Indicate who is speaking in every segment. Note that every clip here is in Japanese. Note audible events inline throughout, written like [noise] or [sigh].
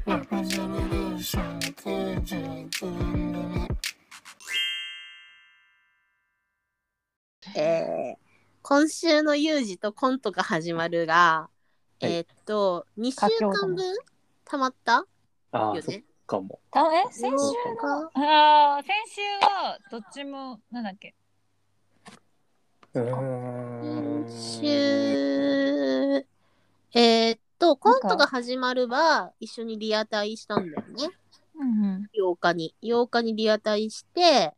Speaker 1: ージェネレーション91年組
Speaker 2: えー今週の有事とコントが始まるが、
Speaker 3: い
Speaker 2: えーっと、2週間分たまった
Speaker 3: あ
Speaker 2: よ
Speaker 3: あ、そっ
Speaker 2: ね。
Speaker 3: かも。
Speaker 4: たえ先週のあー先週はどっちもなんだっけ
Speaker 3: う
Speaker 2: 先週、
Speaker 3: ーん。
Speaker 2: えーっと、コント
Speaker 4: な
Speaker 2: が始まるは、一緒にリアタイしたんだよね。
Speaker 4: うんうん
Speaker 2: 8日に。8日にリアタイして、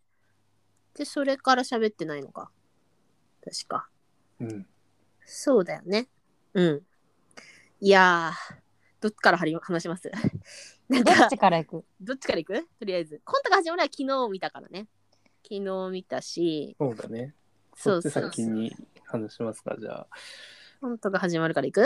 Speaker 2: で、それから喋ってないのか。確か。
Speaker 3: うん。
Speaker 2: そうだよね。うん。いやー、どっからはり話します [laughs] なん
Speaker 4: ど
Speaker 2: か
Speaker 4: っ、ちから行く
Speaker 2: どっちから行くとりあえず。コントが始まるのは昨日見たからね。昨日見たし、
Speaker 3: そうだね。
Speaker 2: そ
Speaker 3: そうっち
Speaker 2: そう
Speaker 3: 先に話しますか、じゃあ。
Speaker 2: コントが始まるから行く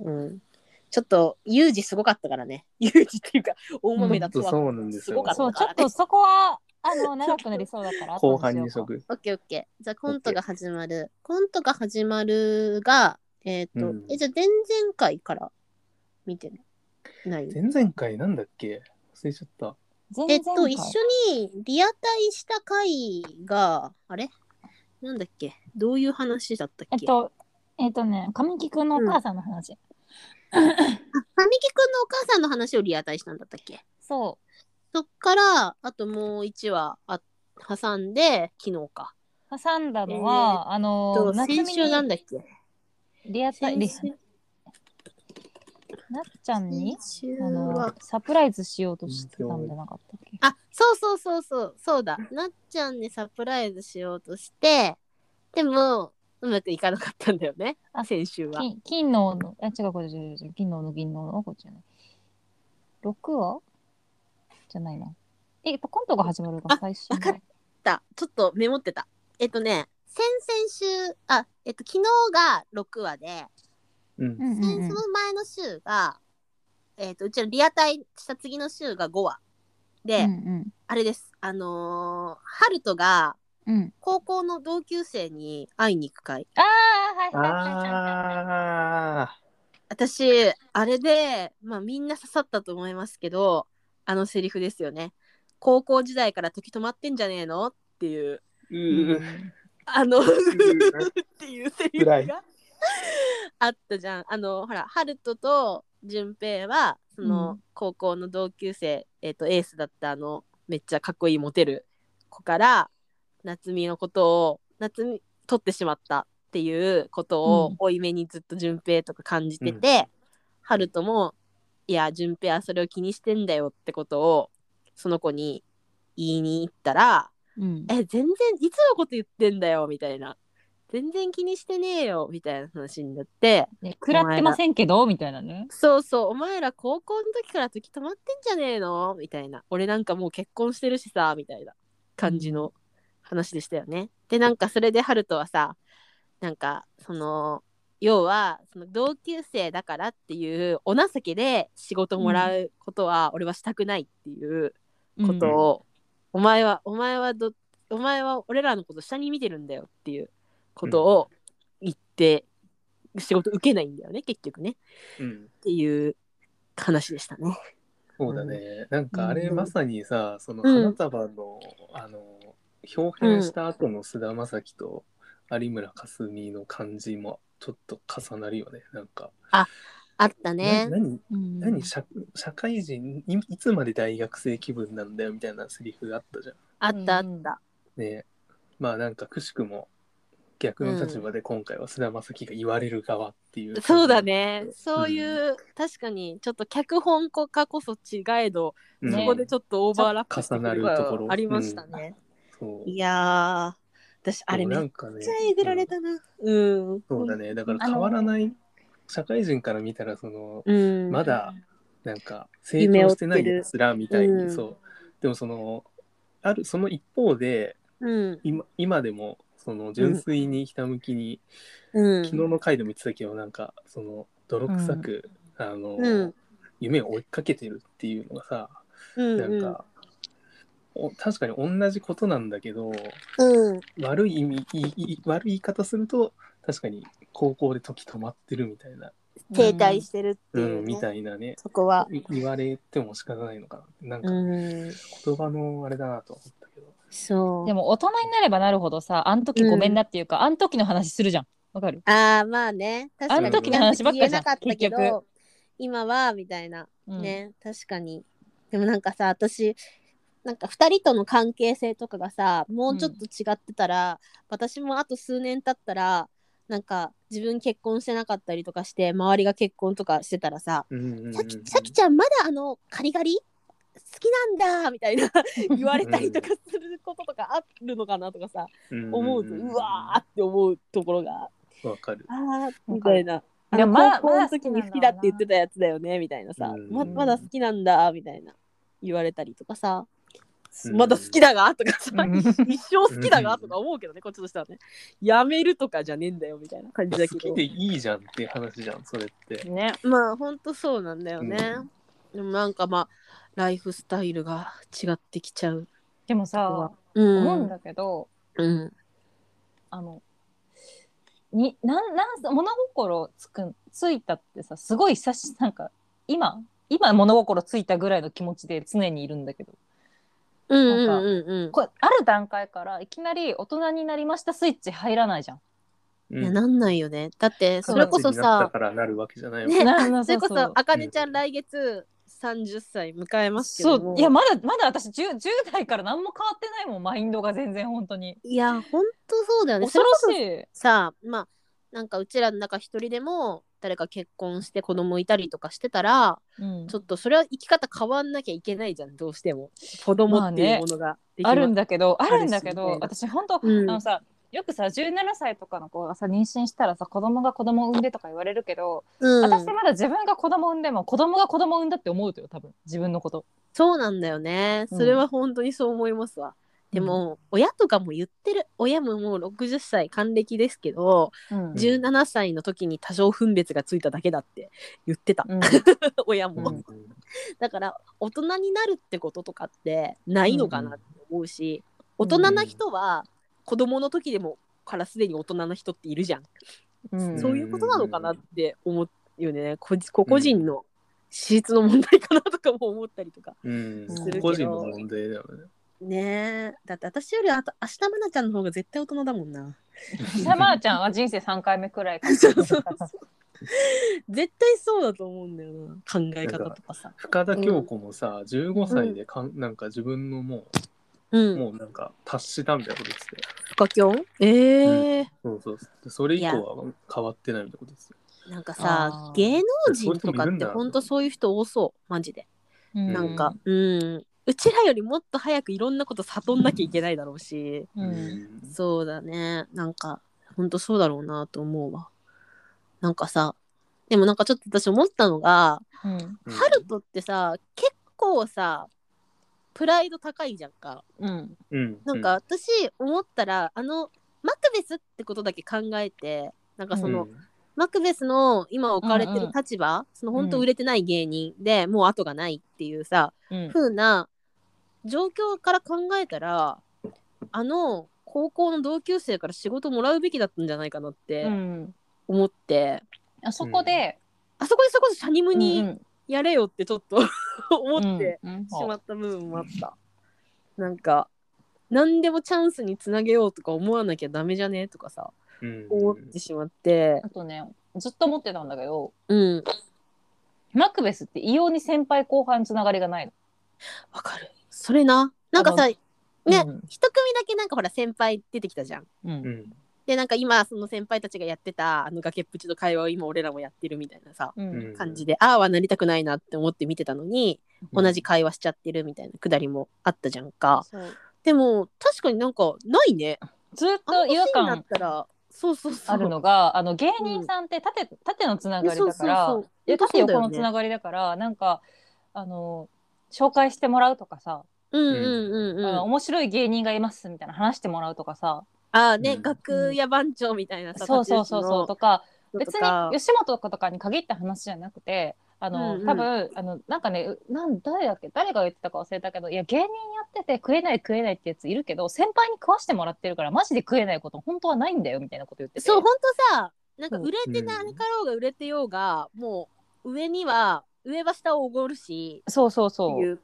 Speaker 2: うん。ちょっと、ユージすごかったからね。 [laughs] ユージっていうか、大豆だとは。
Speaker 3: そうなんですよ
Speaker 2: ごかった
Speaker 4: そうち
Speaker 2: か
Speaker 4: ょっ
Speaker 2: ら
Speaker 4: と
Speaker 2: ね。
Speaker 4: そこはあの長くなりそうだから
Speaker 3: [laughs] 後半に
Speaker 4: 後にしようか
Speaker 2: オ
Speaker 3: 食。
Speaker 2: ッケーオッケー。じゃあコントが始まる。コントが始まるが、えっ、と、
Speaker 3: うん
Speaker 2: え、じゃあ前々回から見てない
Speaker 3: 前々回なんだっけ忘れちゃった。
Speaker 4: 前
Speaker 2: えっ
Speaker 4: 々
Speaker 2: と、
Speaker 4: 回
Speaker 2: 一緒にリアタイした回が、あれなんだっけどういう話だったっ
Speaker 4: え
Speaker 2: け
Speaker 4: っとえっとね神木くんのお母さんの話、
Speaker 2: 神木くんのお母さんの話をリアタイしたんだったっけ
Speaker 4: そ
Speaker 2: そっから、あともう1話あ挟んで、昨日か。
Speaker 4: う挟んだのは、あの
Speaker 2: と先週なんだっけ
Speaker 4: リアタイ
Speaker 2: 先
Speaker 4: リ
Speaker 2: 週
Speaker 4: なっちゃんに
Speaker 2: 先週
Speaker 4: あ
Speaker 2: は
Speaker 4: の。サプライズしようとしてたんじゃなかったっけ
Speaker 2: あ、そうそうそうそう、そうだ。なっちゃんにサプライズしようとして、でも、うまくいかなかったんだよね
Speaker 4: あ、
Speaker 2: 先週は。
Speaker 4: 金金ののあ違うこれ違う違う違う金のの銀ののこっちじゃない6話じゃないなえやっぱコントが始まるが
Speaker 2: あ
Speaker 4: 最初
Speaker 2: わかっった。ちょっとメモってた。えっとね、先々週、あ、えっと、昨日が6話で、
Speaker 3: うん
Speaker 4: う。ん
Speaker 2: 先
Speaker 4: うんうん
Speaker 2: その前の週が、えっと、うちのリアタイした次の週が5話。で、
Speaker 4: うん
Speaker 2: あれです。あのー、ハルトが
Speaker 4: うんうん
Speaker 2: 高校の同級生に会いに行く会。
Speaker 4: ああはいはいはいはい
Speaker 3: ああ。
Speaker 2: 私、あれで、まあみんな刺さったと思いますけど、あのセリフですよね。高校時代から時止まってんじゃねえのっていう、
Speaker 3: う
Speaker 4: う
Speaker 3: ー。
Speaker 4: ん
Speaker 2: あの、
Speaker 3: う
Speaker 2: っていうセリフ
Speaker 3: 暗
Speaker 2: があったじゃん。あのほら春人と順平はその、
Speaker 4: う
Speaker 2: 高校の同級生、えー、とエースだったあのめっちゃかっこいいモテる子から夏美のことを夏美取ってしまったっていうこと
Speaker 4: う
Speaker 2: を
Speaker 4: ん
Speaker 2: 負い目にずっと順平とか感じてて、
Speaker 3: う
Speaker 2: 春人も「いや順平はそれを気にしてんだよ」ってことをその子に言いに行ったら
Speaker 4: うん
Speaker 2: え全然いつのこと言ってんだよみたいな全然気にしてねえよみたいな話になって
Speaker 4: ね食らってませんけどみたいなね
Speaker 2: そうそうお前ら高校の時から時止まってんじゃねえのみたいな俺なんかもう結婚してるしさみたいな感じの話でしたよねでなんかそれで春人はさなんかその要はその同級生だからっていうお情けで仕事もらうことは俺はしたくないっていう、ことを、お前はお前はどお前は俺らのこと下に見てるんだよっていうことを言って、仕事受けないんだよね結局ね
Speaker 3: ん。
Speaker 2: っていう話でしたね。
Speaker 3: そうだね。なんかあれ
Speaker 2: うん
Speaker 3: まさにさ、その
Speaker 2: うん
Speaker 3: 花束の、あの、表変した後の菅田将暉と有村架純の感じもちょっと重なるよね。なんか、
Speaker 2: あったね
Speaker 3: な。何、
Speaker 4: うん
Speaker 3: 何社、社会人い、いつまで大学生気分なんだよみたいなセリフがあったじゃん。
Speaker 2: あったあ
Speaker 4: う
Speaker 2: っ
Speaker 4: ん
Speaker 2: た。
Speaker 3: ねまあなんかくしくも逆の立場で今回は菅田将暉が言われる側っていう、
Speaker 2: そうだ、ね。そういう、確かにちょっと脚本家かこそ違えど、
Speaker 3: うん、
Speaker 2: そ
Speaker 4: ね
Speaker 2: こでちょっとオーバーラップしてく
Speaker 3: 重なるところ
Speaker 2: がありましたね。
Speaker 3: そう
Speaker 2: いやー私あれ
Speaker 3: で
Speaker 2: め
Speaker 3: もな
Speaker 2: っ
Speaker 3: んかね
Speaker 2: ちゃえぐられたな。うん。
Speaker 3: そうだねだから
Speaker 4: あの
Speaker 3: 変わらない社会人から見たらその
Speaker 2: うん。
Speaker 3: まだなんか成長してないやつらみたいに、
Speaker 2: 夢追ってる
Speaker 3: そうでもそのあるその一方で
Speaker 2: うん。
Speaker 3: 今今でもその純粋にひたむきに、
Speaker 2: うん。
Speaker 3: 昨日の回でも言ってたけどなんかその泥臭く、あの、
Speaker 2: うん
Speaker 3: 夢を追いかけてるっていうのがさ
Speaker 2: うん。
Speaker 3: なんか、お確かに同じことなんだけど
Speaker 2: うん。
Speaker 3: 悪い意味いいい悪い言い方すると確かに高校で時止まってるみたいな
Speaker 2: 停滞してるって
Speaker 3: う
Speaker 2: いう、ね
Speaker 3: ん、みたいなね。
Speaker 2: そこは。
Speaker 3: い言われても仕方ないのかな。なんか
Speaker 2: うん、
Speaker 3: 言葉のあれだなと思ったけど。
Speaker 2: そう。
Speaker 4: でも大人になればなるほどさ、あん時ごめんなっていうか、あん時の話するじゃん。わかる
Speaker 2: ああまあね確かに
Speaker 3: あの時の
Speaker 4: 話ばっかじゃ
Speaker 2: 言えな
Speaker 4: ん
Speaker 2: かったけ
Speaker 4: 結
Speaker 2: ど今はみたいな
Speaker 4: うん
Speaker 2: ね、確かにでもなんかさ私なんか2人との関係性とかがさもうちょっと違ってたら、私もあと数年経ったらなんか自分結婚してなかったりとかして周りが結婚とかしてたらさ
Speaker 3: うんうんうんう
Speaker 2: 「
Speaker 3: ん
Speaker 2: さきさきちゃんまだあのカリガリ好きなんだ」みたい
Speaker 3: [laughs]
Speaker 2: な言われたりとかすることとかあるのかなとかさ思うとうわーって思うところが
Speaker 3: わかる。
Speaker 2: あーみたいな。あ
Speaker 4: で
Speaker 2: の
Speaker 4: もまあ
Speaker 2: 高校
Speaker 4: ま
Speaker 2: の
Speaker 4: あ好
Speaker 2: 時
Speaker 4: きなんだろうな
Speaker 2: に好きだって言ってたやつだよねみたいなさ、
Speaker 3: うん
Speaker 2: ままだ好きなんだみたいな言われたりとかさ、
Speaker 3: うん
Speaker 2: まだ好きだがとかさ、
Speaker 4: うん
Speaker 2: 一生好きだが
Speaker 3: うん
Speaker 2: とか思うけどねこっちとしてはねやめるとかじゃねえんだよみたいな感じだけ
Speaker 3: 好き
Speaker 2: ど
Speaker 3: でいいじゃんって話じゃん、それって。
Speaker 4: ね。
Speaker 2: まあほんとそうなんだよね、でもなんかまあライフスタイルが違ってきちゃう、
Speaker 4: でもさ、
Speaker 2: う
Speaker 4: 思うん
Speaker 2: ん
Speaker 4: だけど、
Speaker 2: うん、
Speaker 4: あの、になんなん物心つくついたってさ、すごい久しなんか今今物心ついたぐらいの気持ちで常にいるんだけど、
Speaker 2: うんうんうん
Speaker 4: これある段階からいきなり大人になりましたスイッチ入らないじゃん。
Speaker 2: うんいや
Speaker 3: うん
Speaker 2: なんないよねだってそ
Speaker 3: そ
Speaker 2: れ
Speaker 3: れ
Speaker 2: こ
Speaker 3: こ
Speaker 2: そ
Speaker 3: そ
Speaker 2: さ、
Speaker 3: さ。からなるわけじゃないもん
Speaker 2: ね、
Speaker 4: な
Speaker 2: [laughs]
Speaker 4: な
Speaker 2: あそれこ
Speaker 4: そうそう
Speaker 2: そ、あかねちゃん来月30歳迎えますけ
Speaker 4: そ
Speaker 2: ども
Speaker 4: ういやまだまだ私 10, 10代から何も変わってないもんマインドが全然本当に
Speaker 2: いや、ほんとそうだよね。
Speaker 4: 恐ろ
Speaker 2: それこ
Speaker 4: しい
Speaker 2: そさ、まあ、なんかうちらの中一人でも、誰か結婚して子供いたりとかしてたら、
Speaker 4: うん
Speaker 2: ちょっとそれは生き方変わんなきゃいけないじゃん、どうしても。子供っていうものができ
Speaker 4: あるん
Speaker 2: だ。
Speaker 4: だけどあるんだけ
Speaker 2: あるし
Speaker 4: ど
Speaker 2: みたいな
Speaker 4: 私本当、
Speaker 2: うん
Speaker 4: あのさよくさ17歳とかの子がさ妊娠したらさ子供が子供産んでとか言われるけど、
Speaker 2: うん、
Speaker 4: 私まだ自分が子供産んでも子供が子供産んだって思うとよ多分自分のこと。
Speaker 2: そうなんだよね。それは本当にそう思いますわ。でも、親とかも言ってる。親ももう60歳還暦ですけど、
Speaker 4: うん、
Speaker 3: じゅ
Speaker 2: 17歳の時に多少分別がついただけだって言ってた、
Speaker 4: うん
Speaker 2: [laughs] 親も。
Speaker 4: うん
Speaker 2: だから大人になるってこととかってないのかなって思うし、
Speaker 4: う
Speaker 2: 大
Speaker 4: ん
Speaker 2: 人な人は子供の時でもからすでに大人な人っているじゃん、
Speaker 4: うん
Speaker 2: そういうことなのかなって思うよねこ個々人の資質の問題かなとかも思ったりとか
Speaker 3: うん
Speaker 4: するけど
Speaker 3: 個人の問題だよね。
Speaker 2: ねえだって私よりあと明日愛菜ちゃんの方が絶対大人だもんな [laughs]
Speaker 4: さまーちゃんは人生3回目くらいかもし
Speaker 2: そ
Speaker 4: れ
Speaker 2: うそ
Speaker 4: な
Speaker 2: う
Speaker 4: い
Speaker 2: そう絶対そうだと思うんだよな考え方とかさ
Speaker 3: 深田恭子もさ、15歳でかん、なんか自分のも
Speaker 2: う
Speaker 3: う、
Speaker 2: ん
Speaker 3: もうなんか達したみたいなことですね。
Speaker 2: 深きょんええ
Speaker 3: そうそうそう。でそれ以降は変わってないみたいなことですよ。
Speaker 2: なんかさ
Speaker 4: あー
Speaker 2: 芸能人とかってほんとそういう人多そうマジで
Speaker 4: うん
Speaker 2: なんか、うん、うちらよりもっと早くいろんなこと悟んなきゃいけないだろうし、
Speaker 4: うん
Speaker 2: そうだね、なんか、ほんとそうだろうなと思うわ。なんかさ、でもなんかちょっと私思ったのが、
Speaker 4: うん
Speaker 3: うん
Speaker 2: ハルトってさ、結構さ、プライド高いじゃんか。
Speaker 4: うん
Speaker 3: うん、
Speaker 2: なんか私思ったら、あの、マクベスってことだけ考えて、なんかその、
Speaker 3: うん
Speaker 2: マクベスの今置かれて
Speaker 4: うんう
Speaker 2: る
Speaker 4: ん
Speaker 2: 立場、その本当売れてない芸人で、もう後がないっていうさ、
Speaker 4: うん
Speaker 2: ふうな状況から考えたらあの高校の同級生から仕事もらうべきだったんじゃないかなっ
Speaker 4: う
Speaker 2: て
Speaker 4: ん、
Speaker 2: 思って、
Speaker 4: あそこで、
Speaker 2: あそこでそれこそシャニム
Speaker 4: うん
Speaker 2: に
Speaker 4: うん
Speaker 2: やれよってちょっと [laughs] 思って
Speaker 4: うんうん
Speaker 2: しまった部分もあった、なんか何でもチャンスにつなげようとか思わなきゃダメじゃねとかさ
Speaker 3: うん
Speaker 2: 思ってしまって
Speaker 4: あとねずっと思ってたんだけど
Speaker 2: うん
Speaker 4: マクベスって異様に先輩後輩のつながりがないの。
Speaker 2: わかるそれななんかさ
Speaker 4: あ
Speaker 2: ね、一組だけなんかほら先輩出てきたじゃん
Speaker 4: うんうん
Speaker 3: うん
Speaker 2: でなんか今その先輩たちがやってたあの崖っぷちの会話を今俺らもやってるみたいなさ
Speaker 4: うん
Speaker 3: うん
Speaker 2: 感じで、ああはなりたくないなって思って見てたのに同じ会話しちゃってるみたいなくだりもあったじゃんか
Speaker 4: そう
Speaker 2: でも確かになんかないね
Speaker 4: ずっ
Speaker 2: あの
Speaker 4: と
Speaker 2: 年
Speaker 4: 違
Speaker 2: に
Speaker 4: 和
Speaker 2: なっ
Speaker 4: 感
Speaker 2: たらそうそうそう
Speaker 4: あるのがあの芸人さんって縦,、縦のつながりだから
Speaker 2: そうそうそう
Speaker 4: いや縦
Speaker 2: 本当そうだよね
Speaker 4: 横のつながりだからなんかあの紹介してもらうとかさ、
Speaker 2: うんうんうんうん
Speaker 4: あの
Speaker 2: あ
Speaker 4: 面白い芸人がいますみたいな話してもらうとかさ、
Speaker 2: あね、
Speaker 3: うん
Speaker 2: 楽屋番長みたいなさ、
Speaker 4: そうそうそうそうとか別
Speaker 2: 別
Speaker 4: に
Speaker 2: に
Speaker 4: 吉本とかに限った話じゃなくてあの、
Speaker 2: うんうん
Speaker 4: 多分あのなんかねうなん誰だっけ誰が言ってたか忘れたけどいや芸人やってて食えない食えないってやついるけど先輩に食わしてもらってるからマジで食えないこと本当はないんだよみたいなこと言ってて
Speaker 2: そうほんとさなんか
Speaker 4: うん
Speaker 2: 売れてな
Speaker 3: うん
Speaker 2: かろうが売れてようが、もう上には上は下をおごるし
Speaker 4: そうそう
Speaker 2: っ
Speaker 4: そ
Speaker 2: て
Speaker 4: う
Speaker 2: い。う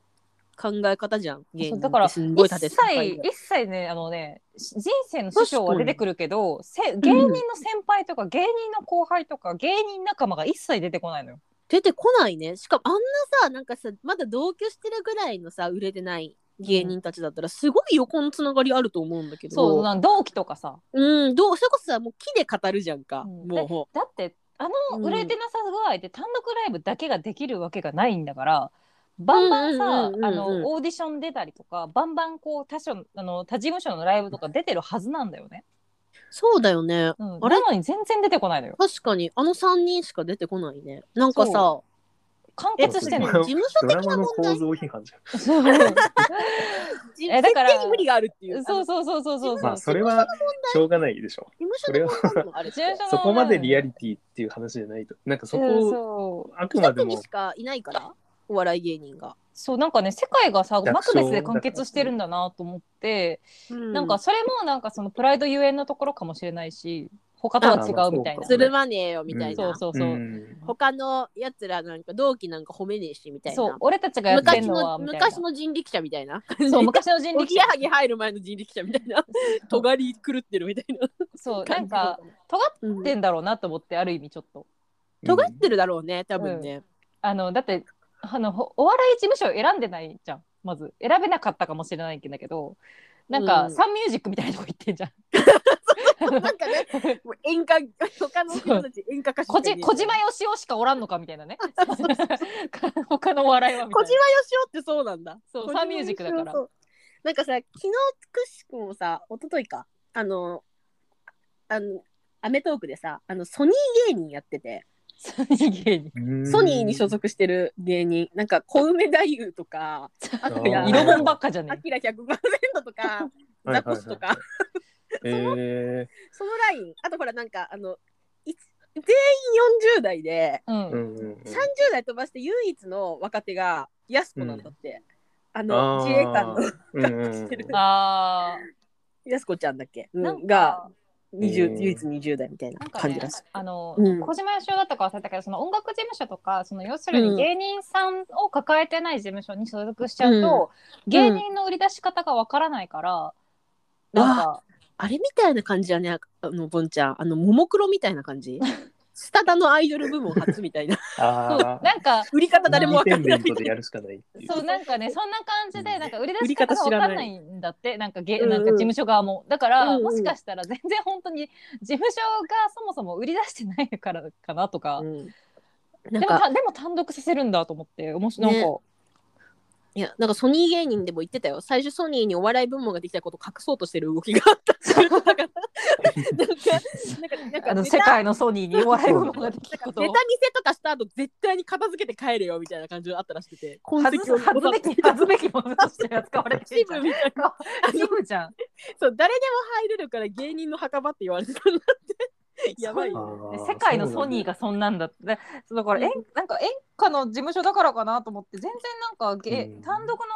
Speaker 2: 考え方じゃん芸人
Speaker 4: だから
Speaker 2: ってすんごい
Speaker 4: 一
Speaker 2: 立て
Speaker 4: 切
Speaker 2: 高い
Speaker 4: 一切ねあのねし人生の師匠は出てくるけどせ芸人の先輩とか芸人の後輩とか芸人仲間が一切出てこないのよ。
Speaker 2: 出てこないねしかもあんなさなんかさまだ同居してるぐらいのさ売れてない芸人たちだったらすごい横のつながりあると思うんだけど
Speaker 4: そうなん同期とかさ
Speaker 2: うんどうそれこそさもう木で語るじゃんか、
Speaker 4: うん
Speaker 2: も
Speaker 4: だってあの売れてなさ具合で単独ライブだけができるわけがないんだからバンバン
Speaker 2: うん
Speaker 4: さ
Speaker 2: うんうんうんうん
Speaker 4: あのオーディション出たりとかバンバンこう他所あの他事務所のライブとか出てるはずなんだよね。
Speaker 2: うそうだよね
Speaker 4: うん、
Speaker 2: あれ
Speaker 4: なのに全然出てこないのよ。
Speaker 2: 確かにあの3人しか出てこないねなんかさ
Speaker 4: そ完結してんの
Speaker 2: え
Speaker 4: よ。
Speaker 2: 事務所
Speaker 3: ドラ
Speaker 2: 的な
Speaker 3: マの
Speaker 2: 問
Speaker 3: 構
Speaker 2: 題
Speaker 3: 造批判じゃん。
Speaker 2: じ
Speaker 4: えだから
Speaker 2: 設定に無理があるっていう
Speaker 4: [laughs] そう
Speaker 2: 事
Speaker 4: そうそうそうそう。
Speaker 3: まあそれはしょうがないでしょ。
Speaker 2: 務所の問題もあるって
Speaker 4: 事務所の
Speaker 3: そこまでリアリティっていう話じゃないと。なんかそ
Speaker 4: うん
Speaker 3: こを
Speaker 4: そう
Speaker 3: あくま
Speaker 2: 近
Speaker 3: で
Speaker 2: くに
Speaker 3: も
Speaker 2: しかいないからお笑い芸人が、
Speaker 4: そうなんかね世界がさ
Speaker 3: 弱小
Speaker 4: マクベスで完結してるんだなと思って、なんかそれもなんかそのプライドゆえんのところかもしれないし他とは違うみたい
Speaker 3: あまあ
Speaker 4: な。
Speaker 2: す
Speaker 3: そ
Speaker 4: そう
Speaker 3: か
Speaker 2: るまねえよみたいな、
Speaker 4: うそうそう。
Speaker 3: うん
Speaker 2: 他のやつらなんか同期なんか褒めねえしみたい
Speaker 4: そう
Speaker 2: な
Speaker 4: 俺たちがやって
Speaker 2: 昔
Speaker 4: んのは
Speaker 2: の
Speaker 4: みたいな
Speaker 2: 昔の人力車みたいな
Speaker 4: そう昔の人
Speaker 2: お
Speaker 4: 力
Speaker 2: ぎ [laughs]
Speaker 4: 車
Speaker 2: やはぎ入る前の人力車みたいなとがり狂ってるみたいな
Speaker 4: そうな
Speaker 2: 感
Speaker 4: ん
Speaker 2: じ
Speaker 4: か尖っ
Speaker 2: うん
Speaker 4: てんだろうなと思ってある意味ちょっと
Speaker 2: 尖ってるだろうね多分ね、
Speaker 4: あのだってあのほお笑い事務所を選んでないじゃんまず選べなかったかもしれないんだけどなんか、
Speaker 2: うん
Speaker 4: サンミュージックみたいなとこ行ってんじゃん
Speaker 2: なんかねもう演歌他の人たち演歌歌手
Speaker 4: こ
Speaker 2: しかい
Speaker 4: じ
Speaker 2: ねえ
Speaker 4: 小島よしおしかおらんのかみたいなね [laughs] 他のお笑いはみた
Speaker 2: 小
Speaker 4: い
Speaker 2: 島
Speaker 4: な
Speaker 2: よしおってそうなんだ
Speaker 4: そう
Speaker 2: 小島
Speaker 4: サンミュージックだから
Speaker 2: よしおそうなんかさ昨日くしくもさ一昨日かあのあのアメトークでさあのソニー芸人やってて
Speaker 4: ソニー芸人
Speaker 3: うん
Speaker 2: ソニーに所属してる芸人なんか小梅太夫と
Speaker 4: [laughs]
Speaker 2: かあと
Speaker 3: あー
Speaker 4: 色もんばっかじゃ
Speaker 2: ア
Speaker 4: ね
Speaker 2: キラ100%とか
Speaker 3: [laughs] はいはいはい
Speaker 2: ザコシとか
Speaker 3: え
Speaker 2: そのラインあとほらなんかあのいつ全員40代で
Speaker 4: え。うん
Speaker 3: ーうんうんうん
Speaker 2: 30代飛ばして唯一の若手がやす子なんだって、あの
Speaker 3: あー
Speaker 2: 自衛官 [laughs] の
Speaker 3: うんうん
Speaker 2: してる
Speaker 4: あ
Speaker 2: やす子ちゃんだっけ、
Speaker 4: ー
Speaker 2: う
Speaker 4: なん
Speaker 2: ん、
Speaker 4: か
Speaker 2: が
Speaker 3: う
Speaker 2: 20
Speaker 3: ん
Speaker 2: 唯一20代みたいな
Speaker 4: なんか
Speaker 2: 感
Speaker 4: ね
Speaker 2: じらしい、
Speaker 4: あの、
Speaker 2: うん
Speaker 4: 小島よしおだったか忘れたけどその音楽事務所とかその要するに芸人さんを抱えてない事務所に所属しちゃうと、芸人の売り出し方がわからないから、
Speaker 2: うん
Speaker 4: なんか
Speaker 2: あれみたいな感じだねああのボンちゃんあのももクロみたいな感
Speaker 4: [laughs]
Speaker 2: じスタダのアイドル部門初みた
Speaker 3: [laughs]
Speaker 2: いな
Speaker 4: そう
Speaker 3: ああ。
Speaker 4: なんか
Speaker 2: 売り方誰もわか
Speaker 3: イン
Speaker 2: んな
Speaker 3: ディペン
Speaker 2: い
Speaker 3: デン
Speaker 2: みた
Speaker 3: トで
Speaker 2: い
Speaker 3: や
Speaker 2: な
Speaker 3: るしかないっていう
Speaker 4: そうなんかねそんな感じでなんか売り
Speaker 2: 売
Speaker 4: 出
Speaker 2: り
Speaker 4: し
Speaker 2: 方
Speaker 4: 方
Speaker 2: 知
Speaker 4: が
Speaker 2: ら
Speaker 4: わ
Speaker 2: ない
Speaker 4: かんないんだってなんか芸
Speaker 2: うんうん
Speaker 4: なんか事務所側もだから、
Speaker 2: うんうん
Speaker 4: もしかしたら全然本当に事務所がそもそも売り出してないからかなとか、
Speaker 2: うんなん
Speaker 4: でも
Speaker 2: か
Speaker 4: たでも単独させるんだと思って面白い、なんか
Speaker 2: いやなんかソニー芸人でも言ってたよ最初ソニーにお笑い部門ができたことを隠そうとしてる動きが [laughs] あったって
Speaker 3: [laughs]
Speaker 2: いうことだからなんかなんかなんか
Speaker 4: あの
Speaker 2: ネタ
Speaker 4: 世界のソニーにお笑い部門ができる
Speaker 2: な
Speaker 4: こ
Speaker 2: んか
Speaker 4: と
Speaker 2: ネ
Speaker 4: を
Speaker 2: タ見せとかした後絶対に片付けて帰れよみたいな感じがあったらしくて
Speaker 4: 外す外すべき外すべきものとして扱われて
Speaker 2: チー
Speaker 4: るじゃ
Speaker 2: ム
Speaker 4: ん。
Speaker 2: みたいな
Speaker 4: チームじゃん。
Speaker 2: そう誰でも入れるから芸人の墓場って言われてたんだってやばい
Speaker 3: あ
Speaker 2: よ
Speaker 3: ー
Speaker 4: [laughs] 世界のソニーがそんなんだって。でそうだから演なんか演歌の事務所だからかなと思って全然なんか芸
Speaker 3: うん
Speaker 4: 単独の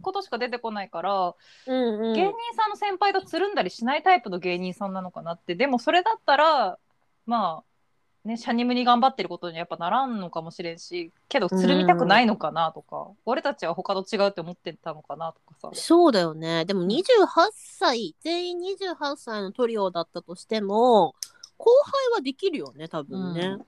Speaker 4: ことしか出てこないから、
Speaker 2: うん
Speaker 4: 芸人さんの先輩とつるんだりしないタイプの芸人さんなのかなってでもそれだったらまあねシャニムに頑張ってることにやっぱならんのかもしれんしけどつるみたくないのかなとか、俺たちは他と違うって思ってたのかなとかさ。
Speaker 2: そうだよねでも28歳全員28歳のトリオだったとしても後輩はできるよね多分ね、
Speaker 4: うん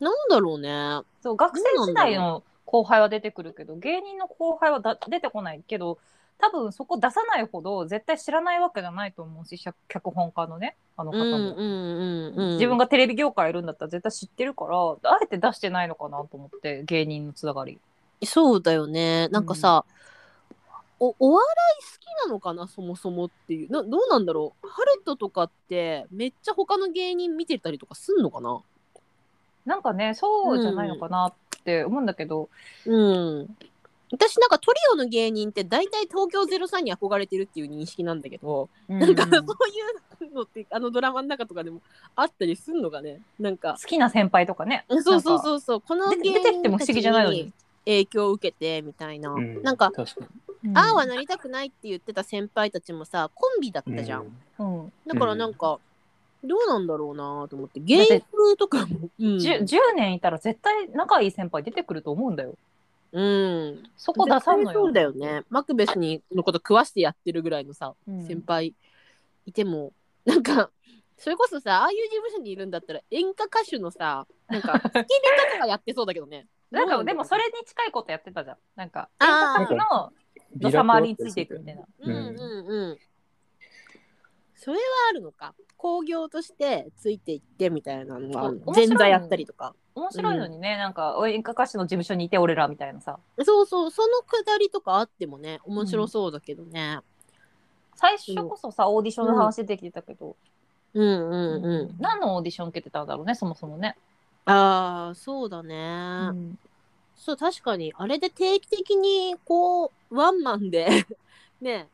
Speaker 2: なんだろうね
Speaker 4: そう学生
Speaker 2: そうなん
Speaker 4: 時
Speaker 2: だ
Speaker 4: 代の後輩は出てくるけど芸人の後輩はだ出てこないけど多分そこ出さないほど絶対知らないわけじゃないと思うし脚脚本家のねあの
Speaker 2: う
Speaker 4: 方
Speaker 2: んう
Speaker 4: も、
Speaker 2: んうんうん
Speaker 4: 自分がテレビ業界いるんだったら絶対知ってるからあえて出してないのかなと思って芸人のつながり
Speaker 2: そうだよねなんかさ、おお笑い好きなのかなそもそもっていうなどうなんだろうハルトとかってめっちゃ他の芸人見てたりとかすんのかな
Speaker 4: なんかねそうじゃないのかなって思うんだけど、
Speaker 2: うん私なんかトリオの芸人って大体東京03に憧れてるっていう認識なんだけど、
Speaker 4: う
Speaker 2: なんかそういうのってあのドラマの中とかでもあったりすんのかねなんか
Speaker 4: 好きな先輩とかね
Speaker 2: そうそう
Speaker 4: う
Speaker 2: そうそうこの
Speaker 4: 出て出てきても不思議じゃないの
Speaker 2: 芸人
Speaker 4: に
Speaker 2: た、ち影響を受けてみたいな、
Speaker 3: うん
Speaker 2: なんか
Speaker 3: 確か
Speaker 4: うん
Speaker 2: ああはなりたくないって言ってた先輩たちもさコンビだっ
Speaker 3: に
Speaker 2: たじゃん、
Speaker 3: う
Speaker 4: うん
Speaker 2: だからなんか、どうなんだろうなと思って芸風とかも、うん、
Speaker 4: じゅ 10, 年いたら絶対仲いい先輩出てくると思うんだよ
Speaker 2: うん
Speaker 4: そこ出さん
Speaker 2: 絶対
Speaker 4: の
Speaker 2: そう
Speaker 4: よ
Speaker 2: だよねマクベスにのこと食わしてやってるぐらいのさ、
Speaker 4: うん
Speaker 2: 先輩いてもなんかそれこそさああいう事務所にいるんだったら演歌歌手のさなん
Speaker 4: [laughs]
Speaker 2: かスキリとかがやってそうだけどね
Speaker 4: なん
Speaker 2: ど
Speaker 4: か
Speaker 2: う
Speaker 4: で
Speaker 2: だろ
Speaker 4: も
Speaker 2: う
Speaker 4: それに近いことやってたじゃんなんか
Speaker 2: あー
Speaker 4: 演歌歌手の
Speaker 3: ビ
Speaker 4: ど
Speaker 3: ラ
Speaker 4: さま
Speaker 3: 配っ
Speaker 4: り
Speaker 3: たり
Speaker 4: につい
Speaker 3: して
Speaker 4: い
Speaker 3: た
Speaker 4: く
Speaker 3: よ
Speaker 4: み
Speaker 3: ね
Speaker 4: たいな
Speaker 2: うんうんうんそれはあるのか興行としてついていってみたいなのはあるの
Speaker 4: そう面白い
Speaker 2: 前座やったりとか
Speaker 4: 面白いのにね、なんか演歌歌手の事務所にいて俺らみたいなさ
Speaker 2: そうそうそのくだりとかあってもね面白そうだけどね、
Speaker 4: 最初こそさオーディションの話出てきてたけど、
Speaker 2: うん、うんうん
Speaker 4: 何のオーディション受けてたんだろうねそもそもね、
Speaker 2: ああそうだね、
Speaker 4: うん
Speaker 2: そう確かにあれで定期的にこうワンマンで [laughs] ね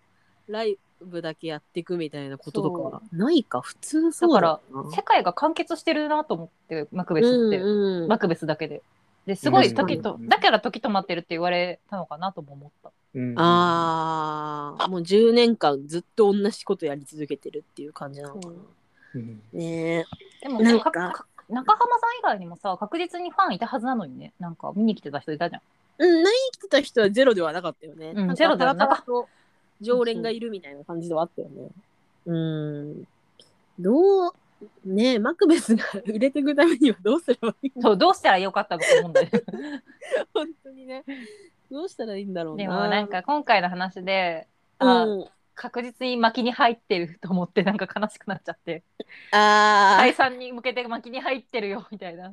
Speaker 2: ライブだけやっていくみたいなこととかはないか普通そうだよな
Speaker 4: 世界が完結してるなと思ってマクベスって、
Speaker 2: うんうん
Speaker 4: マクベスだけで。ですごい
Speaker 3: 確かに
Speaker 4: 時と、だから時止まってるって言われたのかなとも思った。
Speaker 3: うん
Speaker 2: ああもう10年間ずっと同じことやり続けてるっていう感じなのか
Speaker 4: そう
Speaker 3: うん
Speaker 2: なね
Speaker 4: でも
Speaker 2: なん
Speaker 4: か
Speaker 2: か
Speaker 4: か中浜さん以外にもさ確実にファンいたはずなのにねなんか見に来てた人いたじゃん。
Speaker 2: うん何来てた人はゼロではなかったよね、
Speaker 4: うん
Speaker 2: なんか
Speaker 4: ゼロではなかった
Speaker 2: パラパラと常連がいるみたいな感じではあったよねうんどうねえマクベスが売れていくためにはどうすればいいの
Speaker 4: そうどうしたらよかったかと思うん
Speaker 2: [laughs]
Speaker 4: だよ。
Speaker 2: 本当にね。どうしたらいいんだろうな。
Speaker 4: でもなんか今回の話で、あ
Speaker 2: うん
Speaker 4: 確実に巻きに入ってると思ってなんか悲しくなっちゃって
Speaker 2: あ
Speaker 4: 解散に向けて巻きに入ってるよみたいな。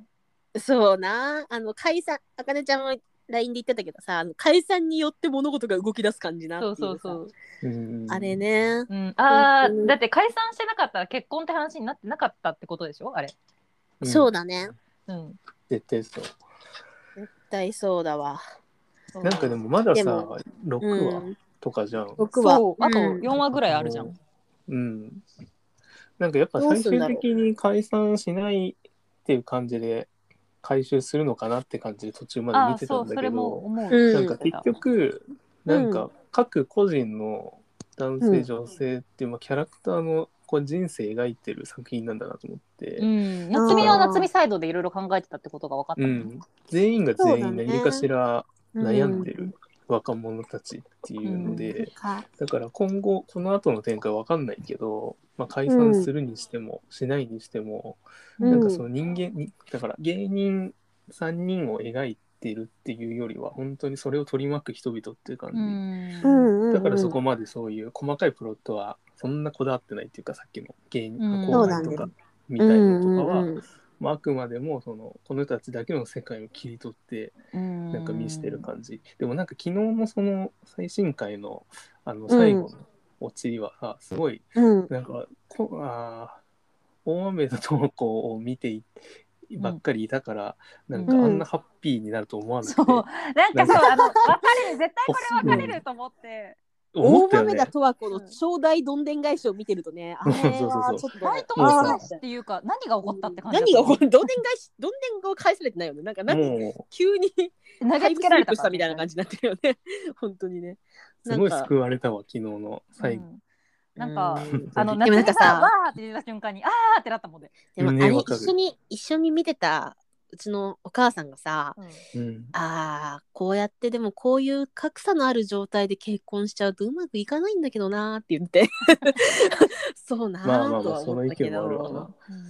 Speaker 2: ーそうな。あの、解散、あかねちゃんも LINE で言ってたけどさ、あの解散によって物事が動き出す感じなって
Speaker 4: そ
Speaker 2: いううさ
Speaker 4: そうそう。
Speaker 3: うん
Speaker 2: あれね。
Speaker 4: うん、あ
Speaker 2: 本当
Speaker 4: ー
Speaker 2: に
Speaker 4: だって解散してなかったら結婚って話になってなかったってことでしょあれ。
Speaker 3: うん
Speaker 2: そうだね。
Speaker 4: うん。
Speaker 3: 絶対そう
Speaker 2: 絶対そうだわ。
Speaker 3: なんかでもまだ
Speaker 2: で
Speaker 3: さ
Speaker 2: も
Speaker 3: 六
Speaker 2: う
Speaker 3: 話
Speaker 2: ん、
Speaker 3: とかじゃん
Speaker 2: 僕は。
Speaker 4: そうあと
Speaker 2: うん
Speaker 4: 4話ぐらいあるじゃん。
Speaker 3: うん。なんかやっぱ
Speaker 2: どう
Speaker 3: 最
Speaker 2: すんだろう
Speaker 3: 終的に解散しないっていう感じで回収するのかなって感じで途中まで見
Speaker 4: あ
Speaker 3: て
Speaker 4: そ
Speaker 3: たんだ
Speaker 4: うそ
Speaker 3: け
Speaker 4: れも
Speaker 3: ど、
Speaker 4: 思う、
Speaker 2: うん
Speaker 3: なんか結局、
Speaker 2: うん
Speaker 3: なんか各個人の男
Speaker 2: う
Speaker 3: 性
Speaker 2: ん
Speaker 3: 女性っていうまあキャラクターのこう人生描いてる作品なんだなと思って、
Speaker 4: うん、夏美は夏美サイドでいろいろ考えてたってことが分かった、
Speaker 3: うん全員が全員何かしら
Speaker 2: う
Speaker 3: 悩んでる若者たちっていうので、
Speaker 2: か
Speaker 3: だから今後この後の展開わかんないけど、まあ、解散するにしても、しないにしても、
Speaker 2: うん
Speaker 3: なんかその人間にだから芸人3人を描いてるっていうよりは本当にそれを取り巻く人々っていう感じ、
Speaker 4: うん
Speaker 2: うんうんうん
Speaker 3: だからそこまでそういう細かいプロットはそんなこだわってないっていうかさっきの芸人
Speaker 4: うん
Speaker 3: の後輩と
Speaker 2: そうだ
Speaker 3: かみたいなのとかは、
Speaker 2: うんうんうん
Speaker 3: まあ、あくまでもそのこの人たちだけの世界を切り取って
Speaker 4: うん
Speaker 3: なんか見してる感じ、でもなんか昨日のその最新回のあの最後のオチはさ、すごい
Speaker 2: うん
Speaker 3: なんかこあー大雨の投稿を見ていばっかりいたから、
Speaker 4: うん
Speaker 3: なんかあんなハッピーになると思わなくて、
Speaker 4: そうなんかそうあの分かれる絶対これ分かれると思って、
Speaker 3: 思っ
Speaker 2: 大
Speaker 3: たよ
Speaker 2: 豆
Speaker 3: ね
Speaker 2: 田とはこの超大どんでん返しを見てると
Speaker 3: [laughs]
Speaker 2: ね、あれはちょっと。
Speaker 4: バイト
Speaker 3: もうさ
Speaker 4: も返しっていうか何が起こったって感じ
Speaker 2: 何が起こ
Speaker 4: こ
Speaker 2: るどんでん返し、どんでんを返されてないよね。なんか、なんか
Speaker 3: も
Speaker 2: 急に
Speaker 4: 投げつけら
Speaker 2: タイムスリ
Speaker 4: れ
Speaker 2: ップ
Speaker 4: た
Speaker 2: したみたいな感じになってるよね。 [laughs] 本当にね。
Speaker 3: うすごい
Speaker 2: なんか
Speaker 3: 救われたわ昨日の最
Speaker 4: う
Speaker 3: 後、
Speaker 4: んなんか
Speaker 2: うん
Speaker 4: あの
Speaker 2: でもなん
Speaker 4: 夏美
Speaker 2: か
Speaker 4: さ
Speaker 2: さ
Speaker 4: んわーって出た瞬間にあーってなったもんで、
Speaker 2: でもあ
Speaker 3: ね
Speaker 2: れ
Speaker 3: わかる
Speaker 2: 一緒に一緒に見てたうちのお母さんがさ
Speaker 4: うん
Speaker 3: うん
Speaker 2: あーこうやってでもこういう格差のある状態で結婚しちゃうとうまくいかないんだけどなーって言って [laughs] そうな
Speaker 3: まあまあ
Speaker 2: ーと
Speaker 3: まあ
Speaker 2: は
Speaker 3: そ
Speaker 2: 思
Speaker 3: の
Speaker 2: っ
Speaker 3: 意
Speaker 2: たけ
Speaker 3: 見
Speaker 2: ど、
Speaker 3: もあるわな。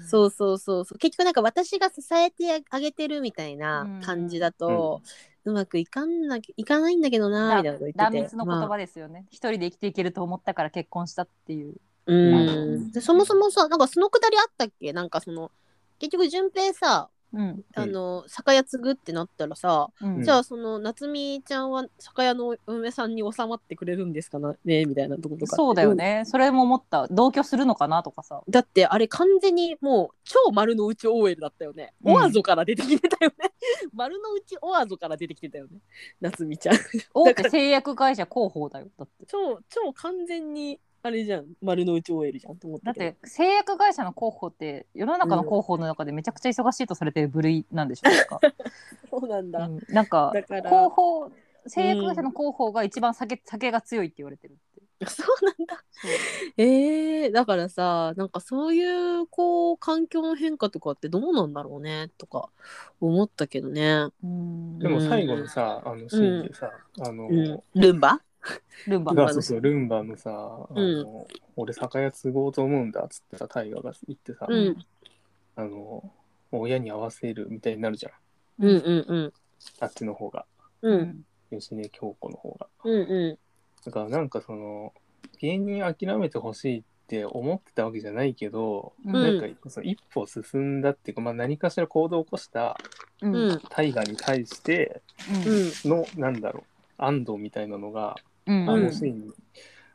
Speaker 2: そうそうそうそう結局なんか私が支えてあげてるみたいな感じだと、うまくいかんないかないんだけどなーみたいなこと言っ
Speaker 4: 断
Speaker 2: てて
Speaker 4: 蜜の言
Speaker 2: まあ
Speaker 4: 葉ですよね、一人で生きていけると思ったから結婚したっていう、
Speaker 2: うんでそもそもさなんかそのくだりあったっけなんかその結局順平さ
Speaker 4: うん
Speaker 2: あの酒屋継ぐってなったらさ、
Speaker 4: うん
Speaker 2: じゃあその夏美ちゃんは酒屋の運営さんに収まってくれるんですかねみたいなとことか
Speaker 4: そうだよね、それも思った同居するのかなとかさ
Speaker 2: だってあれ完全にもう超丸の内 OL だったよね、
Speaker 4: うん
Speaker 2: オアゾから出てきてたよね [laughs] 丸の内オアゾから出てきてたよね夏美ちゃん [laughs]
Speaker 4: 大手製薬会社広報だよだって
Speaker 2: 超超完全にあれじゃん丸の内 OL じゃんと思っ
Speaker 4: だ
Speaker 2: た
Speaker 4: っ
Speaker 2: けど
Speaker 4: て製薬会社の広報って世の中の広報の中でめちゃくちゃ忙しいとされてる部類なんでしょ
Speaker 2: [laughs]
Speaker 4: うか、
Speaker 2: そうなん
Speaker 4: う
Speaker 2: だ、
Speaker 4: んなんか
Speaker 2: だから
Speaker 4: 広報製薬会社の広報が一番酒酒が強いって言われてるっ
Speaker 2: [laughs]
Speaker 4: て
Speaker 2: そうなんだ。えー、だからさなんかそういうこう環境の変化とかってどうなんだろうねとか思ったけどね。
Speaker 4: うん
Speaker 3: でも最後のさ、あのシーンでさ、あの、
Speaker 2: うん、ルンバ
Speaker 4: ルン
Speaker 2: ルンバ
Speaker 4: バの
Speaker 2: の
Speaker 3: そうそうルンバのさ、あの俺酒屋継ごうと思うんだっつってさ大河が言ってさ、
Speaker 2: うん
Speaker 3: あの親に合わせるみたいになるじゃん
Speaker 2: うんうん
Speaker 3: あっちの方が
Speaker 2: うんうん
Speaker 3: 芳根京子の方が
Speaker 2: うんう
Speaker 3: だからなんかその芸人諦めてほしいって思ってたわけじゃないけど、
Speaker 4: うん
Speaker 3: なんかその一歩進んだっていうか、まあ、何かしら行動を起こした
Speaker 4: うん
Speaker 2: んうん
Speaker 3: 大河に対して
Speaker 2: うん
Speaker 3: のなんだろう安堵みたいなのが
Speaker 4: うん
Speaker 3: あ
Speaker 2: う
Speaker 3: の
Speaker 2: ん
Speaker 3: シーンに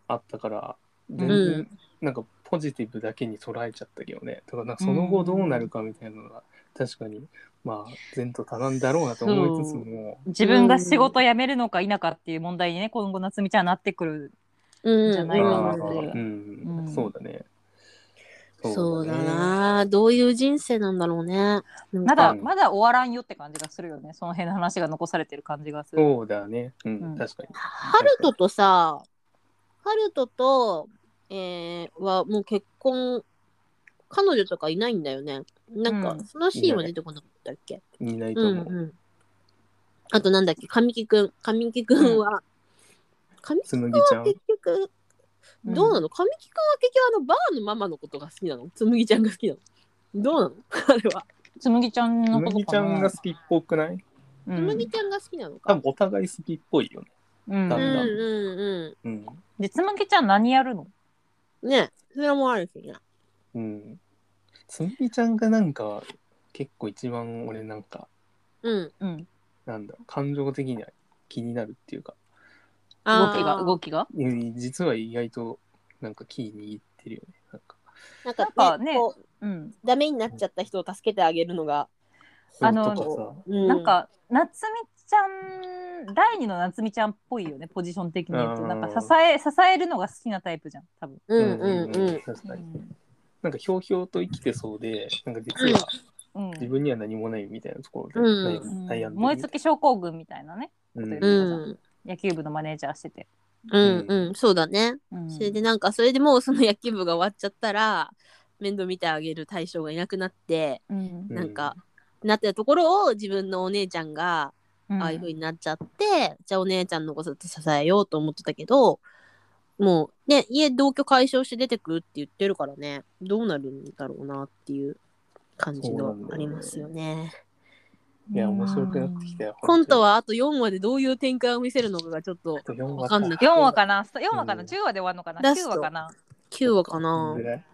Speaker 3: あったから、
Speaker 4: ん
Speaker 3: 全
Speaker 2: う
Speaker 3: 然なんかポジティブだけに捉えちゃったけどねだからなんかその後どうなるかみたいなのが確かにまあ前途多難だろうなと思いつつも
Speaker 4: 自分が仕事辞めるのか否かっていう問題にね今後夏美ちゃんはなってくる
Speaker 2: うん
Speaker 4: じゃ
Speaker 3: あ
Speaker 4: な
Speaker 3: ー
Speaker 4: い
Speaker 2: うん
Speaker 4: かなっていう
Speaker 3: うん
Speaker 4: うん
Speaker 3: そうだね
Speaker 2: そうだ
Speaker 3: ね
Speaker 2: などういう人生なんだろうね。なんか
Speaker 4: まだ
Speaker 3: うん
Speaker 4: まだ終わらんよって感じがするよねその辺の話が残されてる感じがする。
Speaker 3: そうだねうん、
Speaker 4: うん
Speaker 3: 確かに
Speaker 2: ハルトとさ、ハルトと、えーはもう結婚、彼女とかいないんだよね。なん
Speaker 4: う
Speaker 2: か、
Speaker 4: ん
Speaker 2: そのシーンは出てこなかったっけ
Speaker 3: いないと
Speaker 2: うん
Speaker 3: 思う、
Speaker 2: うん。あとなんだっけ、神木くん。神木くんは、神木
Speaker 3: つ
Speaker 2: くん
Speaker 3: む
Speaker 2: は
Speaker 3: ぎちゃん
Speaker 2: 結局、
Speaker 4: ん
Speaker 2: どうなの神木くんは結局あのバーのママのことが好きなのつむぎちゃんが好きなのどうなの [laughs] あれは。
Speaker 4: つむぎちゃん
Speaker 3: つ
Speaker 4: の
Speaker 3: む
Speaker 4: こと
Speaker 3: ぎち
Speaker 4: か
Speaker 3: ゃ
Speaker 4: な。
Speaker 3: んが好きっぽくない
Speaker 4: うん
Speaker 2: つむぎちゃんが好きなの
Speaker 3: 多
Speaker 2: か。
Speaker 3: 分お互い好きっぽいよね
Speaker 4: うん
Speaker 3: だ
Speaker 2: うん
Speaker 3: んだ
Speaker 2: う
Speaker 3: うん
Speaker 4: でつむぎちゃん何やるの？
Speaker 2: んうん。ねそれもあるしね。
Speaker 3: うんつむぎちゃんがなんか結構一番俺なんか
Speaker 2: うん。
Speaker 4: うん。
Speaker 3: なんだろう感情的には気になるっていうか
Speaker 2: あー
Speaker 4: 動きが動きが。
Speaker 3: うん実は意外となんかキー握ってるよねなんか
Speaker 2: なんか
Speaker 4: なんか
Speaker 2: ね
Speaker 4: ね
Speaker 2: こう
Speaker 4: うん。
Speaker 2: ダメになっちゃった人を助けてあげるのが、
Speaker 4: あの
Speaker 3: そうとかさ
Speaker 2: う
Speaker 4: なんか夏美ちゃん第二の夏美ちゃんっぽいよねポジション的に言うと
Speaker 3: うん
Speaker 4: なんか支え支えるのが好きなタイプじゃん多分。
Speaker 2: うんうんうん
Speaker 3: 確かになんかひょうひょうと生きてそうでなんか実は
Speaker 4: うん
Speaker 3: 自分には何もないみたいなところで
Speaker 2: うん
Speaker 3: 悩
Speaker 4: うん
Speaker 3: み悩んでる
Speaker 4: 燃え尽き症候群みたいなね
Speaker 3: うん
Speaker 2: う
Speaker 4: うんん野球部のマネージャーしてて。
Speaker 2: うんうんそうだね、
Speaker 4: うん
Speaker 2: それでなんかそれでもうその野球部が終わっちゃったら面倒見てあげる対象がいなくなって
Speaker 4: うん
Speaker 3: うん
Speaker 2: なんか、なってたところを自分のお姉ちゃんがああいう風になっちゃって、じゃあお姉ちゃんのこと支えようと思ってたけどもうね家同居解消して出てくるって言ってるからねどうなるんだろうなっていう感じ
Speaker 3: そう
Speaker 2: の
Speaker 3: なんだよね
Speaker 2: ありますよね。
Speaker 3: いや面白くなってきたよ
Speaker 2: コントはあと4話でどういう展開を見せるのかがちょっと
Speaker 3: 本当にあと4
Speaker 2: わかんない
Speaker 4: 4話かな4話かな、
Speaker 3: うん
Speaker 4: 10話で終わるのかな
Speaker 2: ラス
Speaker 4: 9
Speaker 2: ト
Speaker 4: 話かな
Speaker 2: 9話かな
Speaker 3: ぐ。らい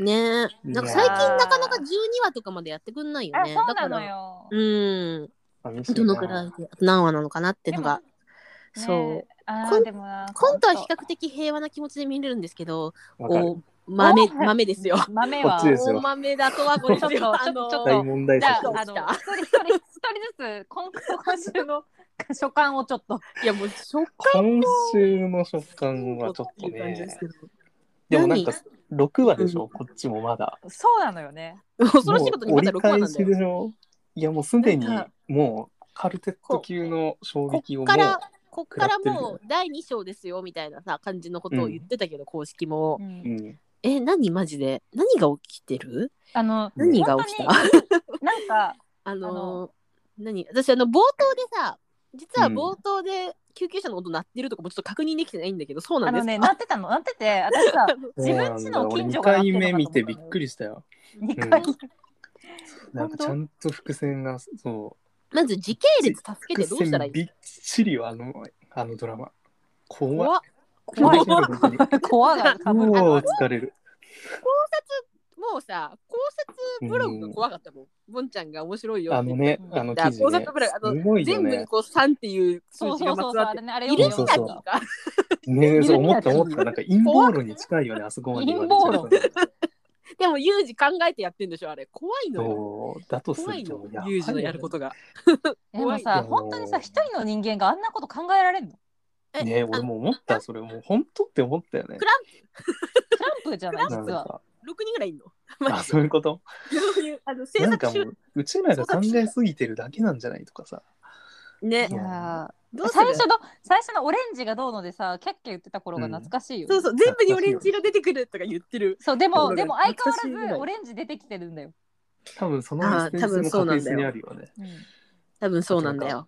Speaker 2: ねえ。なんか最近
Speaker 4: いやー
Speaker 2: なかなか12話とかまでやってくんないよ
Speaker 4: あ
Speaker 2: ね。
Speaker 4: そうな
Speaker 2: だ
Speaker 4: の
Speaker 2: から
Speaker 4: よ
Speaker 2: うん。
Speaker 3: 寂しいな
Speaker 2: どのくらいで、あと何話なのかなっていうのが。そう。
Speaker 4: あ
Speaker 2: コン
Speaker 4: ーでもな
Speaker 2: コントは比較的平和な気持ちで見れるんですけど、
Speaker 3: わかる
Speaker 2: お豆、豆ですよ。
Speaker 4: [laughs] 豆
Speaker 3: こ
Speaker 4: は
Speaker 3: っちで
Speaker 4: じ
Speaker 3: すよ
Speaker 2: 大豆だとはこれですよ。
Speaker 4: ちょっと
Speaker 2: あの
Speaker 4: ちょっと
Speaker 3: 大問題
Speaker 4: ゃあ
Speaker 3: 作
Speaker 4: あ
Speaker 2: ど
Speaker 4: の
Speaker 2: うした
Speaker 4: 一人一人一人ずつコント今週の所感をちょっと
Speaker 2: いやもうショッ
Speaker 3: 今週の食感はち
Speaker 2: ク
Speaker 3: ょっと
Speaker 2: っていう感じで
Speaker 3: ね
Speaker 2: すけど。
Speaker 3: でもなんか6話でしょ、こっちもまだ
Speaker 4: そうなのよね
Speaker 2: 恐ろしいことにまだ6話なんだ
Speaker 3: もう折り返しで
Speaker 2: よ。
Speaker 3: しょいやもうすでに
Speaker 2: なんか
Speaker 3: もうカルテット級の衝
Speaker 2: こ
Speaker 3: 撃を
Speaker 2: っ
Speaker 3: もう
Speaker 2: から、こっからもう第2章ですよみたいなさ、感じのことを言ってたけど、公式も。
Speaker 3: うん、
Speaker 2: え、何マジで何が起きてる
Speaker 4: あの
Speaker 3: うん
Speaker 2: 何が起きた [laughs]
Speaker 4: なんか
Speaker 2: あのー
Speaker 4: あの
Speaker 2: 何私あの冒頭でさ、実は
Speaker 3: うん
Speaker 2: 冒頭で救急車の音鳴ってるとかもちょっと確認できてないんだけど、そうな
Speaker 4: あ
Speaker 2: んで
Speaker 4: の
Speaker 2: すか
Speaker 4: ねなってたのなってて私さ自分ちの近所が
Speaker 3: そうなんだ俺2回目見てびっくりしたよ
Speaker 4: 2回
Speaker 3: なんかちゃんと伏線がそ
Speaker 2: まず時系列助
Speaker 3: う
Speaker 2: けてどうしたらいい
Speaker 3: びっちりよあのあのドラマ怖
Speaker 2: 怖
Speaker 3: い
Speaker 2: っ
Speaker 4: 怖
Speaker 2: [laughs]
Speaker 3: 怖い
Speaker 4: い
Speaker 3: 本当に
Speaker 4: 怖がかぶる
Speaker 3: うわ疲れる
Speaker 2: もうさ、考察ブログが怖かったもん。ボンちゃんが面白いよ
Speaker 3: あ
Speaker 2: って言
Speaker 3: の
Speaker 2: って。
Speaker 3: ねあの記事
Speaker 2: 考
Speaker 3: ね
Speaker 2: 察ブログあの
Speaker 3: すごいよ
Speaker 2: 全部に
Speaker 3: ね
Speaker 2: こう3っていう数
Speaker 4: そう
Speaker 2: 字
Speaker 4: そ
Speaker 2: がまつ
Speaker 4: うそうそう
Speaker 2: わっ
Speaker 4: あ
Speaker 2: て
Speaker 4: れねあれ
Speaker 2: いるんだ
Speaker 3: そう
Speaker 2: っ
Speaker 3: そう
Speaker 2: てい
Speaker 3: そう
Speaker 4: 見
Speaker 2: か。
Speaker 3: ね
Speaker 4: た
Speaker 3: そう思った
Speaker 4: 見る
Speaker 3: 思ったなんか陰謀論に近いよねあそこまで言われちゃうと
Speaker 2: でもユージ考えてやってんでしょ、あれ。怖いのよ。
Speaker 3: そうだとす
Speaker 2: 怖い
Speaker 3: ると
Speaker 2: の
Speaker 3: や、ばい
Speaker 2: ユ
Speaker 3: よ
Speaker 2: ージのやることが。
Speaker 4: でも
Speaker 2: 怖い
Speaker 4: さ
Speaker 3: よ
Speaker 4: 本当にさ一人の人間があんなこと考えられるの
Speaker 2: え
Speaker 3: ね
Speaker 2: あ
Speaker 3: 俺
Speaker 2: の
Speaker 3: も思ったそれもう本当って思ったよね
Speaker 2: クラ
Speaker 4: トランプじゃない
Speaker 3: なん
Speaker 4: 実は
Speaker 3: か
Speaker 2: 6人ぐらいいんの。
Speaker 3: あそういうこと
Speaker 2: そういうあの制
Speaker 3: なんか
Speaker 2: 作
Speaker 3: も
Speaker 2: 集
Speaker 3: ううちらが考えすぎてるだけなんじゃないとかさ
Speaker 2: ね
Speaker 4: いやー
Speaker 2: どうする
Speaker 4: 最初の最初のオレンジがどうのでさキャッキャ言ってた頃が懐かしいよね、
Speaker 2: そうそう全部にオレンジが出てくるとか言ってる
Speaker 4: そうで
Speaker 3: そ
Speaker 4: も
Speaker 3: うだね
Speaker 4: でも相
Speaker 3: 懐かしい
Speaker 4: 変
Speaker 3: ぐ
Speaker 4: わ
Speaker 3: らい
Speaker 4: らずオレンジ出てきてるんだよ、
Speaker 3: 多分その
Speaker 2: あー
Speaker 3: ミステ
Speaker 2: 多
Speaker 3: リー性も
Speaker 2: 分そうな
Speaker 3: 確
Speaker 2: んだ
Speaker 3: 実
Speaker 2: よ
Speaker 3: にあるよね。
Speaker 2: 多分そうなんだよ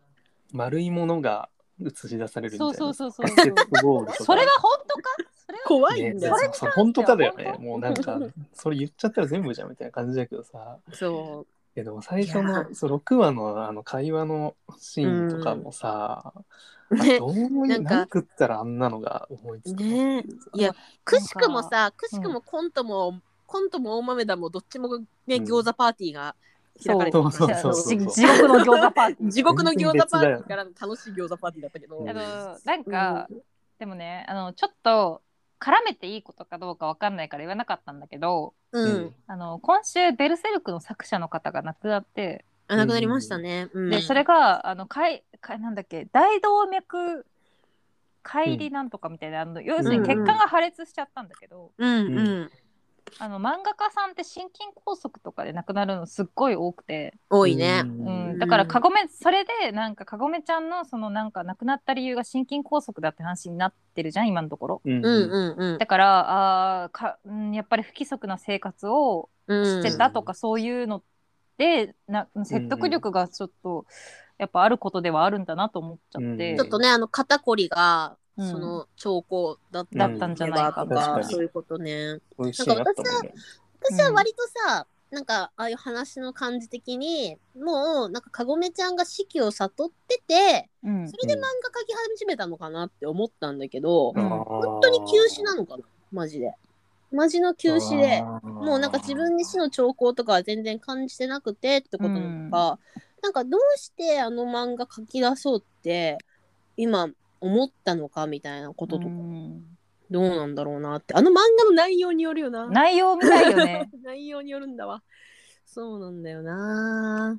Speaker 3: 丸いものが映し出されるみたい
Speaker 4: そう
Speaker 3: な。
Speaker 4: そうそうそう
Speaker 3: バスケットボール [laughs] とか
Speaker 4: それが本当かそれが
Speaker 2: 怖い
Speaker 3: ね
Speaker 2: んだ
Speaker 3: で
Speaker 2: よ、
Speaker 3: もそれ本当かだよね
Speaker 4: 本。当
Speaker 3: もうなんか、それ言っちゃったら全部じゃんみたいな感じだけどさ。
Speaker 2: そ
Speaker 3: えでも最初
Speaker 2: いや
Speaker 3: のそう6話のあの会話のシーンとかもさ、
Speaker 2: う
Speaker 3: あ [laughs]
Speaker 2: ね
Speaker 3: どういう
Speaker 2: なんか
Speaker 3: 何食ったらあんなのが思いつくの
Speaker 2: ねいやくしくもさくしく
Speaker 4: う
Speaker 2: もコントも、コントも大豆だもどっちもね
Speaker 3: うん
Speaker 2: 餃子パーティーが開かれて
Speaker 3: そうそうそうそう
Speaker 4: じ地獄の餃子パーティー
Speaker 2: 地獄の餃子パーティーからの楽しい餃子パーティーだったけど、
Speaker 3: うん
Speaker 4: あのなんか、でもねあのちょっと絡めていいことかどうかわかんないから言わなかったんだけど
Speaker 2: うん、
Speaker 3: うん
Speaker 4: あの今週「ベルセルク」の作者の方が亡くなって
Speaker 2: あなくなりましたね、うん
Speaker 4: でそれがあのかいかいなんだっけ大動脈解離なんとかみたいな、あの要するに血管が破裂しちゃったんだけど、
Speaker 2: うんうん、
Speaker 4: あの漫画家さんって心筋梗塞とかで亡くなるのすっごい多くて、
Speaker 2: 多いね、
Speaker 3: うん
Speaker 4: うん
Speaker 2: ん
Speaker 4: だからかごめそれでなんかかごめちゃんのそのなんか亡くなった理由が心筋梗塞だって話になってるじゃん今のところ。
Speaker 3: うん
Speaker 2: うんうん
Speaker 4: だからあーか、うん、やっぱり不規則な生活を
Speaker 2: うん
Speaker 4: してたとか、そういうのでな説得力がちょっとやっぱあることではあるんだなと思っちゃって、
Speaker 3: うん
Speaker 2: ちょっとねあの肩こりが、
Speaker 4: うん
Speaker 2: その兆候だっ
Speaker 4: だ
Speaker 2: た
Speaker 4: ったんじゃないか
Speaker 2: と
Speaker 4: と
Speaker 2: か、
Speaker 3: 確
Speaker 4: か。
Speaker 3: に
Speaker 2: そういうことね
Speaker 3: 美味しいなと思うね。
Speaker 2: 私は割とさ、なんかああいう話の感じ的にもうなんかかごめちゃんが四季を悟ってて
Speaker 4: うん
Speaker 2: それで漫画描き始めたのかなって思ったんだけど、
Speaker 4: うん
Speaker 2: 本当に休止なのかなマジでマジの休止でもうなんか自分に死の兆候とかは全然感じてなくてってことなのか、なんかどうしてあの漫画書き出そうって今思ったのかみたいなこととか、
Speaker 4: うん
Speaker 2: どうなんだろうなってあの漫画の内容によるよな
Speaker 4: 内容みたいよね
Speaker 2: [laughs] 内容によるんだわそうなんだよな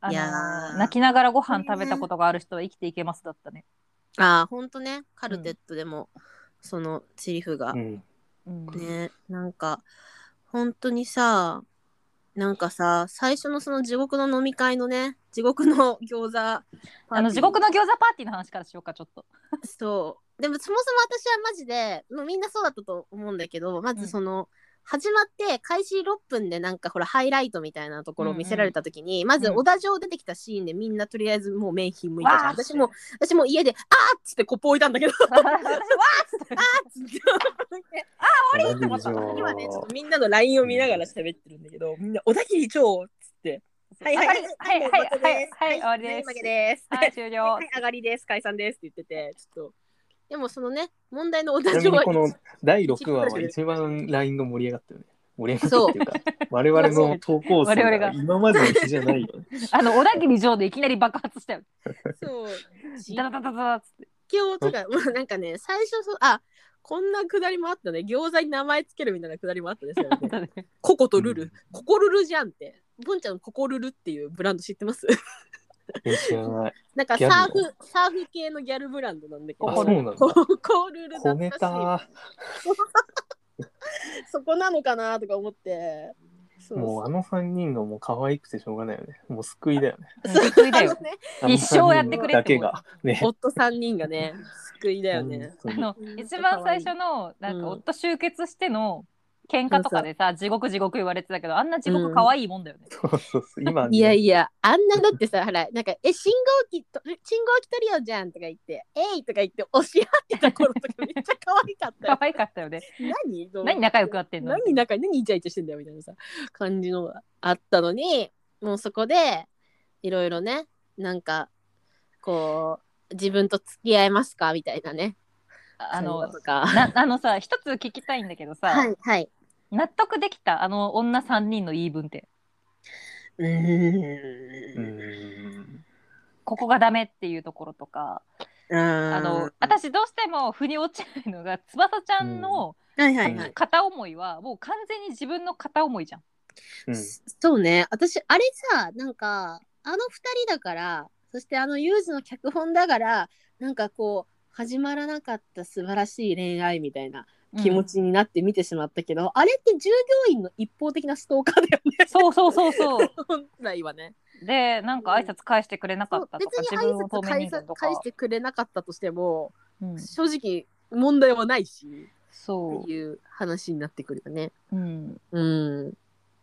Speaker 4: あの
Speaker 2: いやー
Speaker 4: 泣きながらご飯食べたことがある人は生きていけますだったね、
Speaker 2: あーほんとねカルテットでも、そのセリフが
Speaker 3: うん
Speaker 4: うん
Speaker 2: ねなんか本当にさなんかさ最初のその地獄の飲み会のね地獄の餃子
Speaker 4: あの地獄
Speaker 2: の
Speaker 4: の餃子パーティーの話からしようかちょっと
Speaker 2: そうでもそもそも私はマジでもうみんなそうだったと思うんだけどまずその、始まって開始6分でなんかほらハイライトみたいなところを見せられた時に、まず小田城出てきたシーンでみんなとりあえずもう面品向いたじゃん
Speaker 4: わー
Speaker 2: 私も私も家で「あーっ!」つってコップ置いたんだけど
Speaker 4: 私わーっつっ
Speaker 2: つ
Speaker 4: て
Speaker 2: って
Speaker 4: りって思った
Speaker 2: 今ね、ちょっとみんなの LINE を見ながら喋ってるんだけど、みんな、小田切長っつって。はいはいはい
Speaker 4: はいはいはいはいはい終わりです
Speaker 2: 負けです。
Speaker 4: はい終了
Speaker 2: はい、上がりです。解散ですって言ってて、ちょっと。でもそのね、問題の小
Speaker 3: ち
Speaker 2: 田
Speaker 3: なみ
Speaker 2: 城
Speaker 3: に
Speaker 2: は
Speaker 3: この第6話は一番 LINE が盛り上がったよね。盛り上がったっていうか、 [laughs] 我々の投稿数
Speaker 4: 我
Speaker 3: が
Speaker 4: 々が
Speaker 3: 今までの日じゃないよね。 [laughs]
Speaker 4: あの小田切城でいきなり爆発したよ
Speaker 2: [laughs] そう、
Speaker 4: ダダダダダっつって
Speaker 2: 実況とか、
Speaker 3: [laughs]
Speaker 2: もうなんかね、最初そう、あこんなくだりもあったね。餃子に名前つけるみたいなくだりもあったですよ
Speaker 3: [laughs]
Speaker 2: ね。
Speaker 4: だね
Speaker 2: ココとル
Speaker 3: う
Speaker 2: ル
Speaker 3: ん。
Speaker 2: ココルルじゃんって。ボンちゃんのココルルっていうブランド知ってます [laughs]
Speaker 3: え知らない。
Speaker 2: なんか
Speaker 3: ギャル
Speaker 2: サー
Speaker 3: の
Speaker 2: フ、サーフ系のギャルブランドなんだけど。
Speaker 3: あ、そうなんだ。
Speaker 2: ココルルだ
Speaker 3: 小ネ
Speaker 2: ったしい。
Speaker 3: タ。
Speaker 2: そこなのかなとか思って。そう
Speaker 3: もうあの3人がもう可愛くてしょうがないよね。もう救いだよね。
Speaker 4: うん救いだ
Speaker 2: あの
Speaker 4: よ
Speaker 2: ね、
Speaker 3: あの
Speaker 4: 一生やってく
Speaker 3: 三人
Speaker 4: れ
Speaker 3: だ
Speaker 4: って
Speaker 3: け
Speaker 4: 思う
Speaker 3: が。ね。
Speaker 2: 夫3人がね、救いだよね。
Speaker 3: 本
Speaker 4: あ
Speaker 3: 当に
Speaker 4: の一番最初のなんか夫集結しての喧嘩とかでさ地獄地獄言われてたけどあんな地獄可愛いもんだよね
Speaker 3: そうそうそう今
Speaker 2: いやいや、あんなだってさ、ほら、なんか、え、信号機と、え信号機取るよじゃんとか言って、えいとか言って押し合ってた頃とかめっちゃ可愛かった
Speaker 4: 可 [laughs]
Speaker 2: よ。
Speaker 4: 愛かった
Speaker 2: [laughs]
Speaker 4: よね
Speaker 2: 何どう
Speaker 4: 何仲良くなってんの
Speaker 2: 何仲何イチャイチャしてんだよみたいなさ感じのがあったのにもうそこでいろいろねなんかこう自分と付き合えますかみたいなね
Speaker 4: あ
Speaker 2: 会話
Speaker 4: の
Speaker 2: とか
Speaker 4: なあのさ一つ聞きたいんだけどさ、
Speaker 2: はいはい
Speaker 4: 納得できたあの女3人の言い分って
Speaker 2: うー
Speaker 3: うんん
Speaker 4: ここがダメっていうところとかあ
Speaker 2: あ
Speaker 4: の私どうしても腑に落ちないのが翼ちゃんの
Speaker 2: はいはいはい、
Speaker 4: 片思いはもう完全に自分の片思いじゃん。
Speaker 3: うん
Speaker 2: そうね私あれさなんかあの二人だからそしてあのユーズの脚本だからなんかこう始まらなかった素晴らしい恋愛みたいな気持ちになって見てしまったけど、あれって従業員の一方的なストーカーだよね [laughs]
Speaker 4: そうそうそうそう。
Speaker 2: 本来はね。
Speaker 4: でなんか挨拶返してくれなかったとか、
Speaker 2: 別
Speaker 4: 自
Speaker 2: に
Speaker 4: 分
Speaker 2: 挨
Speaker 4: を透
Speaker 2: 拶
Speaker 4: 明
Speaker 2: 返
Speaker 4: 人
Speaker 2: さ
Speaker 4: 間とか
Speaker 2: 返してくれなかったとしても、
Speaker 4: うん
Speaker 2: 正直問題はないし
Speaker 4: そ
Speaker 2: っていう話になってくるよね。
Speaker 4: う、うん、
Speaker 2: うん。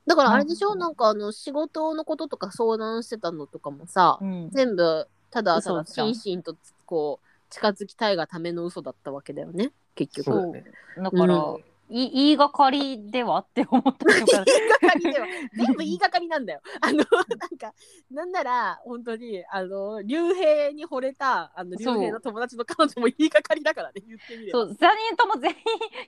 Speaker 2: だからあれでしょ
Speaker 4: うん
Speaker 2: なんかあの仕事のこととか相談してたのとかもさ、
Speaker 4: うん、
Speaker 2: 全部ただた
Speaker 4: 嘘
Speaker 2: だ
Speaker 4: じゃん
Speaker 2: 心身とつこう近づきたいがための嘘だったわけだよね結局。
Speaker 3: そうだ
Speaker 4: そ
Speaker 3: ね
Speaker 4: うだから、
Speaker 2: う
Speaker 4: い言いがかりではって思ったけ
Speaker 2: 言
Speaker 4: ど
Speaker 2: いがかり [laughs] では全部言いがかりなんだよ。あのなんかなんなら本当にあの竜兵に惚れたあの竜
Speaker 4: そう
Speaker 2: 兵の友達の彼女も言いがかりだからね言ってみれば。
Speaker 4: そう3人とも全員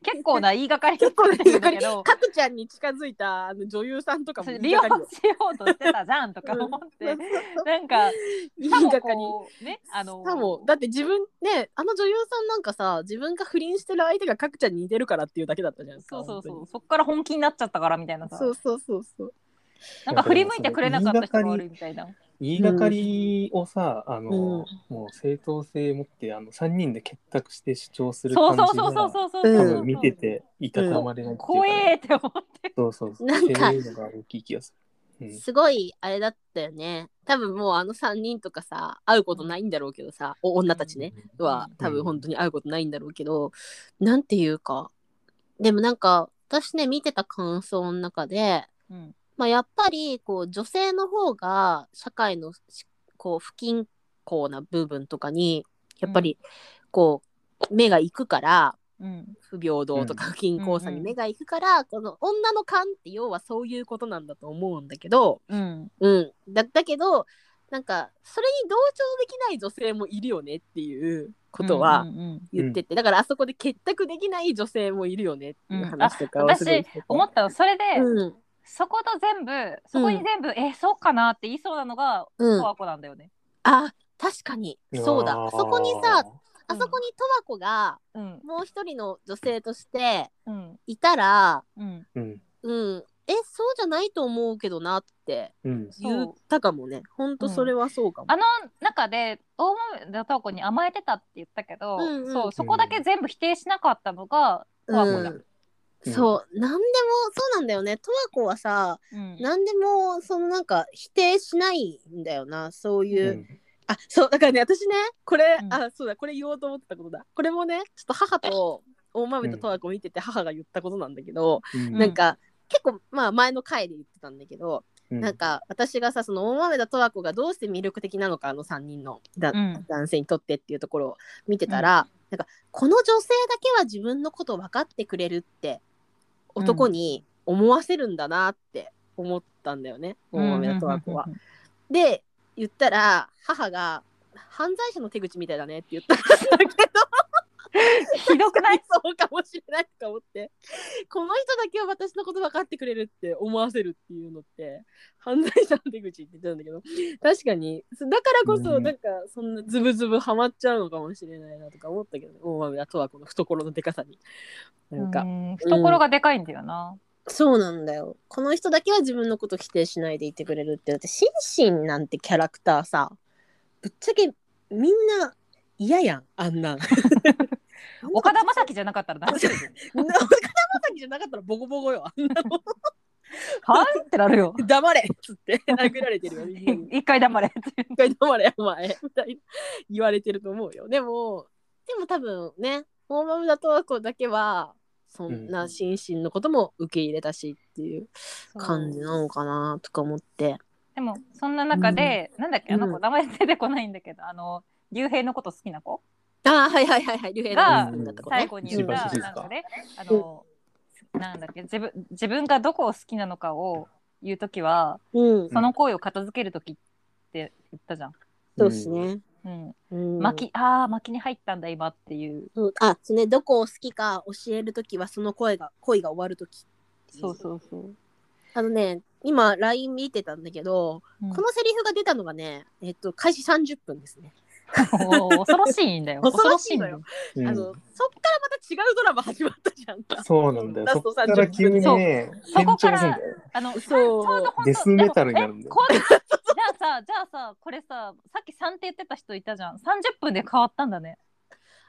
Speaker 4: 結構な言いがかりだっ
Speaker 2: 結構な
Speaker 4: た
Speaker 2: んん
Speaker 4: だ
Speaker 2: か言いが
Speaker 4: け
Speaker 2: かり
Speaker 4: ど
Speaker 2: かくちゃんに近づいたあの女優さんとかも
Speaker 4: それ
Speaker 2: 言
Speaker 4: 利
Speaker 2: い
Speaker 4: 用
Speaker 2: が
Speaker 4: し
Speaker 2: かりよ
Speaker 4: ようとしてたじゃんとか思って、
Speaker 2: そうそうそう
Speaker 4: なんか
Speaker 2: 言い
Speaker 4: さも
Speaker 2: がかり。
Speaker 4: こうねあの
Speaker 2: さもだって自分ねあの女優さんなんかさ自分が不倫してる相手がかくちゃんに似てるからっていうだけだったじゃん
Speaker 4: そうそうそう
Speaker 2: う
Speaker 4: そっから本気になっちゃったからみたいなさ
Speaker 2: そうそうそうそう
Speaker 4: なんか振り向いてくれなかった人が悪いみたいな
Speaker 3: 言いがかりをさ、あの、
Speaker 2: うん
Speaker 3: もう正当性持って、あの、三人で結託して主張する
Speaker 4: そ
Speaker 3: 感
Speaker 4: う
Speaker 3: じが
Speaker 4: そうそうそうそうそう
Speaker 2: う
Speaker 3: 多
Speaker 2: ん
Speaker 3: 分見てて、いたたまれないっていうか
Speaker 4: 怖えって思って
Speaker 3: そうそうそう。
Speaker 2: なんか
Speaker 3: っていうのが大きい気がする。うん
Speaker 2: すごいあれだったよね多分もうあの3人とかさ会うことないんだろうけどさお女たちねは多分本当に会うことないんだろうけど、なんていうかでもなんか私ね見てた感想の中で、
Speaker 4: うん
Speaker 2: まあ、やっぱりこう女性の方が社会のしこう不均衡な部分とかにやっぱりこう、目が行くから
Speaker 4: うん
Speaker 2: 不平等とか不均衡さに目が行くから、この女の勘って要はそういうことなんだと思うんだけど、
Speaker 4: うん
Speaker 2: うん、だだけどなんかそれに同調できない女性もいるよねっていうこと
Speaker 4: う
Speaker 2: は
Speaker 4: んうんうん
Speaker 2: 言ってて、だからあそこで結託できない女性もいるよねっていう話とかをすごい
Speaker 4: 私思ったのそれで、
Speaker 2: うん
Speaker 4: そこと全部そこに全部、えそうかなって言いそうなのが
Speaker 2: う
Speaker 4: 十
Speaker 2: ん、
Speaker 4: 和子なんだよね。
Speaker 2: あ確かにそうだあそこにさ、あそこに十和子が
Speaker 4: うん
Speaker 2: もう一人の女性として
Speaker 4: うん
Speaker 2: いたら
Speaker 4: うん
Speaker 3: うん
Speaker 2: うんえそうじゃないと思うけどなって
Speaker 3: うん
Speaker 2: 言ったかもねほんとそれはそうかも、
Speaker 4: あの中で大豆田十和子に甘えてたって言ったけど、
Speaker 2: うんうん
Speaker 4: そうそこだけ全部否定しなかったのが十和子だ。
Speaker 3: うん
Speaker 2: そう何でもそうなんだよね十和子はさ
Speaker 4: うん
Speaker 2: 何でもそのなんか否定しないんだよなそういう、
Speaker 3: うん
Speaker 2: あそうだからね私ねこれ、
Speaker 4: うん
Speaker 2: あそうだこれ言おうと思ってたことだこれもねちょっと母と大豆と十和子を見てて母が言ったことなんだけど、
Speaker 3: うん
Speaker 2: なんか結構まあ前の回で言ってたんだけど、なんか私がさその大豆田十和子がどうして魅力的なのかあの3人のだ、
Speaker 4: うん
Speaker 2: 男性にとってっていうところを見てたら、なんかこの女性だけは自分のこと分かってくれるって男に思わせるんだなって思ったんだよね、大豆田十和子は。で言ったら母が「犯罪者の手口みたいだね」って言ったんだけど
Speaker 4: [laughs] ひどくない
Speaker 2: そうかもしれないとか思ってこの人だけは私のこと分かってくれるって思わせるっていうのって犯罪者の手口って言ってたんだけど確かにそだからこ
Speaker 3: う
Speaker 2: そ
Speaker 3: ん
Speaker 2: なんかそんなズブズブハマっちゃうのかもしれないなとか思ったけどね大豆だとはこの懐のでかさになんか、
Speaker 4: うん懐がでかいんだよな。
Speaker 2: そうなんだよこの人だけは自分のこと否定しないでいてくれるってだってシンシンなんてキャラクターさぶっちゃけみんな嫌やんあんなん
Speaker 4: 岡田将生じゃなかったら大丈夫。
Speaker 2: 岡田将生じゃなかったらボコボコよあんなの
Speaker 4: はいってなるよ。
Speaker 2: [laughs] 黙れっつ [laughs] って殴られてるよみんなに
Speaker 4: 一回黙れって。
Speaker 2: 一回黙れお前みたいな言われてると思うよでもでも多分ね大豆田と和子だけはそんなシンシンのことも受け入れたしっていう [laughs] 感じなのかなとか思って
Speaker 4: でもそんな中で、なんだっけあの子
Speaker 2: うん
Speaker 4: 名前出てこないんだけど、あの竜兵のこと好きな子
Speaker 2: ああはいはいはいはい竜兵
Speaker 4: が
Speaker 2: の娘だった子ね
Speaker 4: 最後に言っ
Speaker 2: うん
Speaker 4: た、
Speaker 3: 石橋静
Speaker 4: なん
Speaker 3: 香
Speaker 4: かねあの、なんだっけ自分自分がどこを好きなのかを言う時は
Speaker 2: うん
Speaker 4: その行為を片付ける時って言ったじゃん。
Speaker 2: そうですね、
Speaker 4: うん、
Speaker 2: うん
Speaker 4: 巻きああ巻きに入ったんだ今っていう
Speaker 2: そうあそうねどこを好きか教えるときはその声が恋が終わるとき
Speaker 4: そうそうそう、
Speaker 2: あのね今 LINE 見てたんだけど、
Speaker 4: うん
Speaker 2: このセリフが出たのがねえっと開始30分ですね、
Speaker 4: もう恐ろしいんだよ
Speaker 2: 恐ろしいのよ
Speaker 3: うん
Speaker 2: あのそっからまた違うドラマ始まったじゃんか
Speaker 3: そうなんだよ。
Speaker 2: ラ
Speaker 3: そ
Speaker 2: スト
Speaker 3: っか
Speaker 2: 30
Speaker 3: ら急にね、
Speaker 4: そうそこか
Speaker 3: 変調
Speaker 4: ら
Speaker 3: すんだよ。
Speaker 4: あの
Speaker 2: そう
Speaker 4: ちょうど本当
Speaker 3: デスメタルになるんだ
Speaker 4: で
Speaker 3: よ
Speaker 4: もえこんじゃあさじゃあさこれささっき3って言ってた人いたじゃん30分で変わったんだね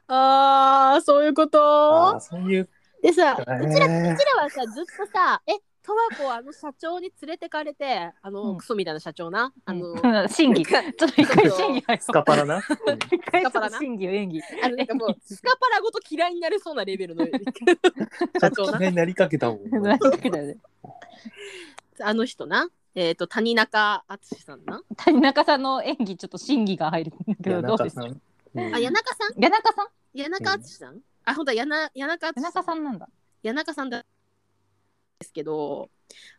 Speaker 2: あーそういうこ
Speaker 3: ああ、
Speaker 2: と
Speaker 3: そういう。
Speaker 2: でさう
Speaker 3: え
Speaker 2: ちらう
Speaker 3: ー
Speaker 2: ちらはさずっとさえ十和子はあの社長に連れてかれてあの、
Speaker 4: うん
Speaker 2: クソみたいな社長なあの、
Speaker 4: うん [laughs] 審議。ちょっと一回審議入ろう
Speaker 3: スカ
Speaker 2: [laughs]
Speaker 3: パラな。うん
Speaker 4: 一回ちょっと審議を演技。
Speaker 2: あのなんかもうスカパラごと嫌いになれそうなレベルの社長な
Speaker 3: 嫌いになりかけたもん。
Speaker 2: [laughs]
Speaker 4: 何だよね。
Speaker 2: あの人なえっ、と谷中敦さんな
Speaker 4: 谷中さんの演技ちょっと審議が入るんだけど
Speaker 3: 谷
Speaker 4: どうで
Speaker 3: 中
Speaker 4: すか
Speaker 3: さん。うん
Speaker 2: あ谷中さん
Speaker 4: 谷中さん
Speaker 2: 谷中敦さん、あほんとだ谷中谷中
Speaker 4: 谷
Speaker 2: 敦さ
Speaker 4: 中
Speaker 2: ん
Speaker 4: さんなんだ。
Speaker 2: 谷中さんだですけど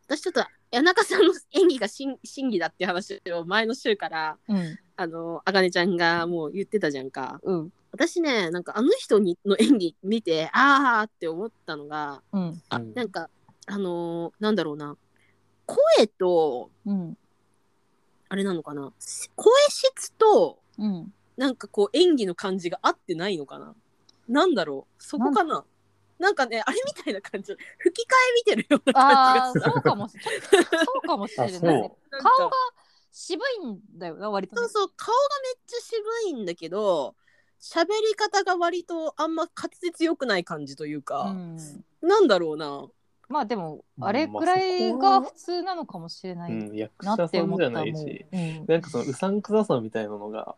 Speaker 2: 私ちょっと谷中さんの演技がしん審議だっていう話を前の週から
Speaker 4: うん。
Speaker 2: あの茜ちゃんがもう言ってたじゃんか
Speaker 4: うん。
Speaker 2: 私ねなんかあの人にの演技見てあーって思ったのが
Speaker 4: うん。
Speaker 3: うん
Speaker 2: なんかあのーなんだろうな声と
Speaker 4: うん。
Speaker 2: あれなのかな声質と
Speaker 4: [laughs] うん。
Speaker 2: なんかこう演技の感じが合ってないのかななんだろうそこかななんかねあれみたいな感じ吹き替え見てるような
Speaker 4: あ
Speaker 2: 感
Speaker 4: あ、
Speaker 2: じがする
Speaker 4: そうかもしれない。そうかもしれ
Speaker 3: あ、
Speaker 4: ないね
Speaker 3: そ。
Speaker 2: なんか
Speaker 4: 顔が渋いんだよな、割とね。
Speaker 2: そうそう顔がめっちゃ渋いんだけど喋り方が割とあんま滑舌良くない感じという
Speaker 4: う
Speaker 2: か、
Speaker 4: ん。
Speaker 2: なんだろうな
Speaker 4: まあでも、
Speaker 3: うん
Speaker 4: あれくらいが普通なのかもしれな
Speaker 3: う。う
Speaker 4: い
Speaker 3: ん、役
Speaker 4: な
Speaker 3: 者
Speaker 4: って
Speaker 3: さ
Speaker 4: 思
Speaker 3: んじ
Speaker 4: った
Speaker 3: ゃ
Speaker 4: も。
Speaker 3: なんいし。
Speaker 4: うん
Speaker 3: なんかそのうさんくささみたいなのが、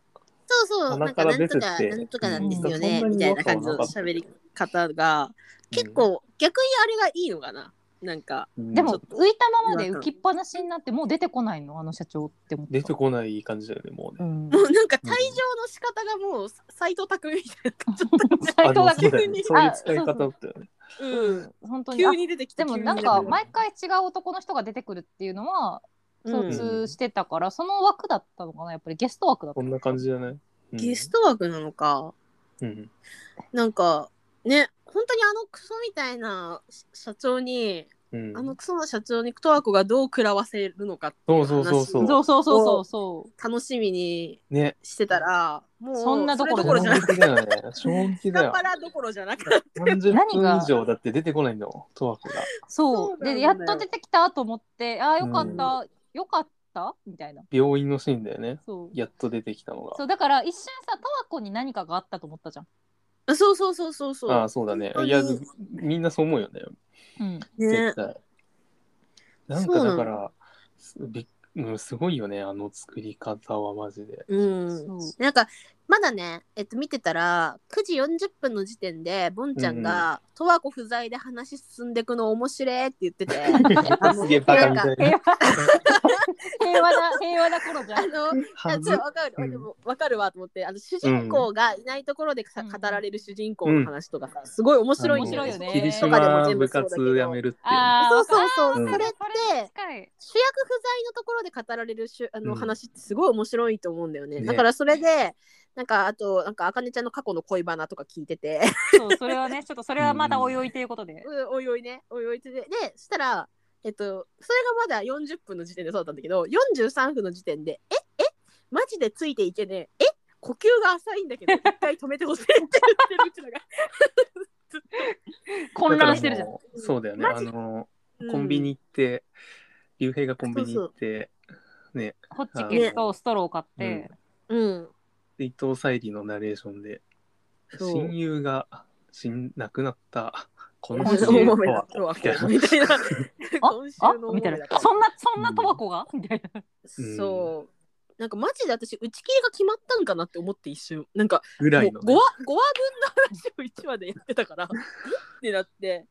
Speaker 2: そうそうなん
Speaker 3: 鼻
Speaker 2: か
Speaker 3: から
Speaker 2: なん
Speaker 3: 出て
Speaker 2: と
Speaker 3: て
Speaker 2: かなんとかなんですよね、
Speaker 3: うん
Speaker 2: みたいな感じの喋り方が結構逆にあれがいいのかななんか
Speaker 3: うん、
Speaker 4: で
Speaker 3: ちょ
Speaker 4: も
Speaker 3: っと
Speaker 4: 浮いたままで浮きっぱなしになってもう出てこないのあの社長って思った。
Speaker 3: 出てこない感じだよね、もうね。
Speaker 4: うん。
Speaker 2: もうなんか退場の仕方がもう斎藤匠みたいなちょ
Speaker 4: 斉
Speaker 3: あ、で
Speaker 4: 藤
Speaker 3: も
Speaker 4: だ
Speaker 3: そうだよね。そういう使
Speaker 4: け
Speaker 3: い方だったよね。
Speaker 2: [laughs] うん、
Speaker 4: 本当に。
Speaker 2: 急
Speaker 4: あ
Speaker 2: に出てきて
Speaker 4: でも
Speaker 2: 急に
Speaker 4: なん
Speaker 3: 急
Speaker 4: か
Speaker 3: にね
Speaker 4: 毎回違う男の人が出てくるっていうのは
Speaker 2: うん
Speaker 4: 共通してたから、その枠だったのかなやっぱりゲスト枠だった
Speaker 3: こんな感じじゃないうん
Speaker 2: ゲスト枠なのか
Speaker 3: うん。
Speaker 2: なんかね本当にあのクソみたいな社長に、
Speaker 3: うん
Speaker 2: あのクソの社長に十和子がどう食らわせるのかっていう話
Speaker 3: そうそうそう
Speaker 4: そうそうそうそうそ
Speaker 2: 楽しみに
Speaker 3: ね。
Speaker 2: してたらもう
Speaker 4: そんなどころ
Speaker 2: それじゃな
Speaker 3: 衝
Speaker 2: く
Speaker 3: 撃だよね。衝撃
Speaker 2: ス
Speaker 3: だ
Speaker 2: カ
Speaker 3: よ
Speaker 2: パ。ラどころじゃなくて
Speaker 3: 30
Speaker 4: 何
Speaker 3: 分
Speaker 4: が
Speaker 3: 以上だって出てこないんだもん、十和子が。
Speaker 4: うそう
Speaker 2: そうなん
Speaker 4: で
Speaker 2: だ
Speaker 4: や
Speaker 2: よ
Speaker 4: っと出てきたと思ってああよかった、
Speaker 2: う
Speaker 4: よかったみたいな
Speaker 3: 病院のシーンだよね。
Speaker 4: そう
Speaker 3: やっと出てきたのが。
Speaker 4: そうだから一瞬さ十和子に何かがあったと思ったじゃん、
Speaker 2: あ [laughs] そうそうそうそうそう
Speaker 3: ああ、そうだね
Speaker 2: 本当。に
Speaker 3: いや、みんなそう思うよね。
Speaker 4: うん、
Speaker 2: ね
Speaker 3: 絶対。なん
Speaker 2: そ
Speaker 3: か
Speaker 2: うな
Speaker 3: だ
Speaker 2: の
Speaker 3: から、すびっうんすごいよね、あの作り方はマジで。
Speaker 2: うん [laughs]
Speaker 4: そう
Speaker 2: なんかまだね、えっと、見てたら9時40分の時点でボンちゃんが「十和子不在で話進んでくの面白え」って言ってて
Speaker 3: [laughs]
Speaker 2: あの
Speaker 3: すげえバカみたい
Speaker 4: 平
Speaker 3: な。
Speaker 4: 和平和な平和な頃じゃ
Speaker 2: あ
Speaker 4: ん
Speaker 2: の
Speaker 3: は
Speaker 2: あち
Speaker 3: ず
Speaker 2: ょっとわかる、
Speaker 3: うん
Speaker 2: でもわかるわと思ってあの主人公がいないところでさ、
Speaker 4: うん
Speaker 2: 語られる主人公の話とかさ、すごい面白いんだ
Speaker 4: 面白い
Speaker 2: よ
Speaker 4: よね
Speaker 3: 霧
Speaker 2: とかでも
Speaker 3: 島
Speaker 2: 全部
Speaker 3: 部
Speaker 2: そうだけ
Speaker 3: 活
Speaker 2: ど
Speaker 3: 辞めるっていうね。
Speaker 4: あー
Speaker 2: そうそうそう、
Speaker 3: うん
Speaker 2: それっ
Speaker 4: それに
Speaker 2: て
Speaker 4: 近い
Speaker 2: 主役不在のところで語られるしゅあの
Speaker 3: うん
Speaker 2: 話ってすごい面白いと思うんだよね、
Speaker 3: ね
Speaker 2: だからそれでなんかあとなんかあかねちゃんの過去の恋バナとか聞いてて
Speaker 4: そうそれはねちょっとそれはまだおいおいということで、
Speaker 2: うんおいおいねおいおいつででしたらえっとそれがまだ40分の時点でそうだったんだけど43分の時点でええマジでついていけねええ呼吸が浅いんだけど一回止めてほしいって言ってるうちの
Speaker 4: [laughs]
Speaker 2: が、
Speaker 4: 混乱してるじゃん
Speaker 3: だからもうそうだよね。
Speaker 2: マ
Speaker 3: あ
Speaker 2: ジ
Speaker 3: の、
Speaker 2: うん
Speaker 3: コンビニ行って、竜兵がコンビニ行って、ね、
Speaker 4: ホッチキスとストローを買って、
Speaker 3: うん
Speaker 2: うん
Speaker 3: で伊藤沙莉のナレーションで、
Speaker 2: そう
Speaker 3: 親友が死ん亡くなった、今
Speaker 2: 今
Speaker 3: 週
Speaker 2: 週の
Speaker 3: の
Speaker 2: おめだ
Speaker 3: とは
Speaker 2: み
Speaker 3: み
Speaker 2: た
Speaker 3: た
Speaker 2: い
Speaker 3: い
Speaker 2: な
Speaker 3: な。
Speaker 2: みたいな
Speaker 4: あ
Speaker 2: 今週
Speaker 4: あ
Speaker 2: のお
Speaker 4: み
Speaker 2: め
Speaker 4: たい
Speaker 2: だ
Speaker 4: なそんなそんなとばこが、みたいな
Speaker 2: そうなんかマジで私打ち切りが決まったんかなって思って一瞬なんか
Speaker 3: ぐらい
Speaker 2: も
Speaker 3: の
Speaker 2: う5
Speaker 3: ね、
Speaker 2: 話5話分の話を1話でやってたからってなって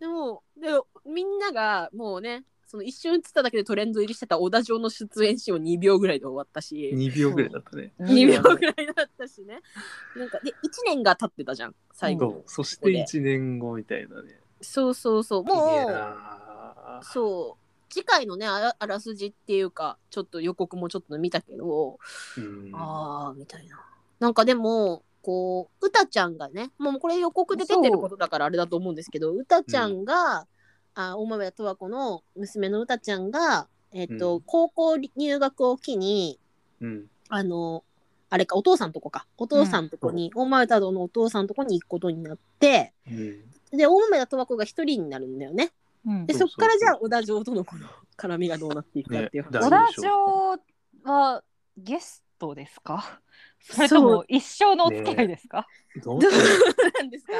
Speaker 2: でもでみんながもうねその一瞬映っただけでトレンド入りしてた小田城の出演シーンを2秒ぐらいで終わったし
Speaker 3: 2秒ぐらいだったね。
Speaker 2: 2秒ぐらいだったしねなんかで1年が経ってたじゃん最後、
Speaker 3: そうそして1年後みたいなね。
Speaker 2: そうそうそう
Speaker 3: い
Speaker 2: も
Speaker 3: や
Speaker 2: う
Speaker 3: ー
Speaker 2: そう次回のねあらあらすじっていうかちょっと予告もちょっと見たけど、
Speaker 3: うん
Speaker 2: あーみたいな。なんかでもこううたちゃんがねもうこれ予告で出てることだからあれだと思うんですけどうたちゃんが、あ大豆田十和子の娘のうたちゃんが、えっと
Speaker 3: うん
Speaker 2: 高校入学を機に
Speaker 3: うん
Speaker 2: あのあれかお父さんとこかお父さんとこに、大豆田堂のお父さんとこに行くことになって
Speaker 3: うん
Speaker 2: で大豆田十和子が一人になるんだよね。
Speaker 4: うん
Speaker 2: で
Speaker 3: そ
Speaker 2: そうっ
Speaker 3: そうそう
Speaker 2: からじゃあ小田城とのこの絡みがどうなっていくかっていう話。
Speaker 3: ねだ
Speaker 4: 小田城はゲストですか [laughs] それと
Speaker 2: そう
Speaker 4: も一生のお付き合いですか、
Speaker 3: どう
Speaker 2: どうなんですか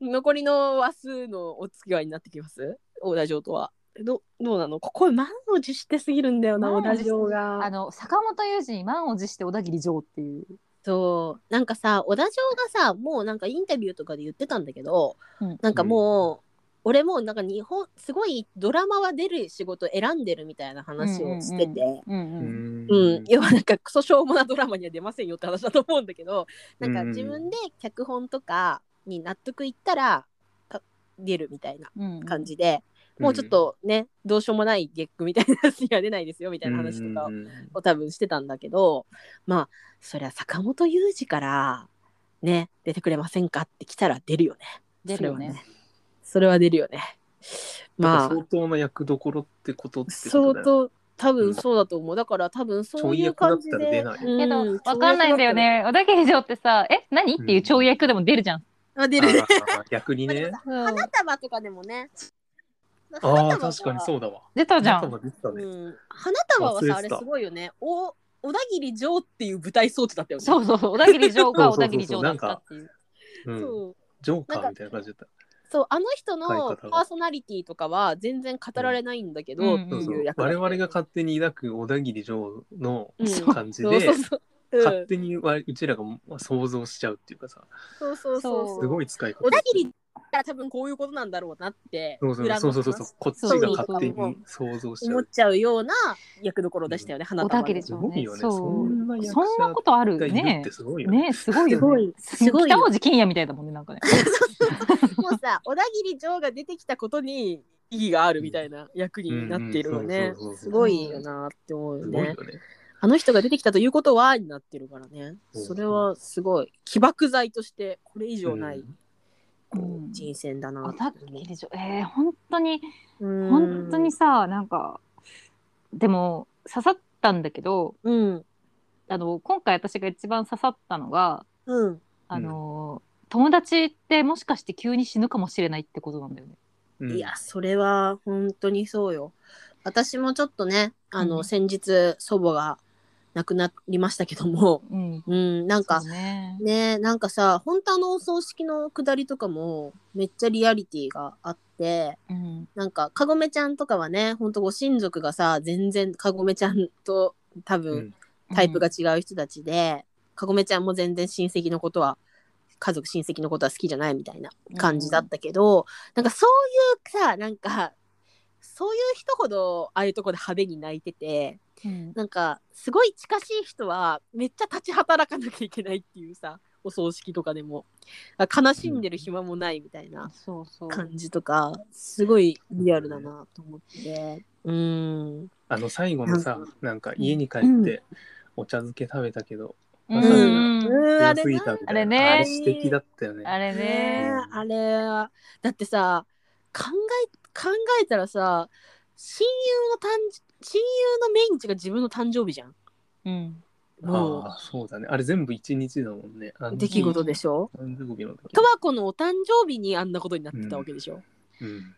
Speaker 2: 残りの話数のお付き合いになってきます大田城とは。どどうなのここ満を持してすぎるんだよな
Speaker 4: 満を
Speaker 2: 小
Speaker 4: 持
Speaker 2: 田
Speaker 4: して
Speaker 2: 城が
Speaker 4: あの坂本雄二に満を持して小田切城っていう、
Speaker 2: そうなんかさ小田城がさもうなんかインタビューとかで言ってたんだけど、
Speaker 4: うん
Speaker 2: なんかもう、俺もうなんか日本すごいドラマは出る仕事選んでるみたいな話をしてて、
Speaker 4: うん
Speaker 3: う
Speaker 4: う
Speaker 3: ん
Speaker 4: ん
Speaker 2: うん、要はなんかクソしょうもなドラマには出ませんよって話だと思うんだけどなんか
Speaker 3: うん
Speaker 2: 自分で脚本とかに納得いったらか出るみたいな
Speaker 4: うん
Speaker 2: 感じで、もうちょっとねどうしようもないゲックみたいなやつには出ないですよみたいな話とか
Speaker 3: うんうん
Speaker 2: を多分してたんだけどまあそりゃ坂本雄二からね出てくれませんかって来たら出るよね
Speaker 4: 出るよね
Speaker 2: それは出るよねまあ
Speaker 3: 相当な役どころってことってこ
Speaker 2: 相
Speaker 3: とだよ
Speaker 2: 当多分そうだと思う、だから多分そういう感じ
Speaker 3: ちょい
Speaker 2: で
Speaker 3: 役だったら出
Speaker 2: う
Speaker 4: けど、
Speaker 2: ん
Speaker 4: わかんないんだよね。小田切城ってさ、え、何っていう跳躍でも出るじゃん。
Speaker 2: あ出るね
Speaker 3: あー逆にね。
Speaker 4: うん
Speaker 2: 花束とかでもね
Speaker 3: あ
Speaker 2: 花
Speaker 3: あ、
Speaker 2: 束は
Speaker 3: 確かにそうだわ。
Speaker 4: 出たじゃ
Speaker 3: 花
Speaker 4: ん。
Speaker 3: 束出てたね
Speaker 2: うん、花束は
Speaker 3: 忘れて
Speaker 2: さ
Speaker 3: た
Speaker 2: あれすごいよねお小田切城っていう舞台装置だったよね
Speaker 4: そうそう [laughs] そう、小田切城が小田切
Speaker 3: そうそうそうそう
Speaker 4: 城だったっていう。
Speaker 3: うん
Speaker 2: そう
Speaker 3: ジョーカーみたいな感じだった。
Speaker 2: そうあの人の
Speaker 3: 相
Speaker 2: パ
Speaker 3: 方が
Speaker 2: ーソナリティとかは全然語られないんだけど、
Speaker 4: うん
Speaker 2: って
Speaker 3: そうそ
Speaker 2: いうう役
Speaker 3: 我
Speaker 2: だ
Speaker 3: 々が勝手に抱く小田切城の
Speaker 2: うん
Speaker 3: 感じ
Speaker 2: そう
Speaker 3: で
Speaker 2: そう、そううん
Speaker 3: 勝手にわうちらが想像しちゃうっていうかさ、
Speaker 2: そうそうそうそう
Speaker 3: すごい使い方
Speaker 2: 小。田切が多分こういうことなんだろうなって
Speaker 3: そうそう
Speaker 2: 裏の
Speaker 3: そうそうそうそう、こっちが勝手
Speaker 2: そう
Speaker 3: に想像しちゃ
Speaker 2: 思っ
Speaker 3: う。
Speaker 2: ちゃうような役どころでしたよね、花
Speaker 4: 小
Speaker 2: 束
Speaker 4: 田
Speaker 2: は
Speaker 4: 切
Speaker 3: す
Speaker 4: 城
Speaker 3: ごい
Speaker 4: ね。
Speaker 3: よね。そ
Speaker 4: そ
Speaker 3: んな
Speaker 4: う。
Speaker 3: 役
Speaker 4: そんな
Speaker 3: 者
Speaker 4: ことあ
Speaker 3: が
Speaker 4: る
Speaker 3: いるっ
Speaker 4: ね
Speaker 3: て。すごいよね。
Speaker 4: ね、すごい
Speaker 2: す
Speaker 4: よ
Speaker 2: ご
Speaker 4: ね。
Speaker 2: いすごい
Speaker 4: 北
Speaker 2: よ
Speaker 4: 王子金也みたいだもんね、なんかね。
Speaker 2: [laughs] もうさ小田切城が出てきたことに意義があるみたいな役になっているよね
Speaker 3: うんうんそうそうそうそう
Speaker 2: すごいよなって思うよ
Speaker 3: すごい
Speaker 2: ね
Speaker 3: よね。
Speaker 2: あの人が出てきたということはになってるからね
Speaker 3: そう
Speaker 2: それはすごい起爆剤としてこれ以上ない
Speaker 3: うん
Speaker 2: こう
Speaker 4: うん
Speaker 2: 人選だな
Speaker 4: 小
Speaker 2: って
Speaker 4: 田切城、えー、本当に、
Speaker 2: うん
Speaker 4: 本当にさ、なんか、でも、刺さったんだけど、
Speaker 2: うん
Speaker 4: あの、今回私が一番刺さったのが、
Speaker 2: うん
Speaker 4: あのー友達ってもしかして急に死ぬかもしれないってことなんだよね。
Speaker 3: うん
Speaker 2: いや、それは本当にそうよ。私もちょっとね、あの、
Speaker 4: うん
Speaker 2: 先日祖母が亡くなりましたけども、
Speaker 4: うん。
Speaker 2: うん、なんか
Speaker 4: そうね。
Speaker 2: ね、なんかさ、本当あのお葬式の下りとかもめっちゃリアリティがあって、
Speaker 4: うん。
Speaker 2: なんかかごめちゃんとかはね、ほんとご親族がさ、全然かごめちゃんと多
Speaker 3: う
Speaker 2: 分
Speaker 3: ん
Speaker 2: タイプが違う人たちで、かごめちゃんも全然親戚のことは、家族親戚のことは好きじゃないみたいな感じだったけど、なんかそういうさなんかそういう人ほどああいうとこで派手に泣いてて
Speaker 4: うん。
Speaker 2: なんかすごい近しい人はめっちゃ立ち働かなきゃいけないっていうさお葬式とかでもあ悲しんでる暇もないみたいな
Speaker 4: そうそう。
Speaker 2: 感じとかすごいリアルだなと思ってうん
Speaker 3: あの最後のさ
Speaker 2: なん、
Speaker 3: なんか家に帰
Speaker 2: う
Speaker 3: っ
Speaker 2: ん
Speaker 3: てお茶漬け食べたけど、
Speaker 4: うん
Speaker 3: わさび
Speaker 4: う
Speaker 2: う
Speaker 4: ん
Speaker 3: 強
Speaker 2: んあれ
Speaker 3: すぎ
Speaker 2: ね
Speaker 3: たみたいな。
Speaker 4: あれね
Speaker 3: あれ素敵だったよね。
Speaker 4: あれね。
Speaker 2: ねえあれはだってさ考え考えたらさ親友の誕親友の命日が自分の誕生日じゃん
Speaker 4: うん。
Speaker 2: も
Speaker 3: ああ、そうだね。あれ全部一日だもんね。あの
Speaker 2: う出来事でしょ
Speaker 3: 誕生日の時
Speaker 2: 十和子のお誕生日にあんなことになってたわけでしょ、
Speaker 3: うん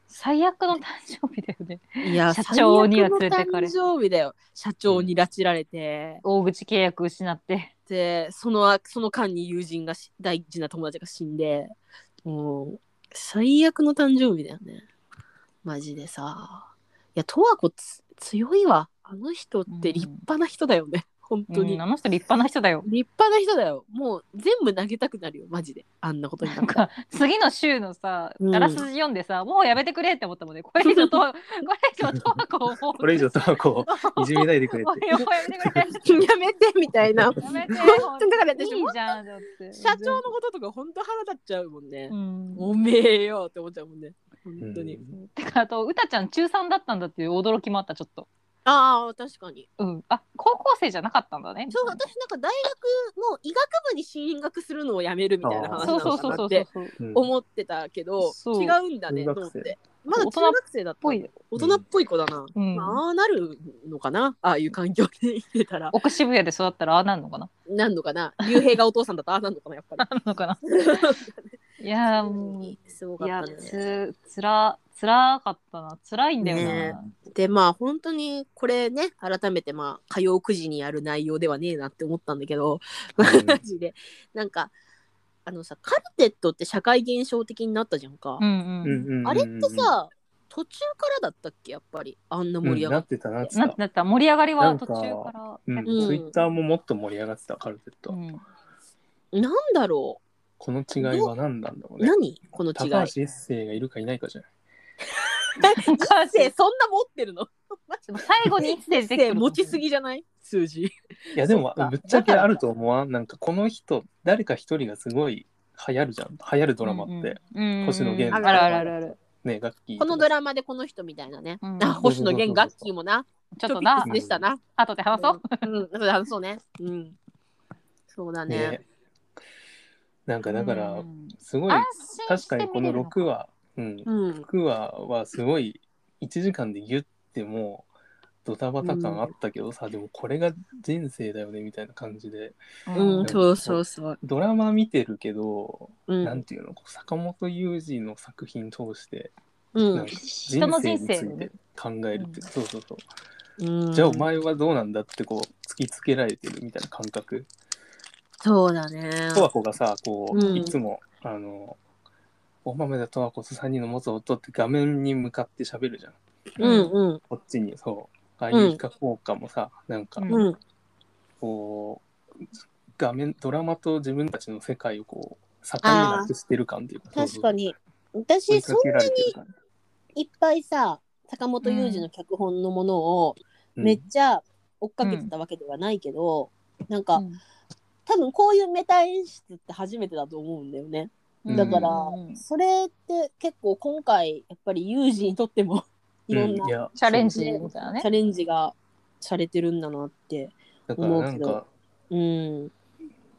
Speaker 4: 最悪の誕生日だよね。
Speaker 2: いや
Speaker 4: 社長には連れてかれ
Speaker 2: 最悪の誕生日だよ社長に拉致られて、
Speaker 4: 大口契約失って。
Speaker 2: でそのその間に友人がし大事な友達が死んでもう最悪の誕生日だよねマジでさいや十和子つ強いわあの人って立派な人だよね、本当に、
Speaker 4: うんあの人立派な人だよ。
Speaker 2: 立派な人だよもう全部投げたくなるよマジであんなことにな
Speaker 4: な
Speaker 2: っ
Speaker 4: ん
Speaker 2: たら
Speaker 4: か次の週のさ、
Speaker 2: うん
Speaker 4: あらすじ読んでさ、もうやめてくれって思ったもんね。これ以上と、これ以上とはこう。
Speaker 3: これ以上タバコ
Speaker 2: [laughs]
Speaker 3: をいじめないでくれ
Speaker 4: もう
Speaker 3: っ
Speaker 4: やめてくれ。
Speaker 2: やめてみたい
Speaker 4: [laughs]
Speaker 2: な
Speaker 4: やめて。
Speaker 2: 本当にだから私
Speaker 4: いいじゃん。だって
Speaker 2: 社長のこととか本当腹立っちゃうもんね
Speaker 4: う、ん。
Speaker 2: おめえよって思っちゃうもんね本当に、
Speaker 3: う
Speaker 4: てかあとうたちゃん中3だったんだっていう驚きもあったちょっと、
Speaker 2: ああ確かに
Speaker 4: うん、あ高校生じゃなかったんだね
Speaker 2: そう私なんか大学の医学部に進学するのをやめるみたいな話
Speaker 4: そ
Speaker 2: な
Speaker 4: うそ
Speaker 2: の
Speaker 4: うそ
Speaker 2: か
Speaker 4: う
Speaker 2: な
Speaker 4: そ
Speaker 2: っ
Speaker 4: うそう
Speaker 2: て
Speaker 4: そうっ
Speaker 3: て。うん
Speaker 2: 思ってたけど
Speaker 4: そう
Speaker 2: 違うんだね
Speaker 3: 中
Speaker 2: と思
Speaker 3: 学
Speaker 2: っ
Speaker 3: 生
Speaker 2: てまだ
Speaker 4: 大
Speaker 2: 中
Speaker 4: 人
Speaker 2: 学生だった
Speaker 4: ぽい
Speaker 2: 大人っぽい子だな、
Speaker 4: うん
Speaker 2: まあああなるのかなああいう環境で生きてたら
Speaker 4: 奥渋谷で育ったらああなんのかな
Speaker 2: なんのかな竜兵がお父さんだとああなんのかなやっぱ
Speaker 4: あんのか
Speaker 2: [laughs]
Speaker 4: な [laughs]
Speaker 2: り
Speaker 4: いやーもうい
Speaker 2: に [laughs] すごかった
Speaker 4: や
Speaker 2: ね
Speaker 4: つつらつらかったなつらいんだよな、
Speaker 2: ねでまあ本当にこれね改めてまあ火曜9時にやる内容ではねえなって思ったんだけど、
Speaker 3: ん
Speaker 2: [laughs] マジでなんかあのさカルテットって社会現象的になったじゃんか、
Speaker 4: うんうん、
Speaker 3: うんうんうんうん
Speaker 2: あれって、さ途中からだったっけやっぱりあんな
Speaker 3: う
Speaker 2: 盛
Speaker 3: ん、
Speaker 2: り上
Speaker 3: な
Speaker 2: がっ、
Speaker 3: っててたなって
Speaker 4: な
Speaker 3: た
Speaker 4: ん。てなった盛り上がり
Speaker 3: な
Speaker 4: は
Speaker 3: んか
Speaker 4: 途中から。
Speaker 3: うん、
Speaker 2: うん
Speaker 3: ツイッターももっと盛り上がってたカルテット、
Speaker 4: [laughs] うん
Speaker 2: なんだろ
Speaker 3: この違いは何なんだ
Speaker 2: う
Speaker 3: ろうね
Speaker 2: 何この違
Speaker 3: 高
Speaker 2: い
Speaker 3: 橋一生がいるかいないかじゃない
Speaker 4: 高橋
Speaker 2: えそんな持ってるの
Speaker 4: でも最後にいつで出てくるの
Speaker 2: 持ちすぎじゃない数字
Speaker 3: いやで
Speaker 4: そ
Speaker 3: も
Speaker 4: っか
Speaker 3: ぶっちゃけあると思わんなんかこの人誰か一人がすごい流行るじゃん流行るドラマって、
Speaker 4: うんうん、
Speaker 3: 星野源
Speaker 4: あるあるあるある
Speaker 3: ね楽
Speaker 2: [laughs]
Speaker 3: 器
Speaker 2: このドラマでこの人みたいなね、
Speaker 4: うん
Speaker 2: あ星野源ガッキーもな
Speaker 4: ちょっとな
Speaker 2: トピックスでしたな、
Speaker 4: 後で話そう、
Speaker 2: うん、うん、そうねうんそうだね
Speaker 3: ねなんかだから、
Speaker 4: うん
Speaker 3: すごい
Speaker 4: 安心
Speaker 3: 確
Speaker 4: して
Speaker 3: かにこ
Speaker 4: 見れ
Speaker 3: の
Speaker 4: るの
Speaker 3: 6話、うん、
Speaker 2: うん
Speaker 3: 6話はすごい1時間でギュッてもうドタバタ感あったけどさ、でもこれが人生だよねみたいな感じで
Speaker 2: うん、そうそうそう。
Speaker 3: ドラマ見てるけど、
Speaker 2: う
Speaker 3: なん
Speaker 2: ん。
Speaker 3: ていうのこう坂本雄二の作品通して、
Speaker 2: う
Speaker 3: なん
Speaker 2: ん
Speaker 3: か人
Speaker 4: 人の
Speaker 3: 生
Speaker 4: 人
Speaker 3: につ
Speaker 4: 生
Speaker 3: いて考えるって、そうそうそう、
Speaker 2: うん。
Speaker 3: じゃあお前はどうなんだってこう突きつけられてるみたいな感覚
Speaker 2: そうだね。
Speaker 3: 十和子がさこう、
Speaker 2: うん
Speaker 3: いつもあのお豆田十和子と3人の持つ音って画面に向かって喋るじゃん
Speaker 2: うんうん
Speaker 3: こっちにそうああいう比較効果もさ、なんか
Speaker 4: うん
Speaker 2: うん
Speaker 3: こう画面ドラマと自分たちの世界をこう境なくしてる感っていうか
Speaker 2: 確かに
Speaker 3: 追
Speaker 2: 私
Speaker 3: い
Speaker 2: そ
Speaker 3: か
Speaker 2: ん
Speaker 3: けら
Speaker 2: な
Speaker 3: れ
Speaker 2: に
Speaker 3: てる感
Speaker 2: いっぱいさ坂本雄二の脚本のものを
Speaker 3: じ
Speaker 2: めっちゃ追っかけてたわけではないけど、なんか、
Speaker 4: うん
Speaker 2: 多分こういうメタ演出って初めてだと思うんだよね。
Speaker 3: うん
Speaker 2: だから、
Speaker 4: うん
Speaker 2: それって結構今回やっぱりユージにとってもいろんな、
Speaker 3: ういや
Speaker 4: チャレンジみたいなね
Speaker 2: チャレンジがされてるんだなって。
Speaker 3: だからな
Speaker 2: 思うんけど
Speaker 3: か
Speaker 2: うん。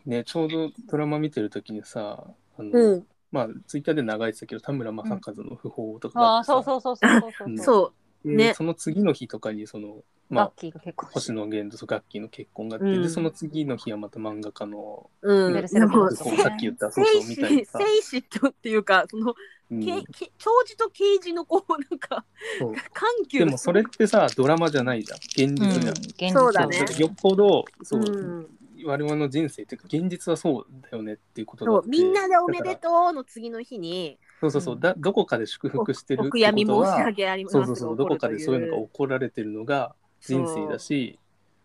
Speaker 3: ねちょうどドラマ見てる時にさあの、
Speaker 2: うん。
Speaker 3: まあツイッターで流れてたけど田村正和の訃報とかがあっ
Speaker 4: ああ
Speaker 3: てさ
Speaker 4: そうそうそうそうそうそううんう
Speaker 2: そう。
Speaker 3: で
Speaker 2: ね
Speaker 3: その次の日とかにその、ま
Speaker 4: ガ
Speaker 3: あ
Speaker 4: ッ、キーが結構
Speaker 3: 星野源とガッキーの結婚があって、
Speaker 2: うん
Speaker 3: でその次の日はまた漫画家の、
Speaker 2: うん。
Speaker 4: ベルセルク
Speaker 2: も
Speaker 4: そううですね
Speaker 3: さっき言ったそうそう
Speaker 2: 生
Speaker 3: みたいな
Speaker 2: 死
Speaker 3: さ、
Speaker 2: 生死とっていうかその、
Speaker 3: うん
Speaker 2: けけ長寿と刑事のこうなんか
Speaker 3: そう
Speaker 2: 緩急
Speaker 3: でもそれってさドラマじゃないじゃん現
Speaker 4: うん、
Speaker 3: 実じゃん、
Speaker 4: 現実
Speaker 2: そうだね
Speaker 3: からよっぽどそう、
Speaker 2: うん、
Speaker 3: 我々の人生っていうか現実はそうだよねっていうことだ
Speaker 2: そ
Speaker 3: っ
Speaker 2: う
Speaker 3: て
Speaker 2: みんなでおめで
Speaker 3: だから
Speaker 2: とうの次の日に
Speaker 3: そうそうそうだどこかで祝福してる
Speaker 2: お
Speaker 3: って
Speaker 2: 悔やみ
Speaker 3: こ
Speaker 2: 申
Speaker 3: と
Speaker 2: し
Speaker 3: は
Speaker 2: 上げあります
Speaker 3: そうそうそうどこかでそういうのが
Speaker 2: が
Speaker 3: 怒られてるのが人生だし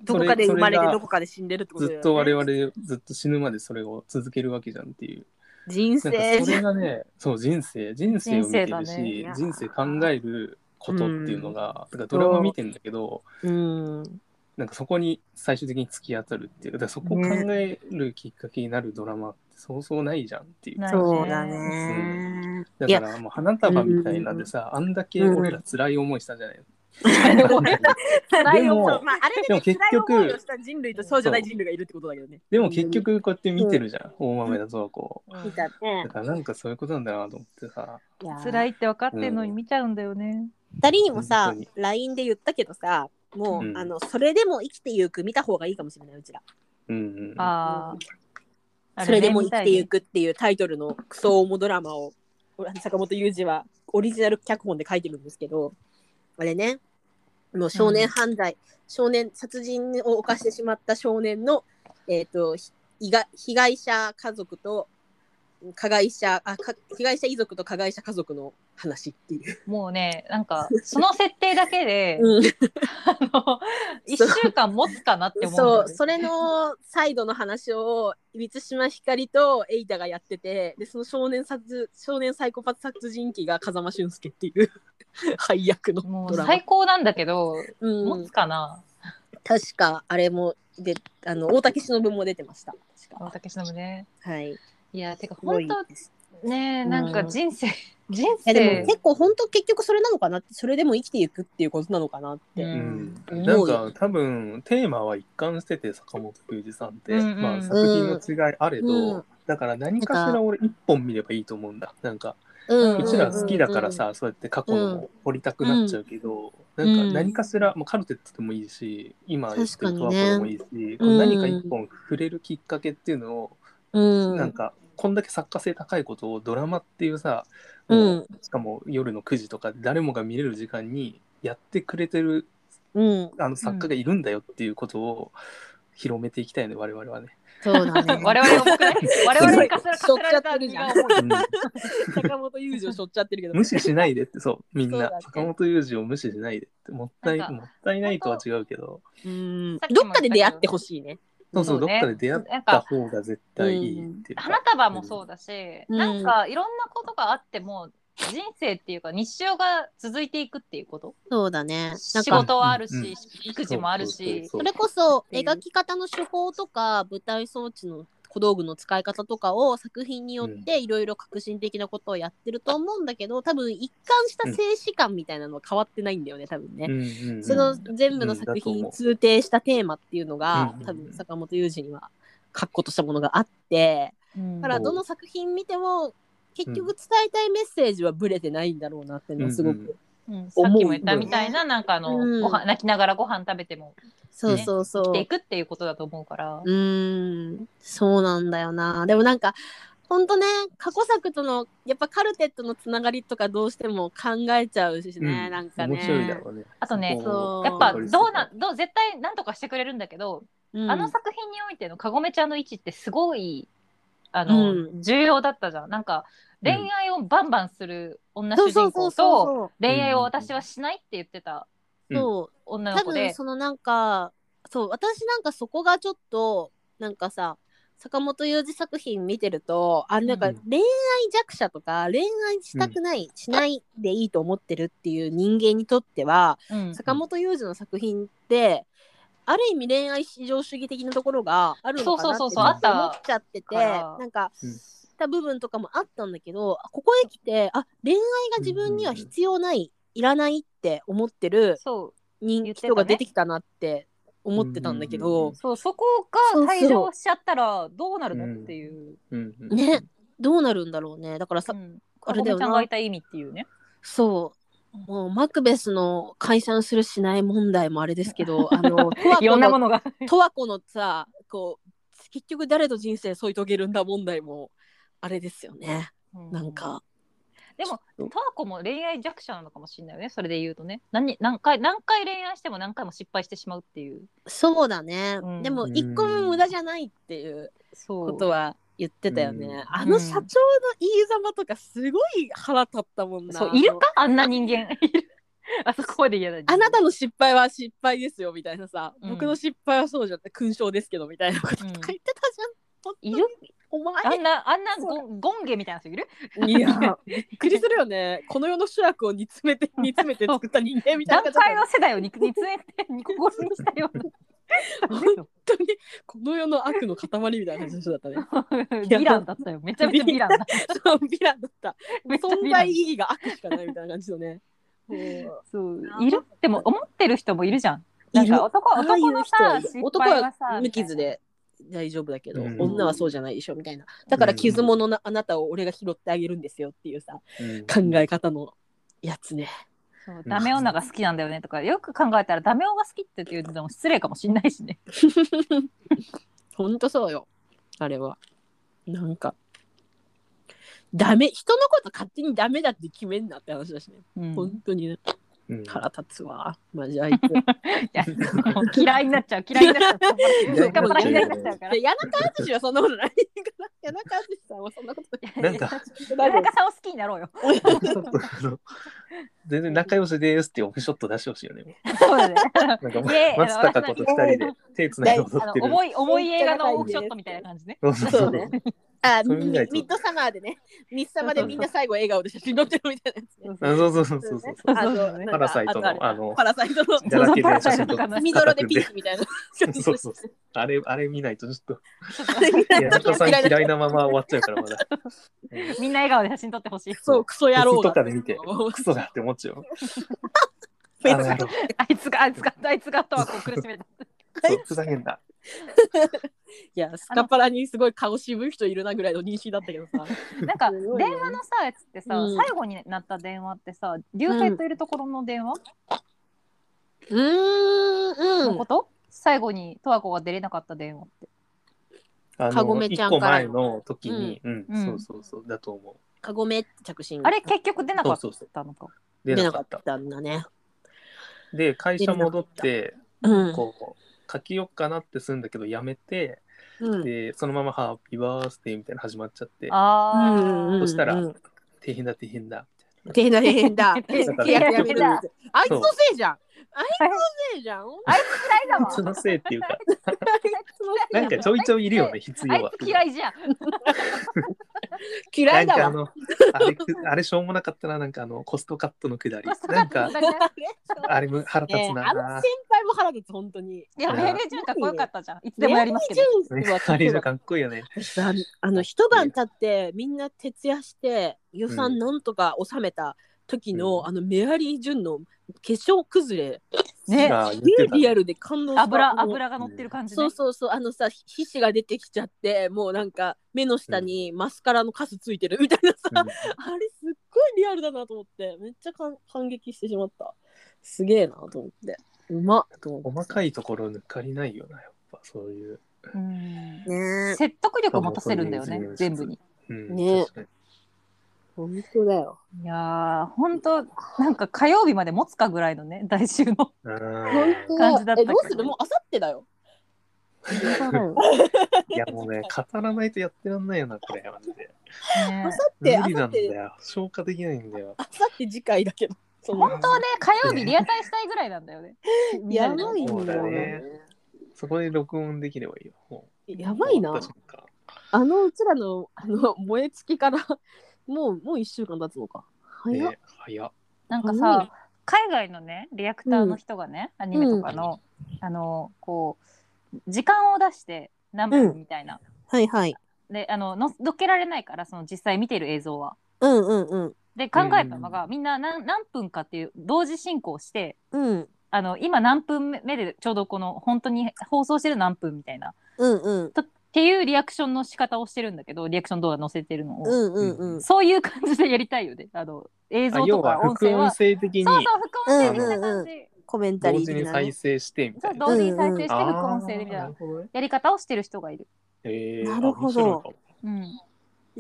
Speaker 2: どこかで生まれ
Speaker 3: そ
Speaker 2: て
Speaker 3: れが
Speaker 2: どこかで死んでるってこと
Speaker 3: ず
Speaker 2: だよね
Speaker 3: っと我々ずっと死ぬまでそれを続けるわけじゃんっていう
Speaker 2: 人
Speaker 3: なんか
Speaker 2: 生
Speaker 3: そ
Speaker 2: じゃ
Speaker 3: れがね、そう人生、人生を見てるし、
Speaker 4: 人生だねい
Speaker 2: や
Speaker 3: 人生考えることっていうのが、だからドラマ見てんだけど、
Speaker 2: うん
Speaker 3: なんかそこに最終的に突き当たるっていう、だからそこを考えるきっかけになるドラマってそうそうないじゃんっていう。
Speaker 4: ない
Speaker 2: そうだね、
Speaker 3: だ
Speaker 2: いや
Speaker 3: からもう花束みたいなんでさ、あんだけ俺ら辛い思いしたじゃない。
Speaker 2: 辛い思
Speaker 3: で
Speaker 2: い
Speaker 3: も
Speaker 2: まああれ
Speaker 3: で
Speaker 2: で
Speaker 3: も
Speaker 2: ね
Speaker 3: 結
Speaker 2: 辛い
Speaker 3: 局
Speaker 2: 思いをした人類とそうじゃない人類がいるってことだけどね
Speaker 3: でも結局こうやって見てるじゃん、大豆だとこう。
Speaker 2: 見たね
Speaker 3: だからなんかそういうことなんだなと思ってさ、
Speaker 2: いや
Speaker 4: 辛いって分かってんのに見ちゃうんだよね。
Speaker 2: 二人にもさ
Speaker 3: 本当に
Speaker 2: LINE で言ったけどさもう、
Speaker 3: うん
Speaker 2: あのそれでも生きてゆく見た方がいいかもしれないうちら、
Speaker 3: うんうん。
Speaker 4: ああ、
Speaker 2: それでも生
Speaker 4: 見た
Speaker 2: き
Speaker 4: い
Speaker 2: て
Speaker 4: ね
Speaker 2: ゆくっていうタイトルのクソオモドラマを俺坂本雄二はオリジナル脚本で書いてるんですけどあれねもう少年犯罪、少年殺人を犯してしまった少年の、えー、とひ被害被害者家族と加害者あか被害者遺族と加害者家族の話っていう。
Speaker 4: もうね、な
Speaker 2: [laughs]
Speaker 4: んか、その設定だけで、
Speaker 2: うん
Speaker 4: あの、一週間持つかなって思
Speaker 2: そううん
Speaker 4: だよね
Speaker 2: それのサイドの話を満島ひかりとエイタがやっててでその少年殺少年サイコパス殺人鬼が風間俊介っていう [laughs] 配役の
Speaker 4: もう
Speaker 2: ドラマ
Speaker 4: 最高なんだけど、
Speaker 2: う
Speaker 4: 持
Speaker 2: ん
Speaker 4: つ、かな。
Speaker 2: 確かあれもであの大竹しのぶも出てました確
Speaker 4: 大
Speaker 2: か
Speaker 4: 竹しのぶね。
Speaker 2: はいす
Speaker 4: いや、てか、
Speaker 2: ご
Speaker 4: 本
Speaker 2: い
Speaker 4: 当
Speaker 2: です
Speaker 4: ね、なんか人生、人
Speaker 2: いやで
Speaker 4: 生
Speaker 2: も、結構本当結局それなのかなってそれでも生きていくっていうことなのかなって、
Speaker 4: う
Speaker 3: うんん、なんか多分テーマは一貫してて坂本龍二さんって、
Speaker 4: うんうん
Speaker 3: まあ、作品の違いあれど、
Speaker 2: うん
Speaker 3: だから何かしら俺一本見ればいいと思うんだなんか
Speaker 4: ん
Speaker 3: うちら好きだからさ、そうやって過去のも掘りたくなっちゃうけど、なん
Speaker 2: うん
Speaker 3: か何かしら、まあ、カルテットでもいいし今言ってる
Speaker 2: 確
Speaker 3: ト
Speaker 2: か
Speaker 3: ワ
Speaker 2: に
Speaker 3: コ
Speaker 2: ね
Speaker 3: でもいいし、こう何か一本触れるきっかけっていうのを、
Speaker 2: うん
Speaker 3: なんかこんだけ作家性高いことをドラマっていうさ、
Speaker 2: う
Speaker 3: もうんしかも夜の9時とか誰もが見れる時間にやってくれてる
Speaker 2: うん
Speaker 3: あの作家がいるんだよっていうことを広めていきたいね、我々はね。
Speaker 2: そうだ [laughs] ね
Speaker 4: [laughs] 我々重くない我々に課せら課せられた荷が重い。
Speaker 3: うん
Speaker 2: 坂本雄二をしょっちゃってるけど
Speaker 3: 無視しないでってそうみん
Speaker 2: そう
Speaker 3: な
Speaker 2: だね
Speaker 3: 坂本雄二を無視しないでってもったい
Speaker 4: な
Speaker 3: も
Speaker 4: んか
Speaker 3: ったいないとは違うけど
Speaker 2: うん
Speaker 4: さっき
Speaker 2: どっ
Speaker 4: も言った
Speaker 2: か
Speaker 4: けど
Speaker 2: で出会ってほしいね
Speaker 3: そうそう
Speaker 4: そうね
Speaker 3: どっかで出会った方が絶対いいっていうか
Speaker 4: 花束もそうだし、
Speaker 2: うん
Speaker 4: なんかいろんなことがあっても人生っていうか日常が続いていくっていうこと
Speaker 2: そうだねなん
Speaker 4: 仕
Speaker 2: か
Speaker 4: 事はあるし、
Speaker 3: うんうん
Speaker 4: 育児もあるし
Speaker 3: そう
Speaker 2: それこそ
Speaker 4: っていう
Speaker 2: 描き方の手法とか舞台装置の小道具の使い方とかを作品によっていろいろ革新的なことをやってると思うんだけど多分一貫した静止感みたいなのは変わってないんだよね多分ね。
Speaker 3: うんうんうん
Speaker 2: その全部の作
Speaker 3: うんだと
Speaker 2: 品
Speaker 3: 思う
Speaker 2: 通底したテーマっていうのが
Speaker 3: うん
Speaker 2: 多分坂本雄二には確固としたものがあってだから
Speaker 3: うん
Speaker 2: どの作品見ても結局伝えたいメッセージはブレてないんだろうなっていうのはすご
Speaker 3: うんう
Speaker 2: く
Speaker 3: ん
Speaker 4: うんさっきも言ったみたいななんかあの、
Speaker 2: うん
Speaker 4: ご飯泣きながらご飯食べても
Speaker 2: そうそうそう
Speaker 4: 生きていくっていうことだと思うから、
Speaker 2: うーん、そうなんだよな。でもなんか、ほんとね、過去作との、やっぱカルテットのつながりとかどうしても考えちゃうしね、
Speaker 3: うん
Speaker 2: なんかね。
Speaker 3: 面白いだろうね
Speaker 4: あとね
Speaker 3: そこを
Speaker 2: そう
Speaker 4: やっぱ
Speaker 3: かりす
Speaker 4: ど
Speaker 3: ぎ
Speaker 4: うなどう絶対何とかしてくれるんだけど、
Speaker 2: うん、
Speaker 4: あの作品においてのかごめちゃんの位置ってすごいあの、
Speaker 2: うん
Speaker 4: 重要だったじゃんなんか
Speaker 3: うん
Speaker 4: 恋愛をバンバンする女
Speaker 2: そう
Speaker 4: 主
Speaker 2: そう
Speaker 4: 人
Speaker 2: そう
Speaker 4: 公と
Speaker 2: そう。
Speaker 4: 恋愛を私はしないって言ってた
Speaker 3: うん
Speaker 2: そう
Speaker 4: 女の
Speaker 2: 多
Speaker 4: 子
Speaker 2: 分
Speaker 4: で、
Speaker 2: そのなんかそう私なんかそこがちょっとなんかさ坂本雄二作品見てるとあなんか
Speaker 3: うん
Speaker 2: 恋愛弱者とか恋愛したくない、しないでいいと思ってるっていう人間にとっては、
Speaker 4: うん
Speaker 2: 坂本雄二の作品ってある意味恋愛至上主義的なところがあるのかなって
Speaker 4: そうそうそう
Speaker 3: そうあ
Speaker 4: った
Speaker 2: 思っちゃってて
Speaker 4: から
Speaker 2: なんか
Speaker 3: うん
Speaker 2: った部分とかもあったんだけどあここへ来てあ恋愛が自分には必要ない、いらないって思ってる
Speaker 4: そう
Speaker 2: 人
Speaker 4: 言ってたね
Speaker 2: 人が出てきたなって思ってたんだけど、
Speaker 4: そうそこ
Speaker 2: そうそ
Speaker 4: が
Speaker 2: う
Speaker 4: 退場しちゃったらどうなるの
Speaker 3: うん
Speaker 4: っていう、
Speaker 3: うんうん
Speaker 2: ねどうなるんだろうねだからさ、
Speaker 4: うん
Speaker 2: あ
Speaker 4: か
Speaker 2: れだ
Speaker 4: ごめ
Speaker 2: よ
Speaker 4: ちゃんが
Speaker 2: ない
Speaker 4: た意味っていうね
Speaker 2: そうもうマクベスの解散するしない問題もあれですけどあ
Speaker 4: [laughs]
Speaker 2: の十
Speaker 4: いろんな
Speaker 2: 和
Speaker 4: も
Speaker 2: 子の
Speaker 4: のが
Speaker 2: [laughs] 十和子のさこう結局誰と人生添い遂げるんだ問題もあれですよねなんか
Speaker 4: でも十和子も恋愛弱者なのかもしれないよねそれで言うとね何何回何回恋愛しても何回も失敗してしまうっていう
Speaker 2: そうだね、
Speaker 4: うん
Speaker 2: でも一個も無駄じゃないっていう
Speaker 4: そう
Speaker 2: ことは言ってたよね、
Speaker 3: うん
Speaker 2: あの社長の言い様とかすごい腹立ったもんな
Speaker 4: そういるかあんな人間 [laughs] いるあそこまで嫌だ
Speaker 2: あなたの失敗は失敗ですよみたいなさ、
Speaker 4: うん
Speaker 2: 僕の失敗はそうじゃって勲章ですけどみたいなこととか言ってたじゃん。本当
Speaker 4: い
Speaker 2: に
Speaker 4: る
Speaker 2: お
Speaker 4: あ
Speaker 2: [laughs] 前
Speaker 4: んなあんなゴンゴンゲみたいな人いる
Speaker 2: いやびっくりするよねこの世の主役を煮詰めて煮詰めて作った人間みたいな
Speaker 4: 団塊の世代を肉につえて肉殺にした
Speaker 2: [laughs]
Speaker 4: ような
Speaker 2: 本当にこの世の悪の塊みたいな人だ
Speaker 4: [laughs]
Speaker 2: ったね
Speaker 4: ヴィランだったよめちゃめちゃヴィランだ
Speaker 2: そうヴィランだった
Speaker 4: めっちゃヴィラン
Speaker 2: 存在意義が悪しかないみたいな感じのねも
Speaker 4: [laughs] そういるでも思ってる人もいるじゃんなん
Speaker 2: いる
Speaker 4: か男
Speaker 2: うああい
Speaker 4: 男
Speaker 2: う
Speaker 4: の
Speaker 2: 人は
Speaker 4: さ
Speaker 2: いる
Speaker 4: 失
Speaker 2: 男
Speaker 4: 敗が
Speaker 2: は
Speaker 4: さ
Speaker 2: 無傷で大丈夫だけど、
Speaker 3: うん
Speaker 2: 女はそうじゃないでしょみたいなだから傷物のあなたを俺が拾ってあげるんですよっていうさ
Speaker 3: うん
Speaker 2: 考え方のやつね。
Speaker 4: そうダメ女が好きなんだよねとかよく考えたらダメ女が好きって言うのも失礼かもしんないしね
Speaker 2: ほんとそうよ。あれは。なんか、ダメ、人のこと勝手にダメだって決めんなって話だしね。
Speaker 4: うん
Speaker 2: ほんとにね、
Speaker 3: うん
Speaker 2: 腹立つわ。マジあいつ。
Speaker 4: いやもう嫌いになっちゃう嫌いになっちゃう
Speaker 2: 嫌いになっちゃう
Speaker 4: 頑張ら嫌いになっちゃうから
Speaker 2: で、谷中淳はそんなことないから、 [laughs] 谷中淳さんはそんなことない。
Speaker 3: なん
Speaker 2: 大
Speaker 3: か
Speaker 4: 田
Speaker 2: 丈夫
Speaker 4: 中さんを好きになろうよ。
Speaker 3: ちょっとあの全然仲良しですっていうオフショット出してほしいよね。
Speaker 4: そうだね。
Speaker 3: なんか
Speaker 4: イエーイ
Speaker 3: 松たか子と二人で手つないで踊
Speaker 4: あ
Speaker 3: っ
Speaker 4: の
Speaker 3: てる。
Speaker 4: 重い重い映画のオフショットみたいな感じね。
Speaker 3: そうそうそう
Speaker 2: そうねあ
Speaker 3: それ見ないと
Speaker 2: ミッドサマーでね、ミッドサマーでみんな最後笑顔で写真撮ってるみたいなやつね。
Speaker 3: あそうそうそうそうそう。
Speaker 2: あのなんか
Speaker 3: パラサイトの
Speaker 2: あとあれだ
Speaker 3: あの
Speaker 2: パラサイトの
Speaker 3: だらけで写真撮
Speaker 4: そうそう
Speaker 3: って
Speaker 4: [laughs]
Speaker 2: ミドロでピンクみたいな。
Speaker 3: そうそうそう。あれ、あれ見ないとちょっと、
Speaker 2: 嫌い
Speaker 4: [laughs]
Speaker 3: 谷
Speaker 2: な
Speaker 3: 中さん嫌い
Speaker 2: な。
Speaker 3: なまま終わっちゃうから、まだ。うん
Speaker 4: みんな笑顔で写真撮ってほ
Speaker 2: [laughs]
Speaker 4: しい。
Speaker 2: そう、クソ野郎だ
Speaker 3: フェスとかで見てクソだって思っちゃ
Speaker 2: フ
Speaker 3: う。
Speaker 2: ェ
Speaker 3: あの
Speaker 2: ス
Speaker 3: 野
Speaker 2: と
Speaker 3: 郎
Speaker 2: か
Speaker 4: あいつがあいつがあいつがとはこう苦しめた。
Speaker 3: そうふざけんな。
Speaker 2: いや、スカパラにすごい顔渋い人いるなぐらいの認識だったけどさ。
Speaker 4: なんか
Speaker 2: す
Speaker 4: 電
Speaker 2: ごいね
Speaker 4: 話のさやつってさ、
Speaker 2: うん
Speaker 4: 最後になった電話ってさ流星といるところの電話
Speaker 2: うー
Speaker 4: のこと、最後に十和子が出れなかった電話って。
Speaker 3: あ
Speaker 2: か
Speaker 3: の
Speaker 2: ごめちゃ
Speaker 3: 一
Speaker 2: んか
Speaker 3: 個
Speaker 2: ら
Speaker 3: 前の時に、うん、
Speaker 4: うん
Speaker 3: そうそうそう、だと思
Speaker 2: カゴメ着信。
Speaker 4: あれ結局出なかっ
Speaker 3: そうそう
Speaker 4: たのか。
Speaker 3: う。
Speaker 2: 出
Speaker 3: 出
Speaker 2: な
Speaker 3: な
Speaker 2: かっ
Speaker 3: かった。
Speaker 2: たんだね。
Speaker 3: で、会社戻って、
Speaker 2: うん。
Speaker 3: こう、書きようかなってするんだけど、やめて、
Speaker 2: うん
Speaker 3: でそのまま「ハッピーバースデー」みたいなの始まっちゃって
Speaker 4: あー、
Speaker 2: うん
Speaker 3: そしたら
Speaker 2: うん
Speaker 3: 「大変だ大変だ」みたい
Speaker 2: 大変だ大変だ [laughs]
Speaker 3: 変
Speaker 4: 大
Speaker 3: だ
Speaker 2: 契約やめる
Speaker 4: 大変だ
Speaker 2: あいつのせいじゃんあいつのせいじゃんあ
Speaker 4: あいつ嫌いだ
Speaker 3: な
Speaker 4: わ。
Speaker 3: そのせいっていうか
Speaker 2: いつのせい
Speaker 3: なんかちょいちょいいるよね必
Speaker 4: あ
Speaker 3: 要はい
Speaker 4: つ嫌いじゃん。
Speaker 2: 嫌いだ
Speaker 3: なん
Speaker 2: わ
Speaker 3: かあのあれあれしょうもなかったななんかあのコストカットのくだりなんか
Speaker 2: [laughs]
Speaker 3: あれも腹立
Speaker 2: ね
Speaker 3: つな
Speaker 2: あの先輩も腹立つ本当に
Speaker 4: いや、
Speaker 3: い
Speaker 4: メ
Speaker 3: や
Speaker 4: ールじゃんかっこよかったじゃん。いつでもやりますけど。
Speaker 2: メイジュンスは
Speaker 3: [laughs] あれじゃかっこいいよね
Speaker 2: ああの一晩経ってみんな徹夜して予算なんとか収めた時の、
Speaker 3: うん
Speaker 2: あのメアリー・ジュンの化粧崩れ、
Speaker 4: ね
Speaker 3: ああ言っ
Speaker 2: すげえ
Speaker 3: てたね
Speaker 2: リアルで感動した
Speaker 4: 油、
Speaker 2: あの
Speaker 4: 油が乗ってる感じ
Speaker 2: そ
Speaker 4: ね
Speaker 2: う。そうそうあのさ皮脂が出てきちゃってもうなんか目の下にマスカラのカスついてるみたいなさ、
Speaker 3: う
Speaker 2: [laughs]
Speaker 3: ん
Speaker 2: あれすっごいリアルだなと思ってめっちゃ感感激してしまったすげえなと思ってうまっと思って
Speaker 3: 細かいところ抜かりないよなやっぱそういう、
Speaker 4: うん
Speaker 2: ね
Speaker 4: 説得力を持たせるんだよね
Speaker 3: そうそう、
Speaker 4: 全部に。
Speaker 3: うん、
Speaker 2: ね
Speaker 3: 確かに
Speaker 2: 本当だよ
Speaker 4: いやー、本当なんか火曜日まで持つかぐらいのね、来週の。
Speaker 3: あー
Speaker 2: 本当
Speaker 4: 感じだった
Speaker 2: え
Speaker 4: けど
Speaker 2: どうするもうあさってだよ
Speaker 3: いやもうね語らないとやってらんないよなこれマジで
Speaker 4: ね
Speaker 3: 無
Speaker 2: で
Speaker 3: 理なんだよ消化できないんだよ
Speaker 2: あさって次回だけどその
Speaker 4: 本当はね、火曜日リアタイしたいぐらいなんだよね。
Speaker 2: やば [laughs] い
Speaker 3: そ
Speaker 2: ん
Speaker 3: う
Speaker 2: だ
Speaker 3: だ
Speaker 2: よね
Speaker 3: ねそこで録音できればいいよも
Speaker 2: や
Speaker 3: う
Speaker 2: ばいな
Speaker 3: 終わった瞬間
Speaker 2: あのうちらの [laughs] あの燃え尽きからもうもう一週間経つのか早っ、
Speaker 3: ね早っ
Speaker 4: なんか
Speaker 2: う
Speaker 4: さ
Speaker 2: ん、
Speaker 4: 海外のね、リアクターの人がね、アニメとかの、あの、こう、時間を出して何分みたいな。
Speaker 2: はいはい
Speaker 4: で、あの、のどっけられないから、その実際見てる映像は。
Speaker 2: うんうんうん
Speaker 4: で考えたのが、みんな何何分かっていう同時進行して
Speaker 2: うん
Speaker 4: あの今何分目でちょうどこの本当に放送してる何分みたいな
Speaker 2: うんうん
Speaker 4: とっていうリアクションの仕方をしてるんだけどリアクション動画載せてるのを、
Speaker 2: うんうんうん
Speaker 4: そういう感じでやりたいよねあの映
Speaker 3: あ
Speaker 4: 像
Speaker 3: 要
Speaker 4: とか
Speaker 3: は
Speaker 4: 音
Speaker 3: 副
Speaker 4: 声
Speaker 3: 音
Speaker 4: は
Speaker 3: 声的
Speaker 4: そうそう
Speaker 3: に
Speaker 4: 副音声みたいな感じ、
Speaker 2: コメンタリ
Speaker 3: 同
Speaker 2: ー
Speaker 3: 時
Speaker 2: 的
Speaker 3: に
Speaker 2: なね
Speaker 3: 再生してみた
Speaker 4: そう
Speaker 3: いな
Speaker 4: 同時に再生して
Speaker 3: あ
Speaker 4: 副
Speaker 3: ー
Speaker 4: 音声でみたい
Speaker 3: な
Speaker 4: な
Speaker 3: るほどね
Speaker 4: やり方をしてる人がいる、
Speaker 3: えー
Speaker 2: なるほど
Speaker 3: あ面白いかも
Speaker 4: うん、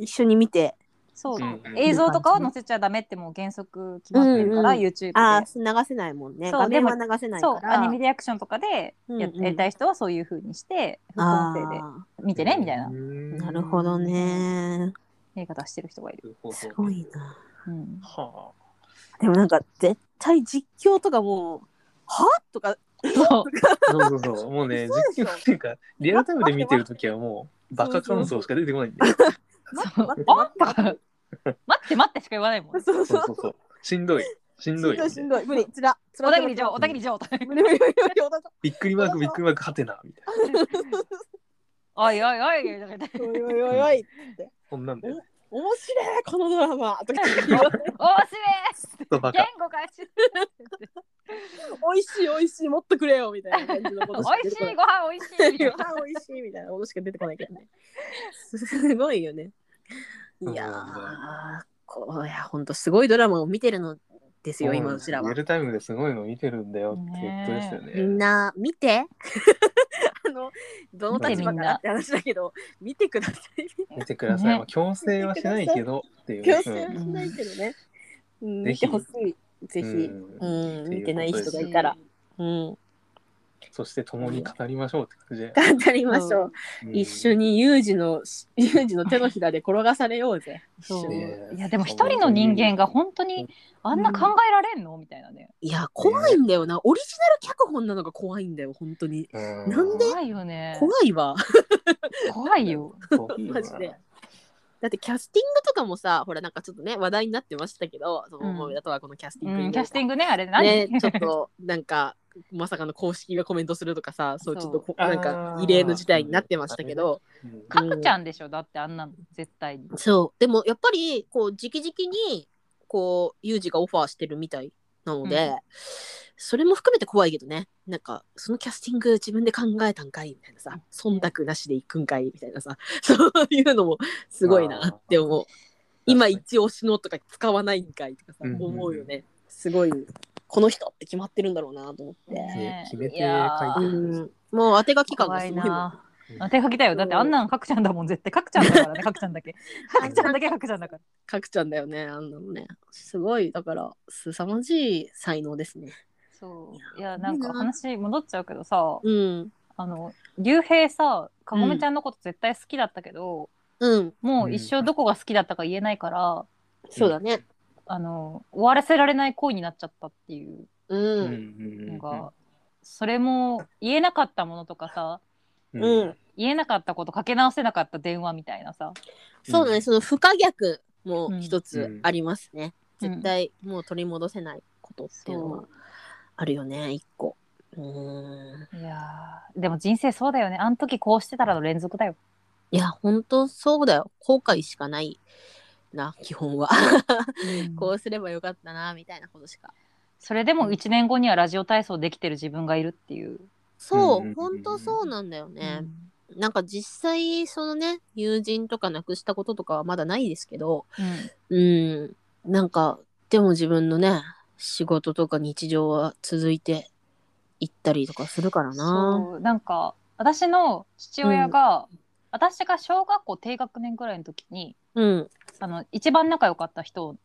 Speaker 2: 一緒に見て
Speaker 4: そう、
Speaker 3: うん
Speaker 4: 映像とかは載せちゃダメってもう原則決まってるから、
Speaker 2: うんうん
Speaker 4: YouTube で
Speaker 2: ああ流せないもんね
Speaker 4: そう
Speaker 2: 画面は流
Speaker 4: で
Speaker 2: せない
Speaker 4: そ
Speaker 2: か
Speaker 4: う
Speaker 2: ら
Speaker 4: アニメリアクションとかでやっ
Speaker 2: うんうん
Speaker 4: やりたい人はそういう風にして副音
Speaker 2: あ
Speaker 4: 声で
Speaker 2: あ
Speaker 4: 見てねみたいうな
Speaker 3: ーん
Speaker 2: なるほどね
Speaker 4: やり方してる人がいる、
Speaker 3: なるほど
Speaker 2: すごいな
Speaker 4: うん、
Speaker 3: は
Speaker 2: でもなんか絶対実況とかもうはとか [laughs]
Speaker 4: そう
Speaker 3: あそうそう
Speaker 4: [laughs]
Speaker 3: そうもうね
Speaker 2: 嘘でし
Speaker 3: 実
Speaker 2: ょ
Speaker 3: 況っていうかリアルタイムで見てるときはもうバカ感想しか出てこないんで
Speaker 4: そう
Speaker 2: 待って
Speaker 4: おっ
Speaker 2: 待
Speaker 4: と待って待ってしか言わないもん
Speaker 2: そう
Speaker 3: そう
Speaker 2: そう
Speaker 3: そうそうしんどいしんどいよね
Speaker 2: しんどい無理つらつら
Speaker 4: おたぎり上おたぎり上
Speaker 2: 無理無理無理無理お腹
Speaker 3: びっくりマークびっくりマークはてなみたいな
Speaker 4: [laughs] おいおいおいとか言って
Speaker 2: おいおいおいおい
Speaker 3: そんなんだよね
Speaker 2: 面白いこのドラマとか言
Speaker 4: [laughs]
Speaker 2: って
Speaker 4: おおし
Speaker 3: ちょっとバ
Speaker 4: べー言
Speaker 3: カ
Speaker 4: 語化し
Speaker 2: 美味しい美味しいもっとくれよみたいな感じのことしか出
Speaker 4: 美
Speaker 2: て
Speaker 4: 味し
Speaker 2: こない
Speaker 4: いご飯美味 [laughs] しいみたいな
Speaker 2: あ美味しいみたいなことしか出てこないけどね。すごいよね。いや
Speaker 3: そう
Speaker 2: ー、こういや本当すごいドラマを見てるのですよ、今うちら
Speaker 3: リア
Speaker 2: は。
Speaker 3: ルタイムですごいの見てるんだよっていうことですよ
Speaker 2: み
Speaker 3: ね
Speaker 2: んな見てあのどの立場
Speaker 4: 見てみん
Speaker 2: か
Speaker 4: な
Speaker 2: らって話だけど見てください。
Speaker 3: 見てください、
Speaker 4: ね
Speaker 3: まあ強制はしないけどってい
Speaker 2: [laughs]
Speaker 3: う
Speaker 2: 強制はしないけどね。うん、
Speaker 3: ぜ
Speaker 2: 見
Speaker 3: ひ
Speaker 2: てほしい。ぜ
Speaker 3: う
Speaker 2: ひ。
Speaker 3: ん
Speaker 2: う
Speaker 3: うん
Speaker 2: ん、
Speaker 3: うん
Speaker 2: 見てない人がいたら。うん、
Speaker 3: そして共に語りましょうって感じで、
Speaker 2: 語りましょう。
Speaker 3: うん
Speaker 2: 一緒にユージのユージの手のひらで転がされようぜ。
Speaker 4: そう
Speaker 3: ね
Speaker 4: いやでも一人の人間が本当にあんな考えられんのみたいなね
Speaker 2: いや怖いんだよな、オリジナル脚本なのが怖いんだよ本当に
Speaker 3: うん
Speaker 2: なんで
Speaker 4: 怖いよね
Speaker 2: 怖いわ
Speaker 4: 怖いよ
Speaker 3: [laughs] そう
Speaker 2: マジでだってキャスティングとかもさほらなんかちょっとね話題になってましたけどその
Speaker 4: うん
Speaker 2: 思い出とはこのキャスティング、
Speaker 4: うんキャスティングねあれ何、
Speaker 2: ねちょっとなんかまさかの公式がコメントするとかさそう
Speaker 4: そう
Speaker 2: ちょっとこ
Speaker 3: あー
Speaker 2: なんか異例の事態になってましたけど
Speaker 3: うん
Speaker 4: かくちゃんでしょだってあんなの絶対に
Speaker 2: そうでもやっぱりこう直々にこうユージがオファーしてるみたいなので、
Speaker 4: うん
Speaker 2: それも含めて怖いけどねなんかそのキャスティング自分で考えたんかいみたいなさ忖度なしで行くんかいみたいなさ [laughs] そういうのもすごいなって思う今一押しのとか使わないんかいとかさ
Speaker 3: うんうんうん
Speaker 2: 思うよねすごいこの人って決まってるんだろうなと思って、
Speaker 4: ね
Speaker 3: 決めて
Speaker 4: いやー
Speaker 3: 書
Speaker 2: う
Speaker 3: いてる
Speaker 2: ん、もう当て書き感が
Speaker 4: 怖
Speaker 2: す
Speaker 4: い
Speaker 2: ごいもん
Speaker 4: なあ手書きだよだってあんなんかくちゃんだもん絶対かくちゃんだからねかくちゃんだけかくちゃんだけかくちゃんだから
Speaker 2: かくちゃんだよねあんなのねすごいだから凄まじい才能ですね
Speaker 4: そういやなんか話戻っちゃうけどさ
Speaker 2: うん
Speaker 4: あの竜兵さかごめちゃんのこと絶対好きだったけど、
Speaker 2: うん
Speaker 4: もう一生どこが好きだったか言えないから、
Speaker 2: そうだね
Speaker 4: あの終わらせられない恋になっちゃったっていう
Speaker 2: う
Speaker 3: うん
Speaker 2: ん
Speaker 4: のが、それも言えなかったものとかさ
Speaker 3: う
Speaker 2: うん、
Speaker 3: ん
Speaker 4: 言えなかったことかけ直せなかった電話みたいなさ
Speaker 2: そうだね、
Speaker 3: うん
Speaker 2: その不可逆も一つありますね、
Speaker 4: うん
Speaker 2: 絶対もう取り戻せないことっていうのは
Speaker 4: そ
Speaker 2: あるよね一個うーん
Speaker 4: いやーでも人生そうだよねあの時こうしてたらの連続だよ
Speaker 2: いや本当そうだよ後悔しかないな基本はこうすればよかったなみたいなことしか
Speaker 4: それでも1年後にはラジオ体操できてる自分がいるっていう、
Speaker 2: そう、
Speaker 3: うん
Speaker 2: 本当そうなんだよね、なんか実際そのね友人とか亡くしたこととかはまだないですけど
Speaker 4: うん
Speaker 2: うんなんかでも自分のね仕事とか日常は続いていったりとかするからな
Speaker 4: そうなんか私の父親が、私が小学校低学年ぐらいの時に
Speaker 2: うん
Speaker 4: あの一番仲良かった人を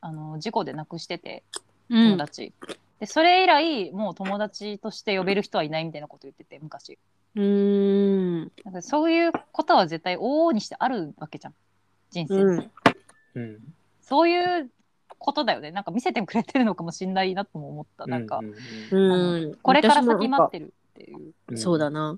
Speaker 4: あの事故で亡くしてて
Speaker 2: う
Speaker 4: 友
Speaker 2: ん
Speaker 4: 達、でそれ以来もう友達として呼べる人はいないみたいなこと言ってて昔
Speaker 2: うーん
Speaker 4: なんかそういうことは絶対往々にしてあるわけじゃん人生、
Speaker 2: うん
Speaker 3: うん
Speaker 4: そういうことだよねなんか見せてくれてるのかもしんないなとも思ったなんか、
Speaker 2: うん
Speaker 4: これから
Speaker 2: 私も
Speaker 4: 先
Speaker 2: なん
Speaker 4: 待
Speaker 2: か
Speaker 4: ってるっていう。
Speaker 2: そうだ
Speaker 3: ね
Speaker 2: な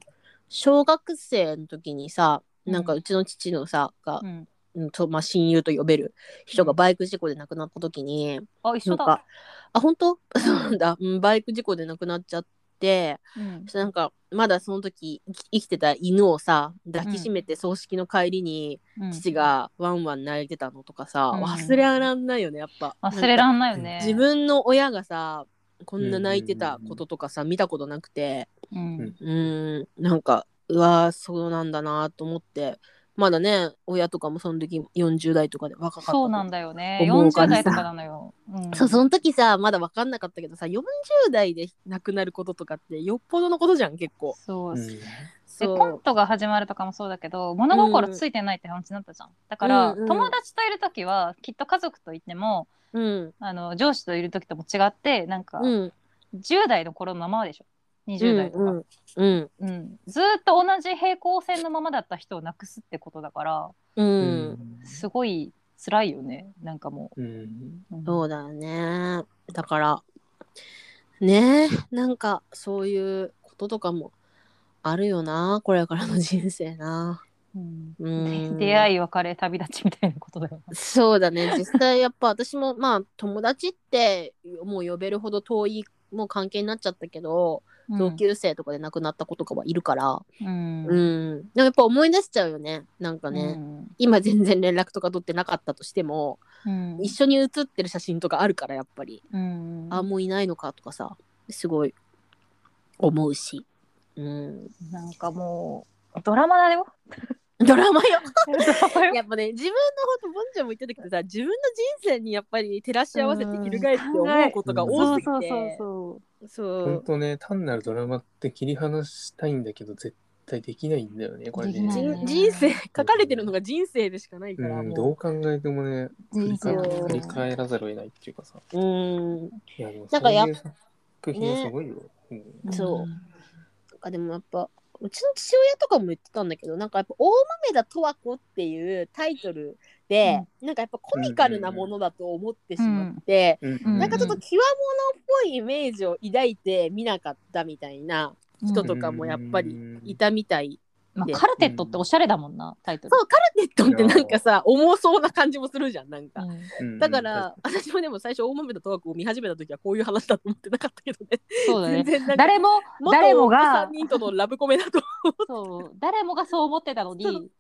Speaker 2: 小学生の時にさなんか
Speaker 4: うん
Speaker 2: うちの父のさが
Speaker 4: う、ん、
Speaker 2: うんとまあ、親友と呼べる人がバイク事故で亡くなった時に、
Speaker 4: あ一
Speaker 2: な
Speaker 4: 緒
Speaker 2: ん
Speaker 4: だ
Speaker 2: か。あ本当 [laughs] そうなんだ、うん、バイク事故で亡くなっちゃって
Speaker 4: うん
Speaker 2: そしたらなんかまだその時生き生きてた犬をさ抱きしめて葬式の帰りに
Speaker 4: うん
Speaker 2: 父がワンワン泣いてたのとかさ、
Speaker 4: うん
Speaker 2: 忘れらんないよねやっぱ
Speaker 4: 忘れら
Speaker 2: ん
Speaker 4: んないよね。
Speaker 2: 自分の親がさこんな泣いてたこととかさ見たことなくて
Speaker 4: うん
Speaker 2: うーんなんかうわーそうなんだなと思ってまだね親とかもその時40代とかで若かった
Speaker 4: そうなんだよね。
Speaker 2: 思う
Speaker 4: 40
Speaker 2: から
Speaker 4: 代
Speaker 2: さ
Speaker 4: とかなのよ。うん
Speaker 2: そうその時さまだ分かんなかったけどさ40代で亡くなることとかってよっぽどのことじゃん結構
Speaker 4: そうで
Speaker 2: そう
Speaker 4: コントが始まるとかもそうだけど物心ついてないって話になったじゃん。だから、
Speaker 2: うんうん
Speaker 4: 友達といる時はきっと家族といても
Speaker 2: うん
Speaker 4: あの上司といる時とも違ってなんか、
Speaker 2: うん
Speaker 4: 10代の頃のままでしょ20代とか、
Speaker 2: う
Speaker 4: うん
Speaker 2: んうん
Speaker 4: ずーっと同じ平行線のままだった人をなくすってことだから
Speaker 2: うん、
Speaker 4: すごい辛いよねなんかも
Speaker 3: うん
Speaker 4: う。うん
Speaker 2: そうだよねだからねえなんかそういうこととかもあるよなこれからの人生な
Speaker 4: うん
Speaker 2: うん
Speaker 4: 出会い別れ旅立ちみたいなことだよね。
Speaker 2: そうだね実際やっぱ私もまあ友達ってもう呼べるほど遠いもう関係になっちゃったけど、同級生とかで亡くなった子とかはいるから
Speaker 4: うん
Speaker 2: うん、でもやっぱ思い出しちゃうよねなんかね、
Speaker 4: うん
Speaker 2: 今全然連絡とか取ってなかったとしても
Speaker 4: うん
Speaker 2: 一緒に写ってる写真とかあるからやっぱり
Speaker 4: うん
Speaker 2: あもういないのかとかさすごい思うし、うん、
Speaker 4: なんかもうドラマ [laughs] だよ。
Speaker 2: ドラ
Speaker 4: [laughs]
Speaker 2: マよ
Speaker 4: ドラマよ
Speaker 2: やっぱね自分のほんとボンちゃんも言ってたけどさ自分の人生にやっぱり照らし合わせて
Speaker 4: うん
Speaker 2: 翻って思うことが多すぎ
Speaker 4: そうそうそう
Speaker 2: て
Speaker 4: そう。
Speaker 2: そ
Speaker 3: 本
Speaker 2: う
Speaker 3: 当ね単なるドラマって切り離したいんだけど絶対できないんだよねこれ
Speaker 4: できな
Speaker 2: じ
Speaker 4: い
Speaker 3: ね
Speaker 2: ん人生書かれてるのが人生でしかないか
Speaker 3: う
Speaker 2: ら
Speaker 3: んど
Speaker 2: も
Speaker 3: う考えてもね振り
Speaker 4: 人生
Speaker 3: 返
Speaker 4: を
Speaker 3: 振り返らざるを得ないっていうかさ
Speaker 2: ううん
Speaker 3: いやでも
Speaker 2: なんかやっ
Speaker 3: そういう作品はすごいよ、うん
Speaker 2: そうなんかでもやっぱうちの父親とかも言ってたんだけどなんかやっぱ「大豆田十和子」っていうタイトルで、なんかやっぱコミカルなものだと思ってしまって、
Speaker 4: うん
Speaker 2: なんかちょっと極物っぽいイメージを抱いて見なかったみたいな人とかもやっぱりいたみたい、
Speaker 4: ま
Speaker 2: で
Speaker 4: あカルテットっておしゃれだもんなタイトル
Speaker 2: そうカルテットってなんかさ重そうな感じもするじゃんなんか。
Speaker 4: うん
Speaker 3: うん
Speaker 2: だから、私もでも最初大豆田十和子を見始めた時はこういう話だと思ってなかったけどね
Speaker 4: そうだ
Speaker 2: 全
Speaker 4: ね。
Speaker 2: 然なんか
Speaker 4: 誰も誰もが
Speaker 2: 3人とのラブコメだ
Speaker 4: [laughs]
Speaker 2: と
Speaker 4: そう誰もがそう思ってたの
Speaker 2: そう
Speaker 4: に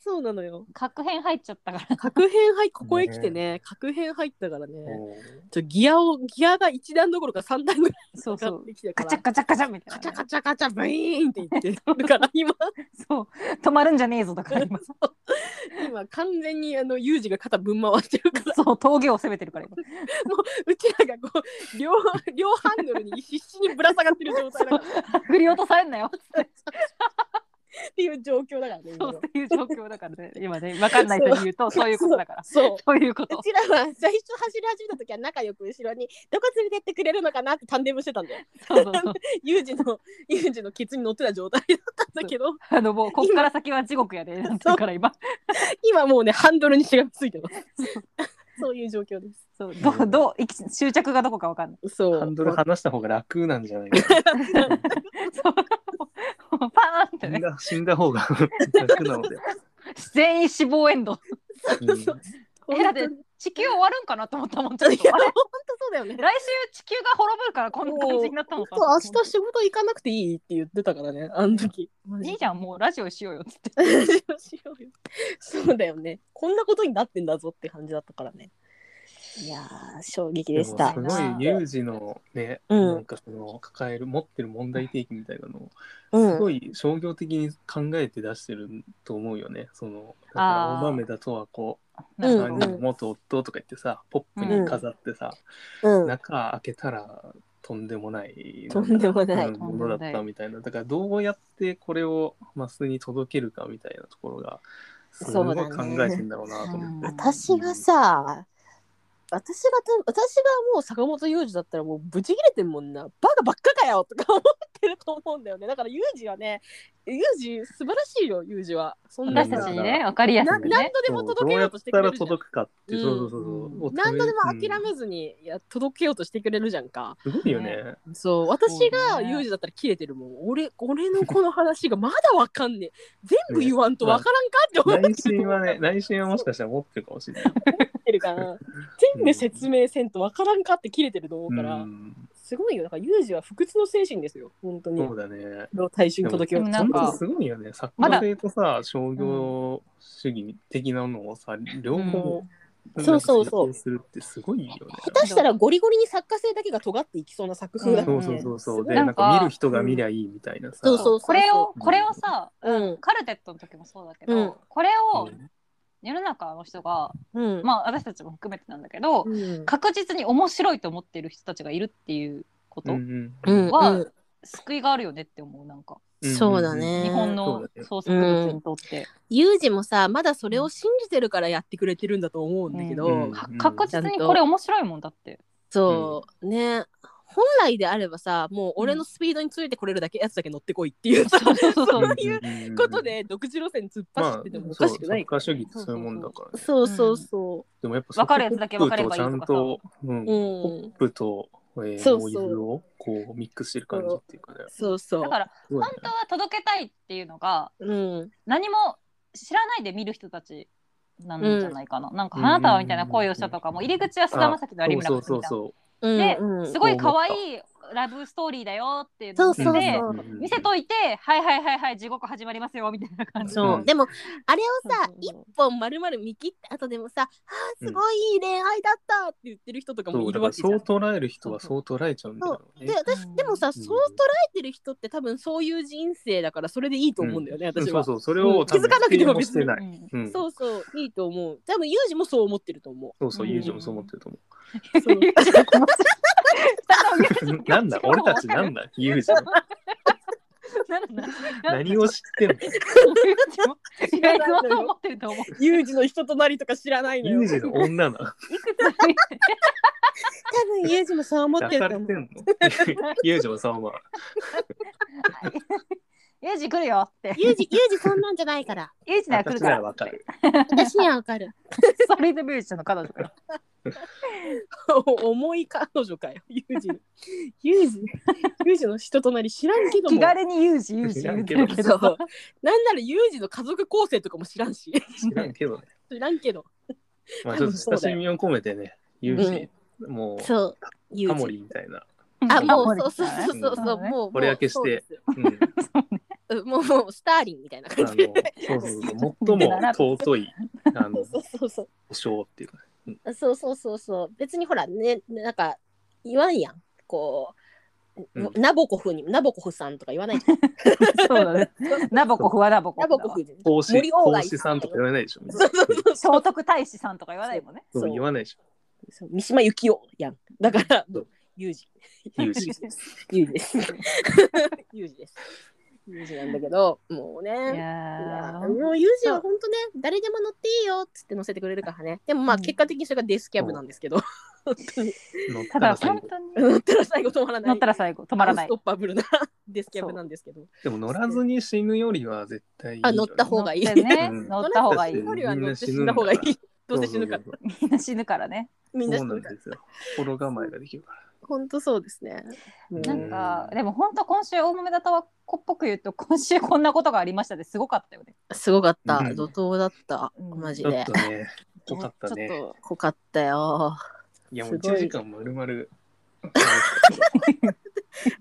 Speaker 2: そうなのよ
Speaker 4: 確変入っちゃったから。
Speaker 2: 核変入ここへ来てね核変入ったからね
Speaker 3: そう
Speaker 2: ちょギアをギアが1段どころか3段ぐらい
Speaker 4: そう
Speaker 2: 上
Speaker 4: そ
Speaker 2: がっ
Speaker 4: う。
Speaker 2: てきてか
Speaker 4: ガチ
Speaker 2: ら
Speaker 4: ャガチャガチャみた
Speaker 2: カ
Speaker 4: い
Speaker 2: チ
Speaker 4: な
Speaker 2: ャ
Speaker 4: ね。
Speaker 2: カチャカチャブイーンって言ってるから今
Speaker 4: そう止まるんじゃねえぞだから [laughs] 今。
Speaker 2: 今完全にあのユージが肩ぶん回してるから
Speaker 4: そう峠を攻めてるから [laughs] 今。
Speaker 2: うちらがこう両両ハンドルに必死にぶら下がってる状態だから
Speaker 4: 振り落とされんなよ。
Speaker 2: っていう状況だからね。
Speaker 4: そ
Speaker 2: 今の
Speaker 4: うそういう状況だからね今ね分かんない人に言うとそういうことだから
Speaker 2: そう。
Speaker 4: そういうこ
Speaker 2: う
Speaker 4: [laughs] と
Speaker 2: ちらは最初走り始めた時は仲良く後ろにどこ連れてってくれるのかなってタンデムしてたんだよ。
Speaker 4: そうそうそう
Speaker 2: ユージのユージのケツに乗ってた状態だったんだけど、
Speaker 4: あのもうこっから先は地獄やでなんていうから今
Speaker 2: 今もうねハンドルにしがみついて
Speaker 4: [laughs]
Speaker 2: ます。そういう状況で
Speaker 4: そうどうどういき終着がどこかわかんない [laughs]
Speaker 2: す。そう。
Speaker 3: ハンドル離した方が楽なんじゃないか
Speaker 4: そうパーンっ
Speaker 3: な。死
Speaker 4: て
Speaker 3: ん
Speaker 4: ね
Speaker 3: だ死んだ方が [laughs] 楽なので。
Speaker 4: 全員死亡エンド
Speaker 3: うん
Speaker 4: えだって地球終わるんかなと思ったもんちょ
Speaker 2: い
Speaker 4: っ
Speaker 2: や
Speaker 4: とあれ
Speaker 2: 本当そうだよね。
Speaker 4: 来週地球が滅ぶからこんな感じになったのか
Speaker 2: そう明日仕事行かなくていいって言ってたからね、あの時。
Speaker 4: いいじゃんもうラジオしようよっつって
Speaker 2: しようよ [laughs] そうだよね。こんなことになってんだぞって感じだったからね。いやー、衝撃でした。
Speaker 3: もすごい有事のね、
Speaker 2: うん
Speaker 3: なんかその抱える持ってる問題提起みたいなのを
Speaker 2: う
Speaker 3: す
Speaker 2: ん、
Speaker 3: ごい商業的に考えて出してると思うよね。そのだか
Speaker 4: あ
Speaker 3: ら
Speaker 4: ー
Speaker 3: 大豆田とはこ
Speaker 4: な
Speaker 3: う、
Speaker 4: ん
Speaker 2: う
Speaker 4: か
Speaker 2: ん
Speaker 3: 何人も元夫とか言ってさポップに飾ってさ、
Speaker 2: うん、
Speaker 3: 中開けたらとんでもない
Speaker 2: とんでもない。
Speaker 3: うんものだったみたいなだからどうやってこれをマスに届けるかみたいなところがすごい考えてんだろうなと思って、
Speaker 4: そうだね
Speaker 2: 私がさ、私がた私がもう坂本雄二だったらもうブチ切れてんもんなバカばっかかよとか思ってると思うんだよねだから雄二はね雄二素晴らしいよ雄二はそんな
Speaker 4: 私
Speaker 2: さ
Speaker 4: たち
Speaker 2: な
Speaker 4: にね分かりやす
Speaker 2: 何
Speaker 4: くね
Speaker 2: 度でも届けようとしてく
Speaker 3: どう
Speaker 2: れ
Speaker 3: やっ
Speaker 2: るじ
Speaker 3: た
Speaker 2: ゃ
Speaker 3: ら
Speaker 2: ん
Speaker 3: 届くかって、
Speaker 2: うん
Speaker 3: そうそうそうそうお互い
Speaker 2: 何度でも
Speaker 3: う
Speaker 2: 諦
Speaker 3: ん
Speaker 2: めずに、いや届けようとしてくれるじゃんか
Speaker 3: すごいよね。
Speaker 2: そう私が
Speaker 4: そうね
Speaker 2: ユージだったら切れてるもん、俺俺のこの話がまだわかんねえ全部言わんとわからんかって思
Speaker 3: 内
Speaker 2: って
Speaker 3: 心
Speaker 2: る [laughs]
Speaker 3: はね、内心はもしかしたら持ってるかもしれない。
Speaker 2: ってるから全部説明せんとわからんかって切れてると思うから、
Speaker 3: うん
Speaker 2: すごいよだからユージは不屈の精神ですよ本当に
Speaker 3: そうだね。
Speaker 2: の大衆に届けよう
Speaker 4: で
Speaker 2: と
Speaker 4: もなんか
Speaker 3: 本当すごいよね。作
Speaker 4: まだ
Speaker 3: 家性とさ、商業主義的なのをさ、両
Speaker 2: う
Speaker 3: 方、
Speaker 2: んそうそうそう
Speaker 3: なんか実現するってすごいよね。
Speaker 2: 下手したらゴリゴリに作家性だけが尖っていきそうな作風だか
Speaker 3: そ
Speaker 2: ら
Speaker 3: う
Speaker 2: ね
Speaker 3: そうそうそう。
Speaker 2: すごい
Speaker 3: で、
Speaker 4: な
Speaker 3: なんん
Speaker 4: か
Speaker 3: か見る人が見りゃいいみたいなさ。
Speaker 2: そうそう
Speaker 4: これを
Speaker 3: うん
Speaker 4: これをさ
Speaker 2: うん
Speaker 4: カルテットの時もそうだけど、
Speaker 2: うん
Speaker 4: これを
Speaker 3: うん
Speaker 4: 世の中の人が、
Speaker 2: うん
Speaker 4: まあ私たちも含めてなんだけど、
Speaker 2: うん
Speaker 4: 確実に面白いと思ってる人たちがいるっていうこと、
Speaker 3: うん
Speaker 2: う
Speaker 3: うん
Speaker 2: ん
Speaker 4: は
Speaker 2: うん
Speaker 4: 救いがあるよねって思うなんか、
Speaker 3: うん
Speaker 2: そうだね
Speaker 4: 日本
Speaker 3: そう
Speaker 4: の
Speaker 3: だね
Speaker 4: 創作物にとって、
Speaker 2: ユージもさまだそれを信じてるからやってくれてるんだと思うんだけど、
Speaker 3: うんうん
Speaker 4: か確実にこれ面白いもんだって
Speaker 2: そう、ね本来であればさもう俺のスピードについてこれるだけやつだけ乗ってこいっていうさ、
Speaker 4: そうそうそう
Speaker 2: そう
Speaker 3: うん
Speaker 2: いう
Speaker 3: うんうん
Speaker 2: ことで独自路線突っ走
Speaker 3: ま
Speaker 2: ってても
Speaker 3: あ、
Speaker 2: お
Speaker 3: そ
Speaker 2: か
Speaker 3: う
Speaker 2: しくない
Speaker 3: 作家主義ってそういうもんだからね。
Speaker 2: そうそうそ
Speaker 3: でもやっぱ
Speaker 4: 分かるやつだけ分かればいいとかさ
Speaker 3: ちゃんと、う
Speaker 2: う、
Speaker 3: ん、
Speaker 2: う
Speaker 3: ポ
Speaker 2: ん
Speaker 3: ップと、えー、
Speaker 2: そう
Speaker 3: ノイズ
Speaker 2: そう
Speaker 3: をこうミックスしてる感じっていうかね。
Speaker 2: そうそう
Speaker 4: だから
Speaker 3: すごいね
Speaker 4: 本当は届けたいっていうのが
Speaker 2: うん
Speaker 4: 何も知らないで見る人たちなんじゃないかな、なんか花束みたいな恋をしたとかも入り口は菅田将暉と有村
Speaker 3: そう
Speaker 4: 架
Speaker 3: そ
Speaker 4: 純
Speaker 3: う
Speaker 4: みたい
Speaker 3: そう。
Speaker 2: うん
Speaker 4: で
Speaker 2: うん
Speaker 4: なすごい可愛いラブストーリーだよっていうのを
Speaker 2: そう
Speaker 4: 見せ
Speaker 2: そう
Speaker 4: て
Speaker 2: そう
Speaker 4: 見せといてはいはいはいはい地獄始まりますよみたいな感じ
Speaker 2: そう、
Speaker 3: うん
Speaker 2: でもあれをさ
Speaker 4: そうそう
Speaker 2: 一
Speaker 4: そう
Speaker 2: 本丸々見切った後でもさ「あーすごいいい恋愛だった」って言ってる人とか
Speaker 3: そ
Speaker 2: も
Speaker 3: う
Speaker 2: いる
Speaker 3: だか
Speaker 2: わ
Speaker 3: ら
Speaker 2: けじ
Speaker 3: そ
Speaker 2: ゃ。
Speaker 3: うん捉える人はそう捉えちゃうんだろうね
Speaker 2: で。私
Speaker 4: うん
Speaker 2: でもさ、
Speaker 3: ん
Speaker 2: そう捉えてる人って多分そういう人生だからそれでいいと思うんだよね、
Speaker 3: うん
Speaker 2: 私
Speaker 3: そう
Speaker 2: は。
Speaker 3: そう、それを多分
Speaker 2: 気づかなくても別
Speaker 3: 否
Speaker 2: に
Speaker 3: 定してない。
Speaker 4: うん
Speaker 3: うん、そ
Speaker 2: そうそういいと思う多分ユージもそう思ってると思
Speaker 3: うそう、友人もそう思ってると思
Speaker 2: う
Speaker 3: [laughs]
Speaker 2: そう
Speaker 3: う。なんだ、俺たちなんだ、友人。何を知ってんの
Speaker 4: いやいつもそう思ってると思う。
Speaker 2: ユージの人となりとか知らないのよ
Speaker 3: 友人の女なの。
Speaker 2: 多分ユージもそう思っ
Speaker 3: 出
Speaker 2: て
Speaker 3: [laughs] さ
Speaker 2: ると
Speaker 3: れ
Speaker 2: 思
Speaker 3: て
Speaker 2: うん
Speaker 3: の友人もそう思う。
Speaker 4: ユージ来るよって。
Speaker 2: ユージユージそんなんじゃないから
Speaker 4: ユージなら来る
Speaker 3: 私
Speaker 4: か
Speaker 3: なら
Speaker 4: ら。
Speaker 3: わかる。
Speaker 2: 私にはわかる
Speaker 4: ソリッドミュージシャンの彼女が。
Speaker 2: [laughs] 重い彼女かよ [laughs] ユージのユージユージの人となり知らんけども
Speaker 4: 気軽にユージユージ言うてるけど。
Speaker 2: そう [laughs] なんならユージの家族構成とかも知らんし [laughs]
Speaker 3: 知らんけどね。
Speaker 2: 知らんけど
Speaker 3: まあ、ちょっと親しみを込めてね、友人、もう、
Speaker 2: そうユ
Speaker 3: タ
Speaker 2: ー
Speaker 3: モ
Speaker 2: ジ
Speaker 3: リみたいな。
Speaker 2: あも
Speaker 4: タモ
Speaker 2: う
Speaker 4: リ
Speaker 2: そうそうそうそうそうも
Speaker 4: うん
Speaker 2: うもう
Speaker 3: これ明けして
Speaker 2: そう [laughs]
Speaker 3: うん
Speaker 2: ですうんもうもうスターリンみたいな
Speaker 3: あ
Speaker 2: 感
Speaker 3: のそ
Speaker 2: じ
Speaker 3: うそうそう最も
Speaker 2: [laughs]
Speaker 3: 尊いあの
Speaker 2: そうそうそう
Speaker 3: 保証っていうか、
Speaker 2: そうそうそうそう別にほらねなんか言わんやんこう、
Speaker 3: うん
Speaker 2: ナボコフにナボコフさんとか言わないじゃん
Speaker 4: そうだね。 [laughs] ナボコフはナボコ
Speaker 2: ナ
Speaker 4: フだ
Speaker 2: ボ
Speaker 4: わ。
Speaker 2: コフじゃん
Speaker 3: 投資
Speaker 2: 森鴎
Speaker 3: 投
Speaker 2: 外
Speaker 3: 資さんとか言わないでしょ。
Speaker 2: そうそうそう
Speaker 4: 聖徳太子さんとか言わないもんね。
Speaker 3: そう言わないでし
Speaker 2: そう三島由紀夫やんだから
Speaker 3: そう
Speaker 2: ユージ [laughs]
Speaker 3: ょ。友
Speaker 2: ユ
Speaker 3: 人。
Speaker 2: ージですユージですユジなんだけどもうね
Speaker 4: やー
Speaker 2: もうユージは本当ね誰でも乗っていいよっつって乗せてくれるからねでもまあ
Speaker 4: うん
Speaker 2: 結果的にそれがデスキャブなんですけど、本当に
Speaker 3: 乗った
Speaker 4: だ
Speaker 3: ら
Speaker 4: 本
Speaker 3: 最
Speaker 4: 当に
Speaker 2: 乗ったら最後止まらない
Speaker 4: 乗ったら最後止まらな
Speaker 2: アンス
Speaker 4: い
Speaker 2: トッパブルな [laughs] デスキャブなんですけど
Speaker 3: でも乗らずに死ぬよりは絶対いいよ
Speaker 2: あ
Speaker 3: ね
Speaker 2: 乗った方がいい
Speaker 4: 乗ってね
Speaker 3: うん
Speaker 4: 乗った方がいい
Speaker 2: 乗らずに死ぬよりは乗って死んだ方が
Speaker 3: [laughs]
Speaker 2: い
Speaker 3: みん
Speaker 2: いどうせ死ぬから
Speaker 3: そう
Speaker 4: みんな死ぬからね
Speaker 2: みん
Speaker 3: そう
Speaker 2: な
Speaker 3: そ
Speaker 2: 死
Speaker 3: うそう
Speaker 2: ぬ
Speaker 3: そう
Speaker 2: か
Speaker 3: な
Speaker 2: ら
Speaker 3: んですよ心構えができるから
Speaker 2: 本当そうですね
Speaker 3: う
Speaker 4: なんか
Speaker 3: うん
Speaker 4: でも本当今週大豆田タワコっぽく言うと今週こんなことがありましたですごかったよね
Speaker 2: すごかった、
Speaker 3: うん
Speaker 2: 怒涛だった
Speaker 4: うん
Speaker 2: マジ
Speaker 3: ちょ
Speaker 2: で
Speaker 3: っとねよかったね
Speaker 2: ちょっと濃かったよ
Speaker 3: いやもう
Speaker 2: すごい
Speaker 3: 1時間まるまる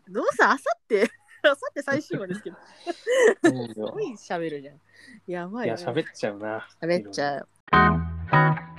Speaker 2: どうせあさって [laughs] あさって最終話ですけどすごい喋るじゃんやばい
Speaker 3: いや
Speaker 2: よ
Speaker 3: 喋っちゃうな
Speaker 2: 喋っちゃう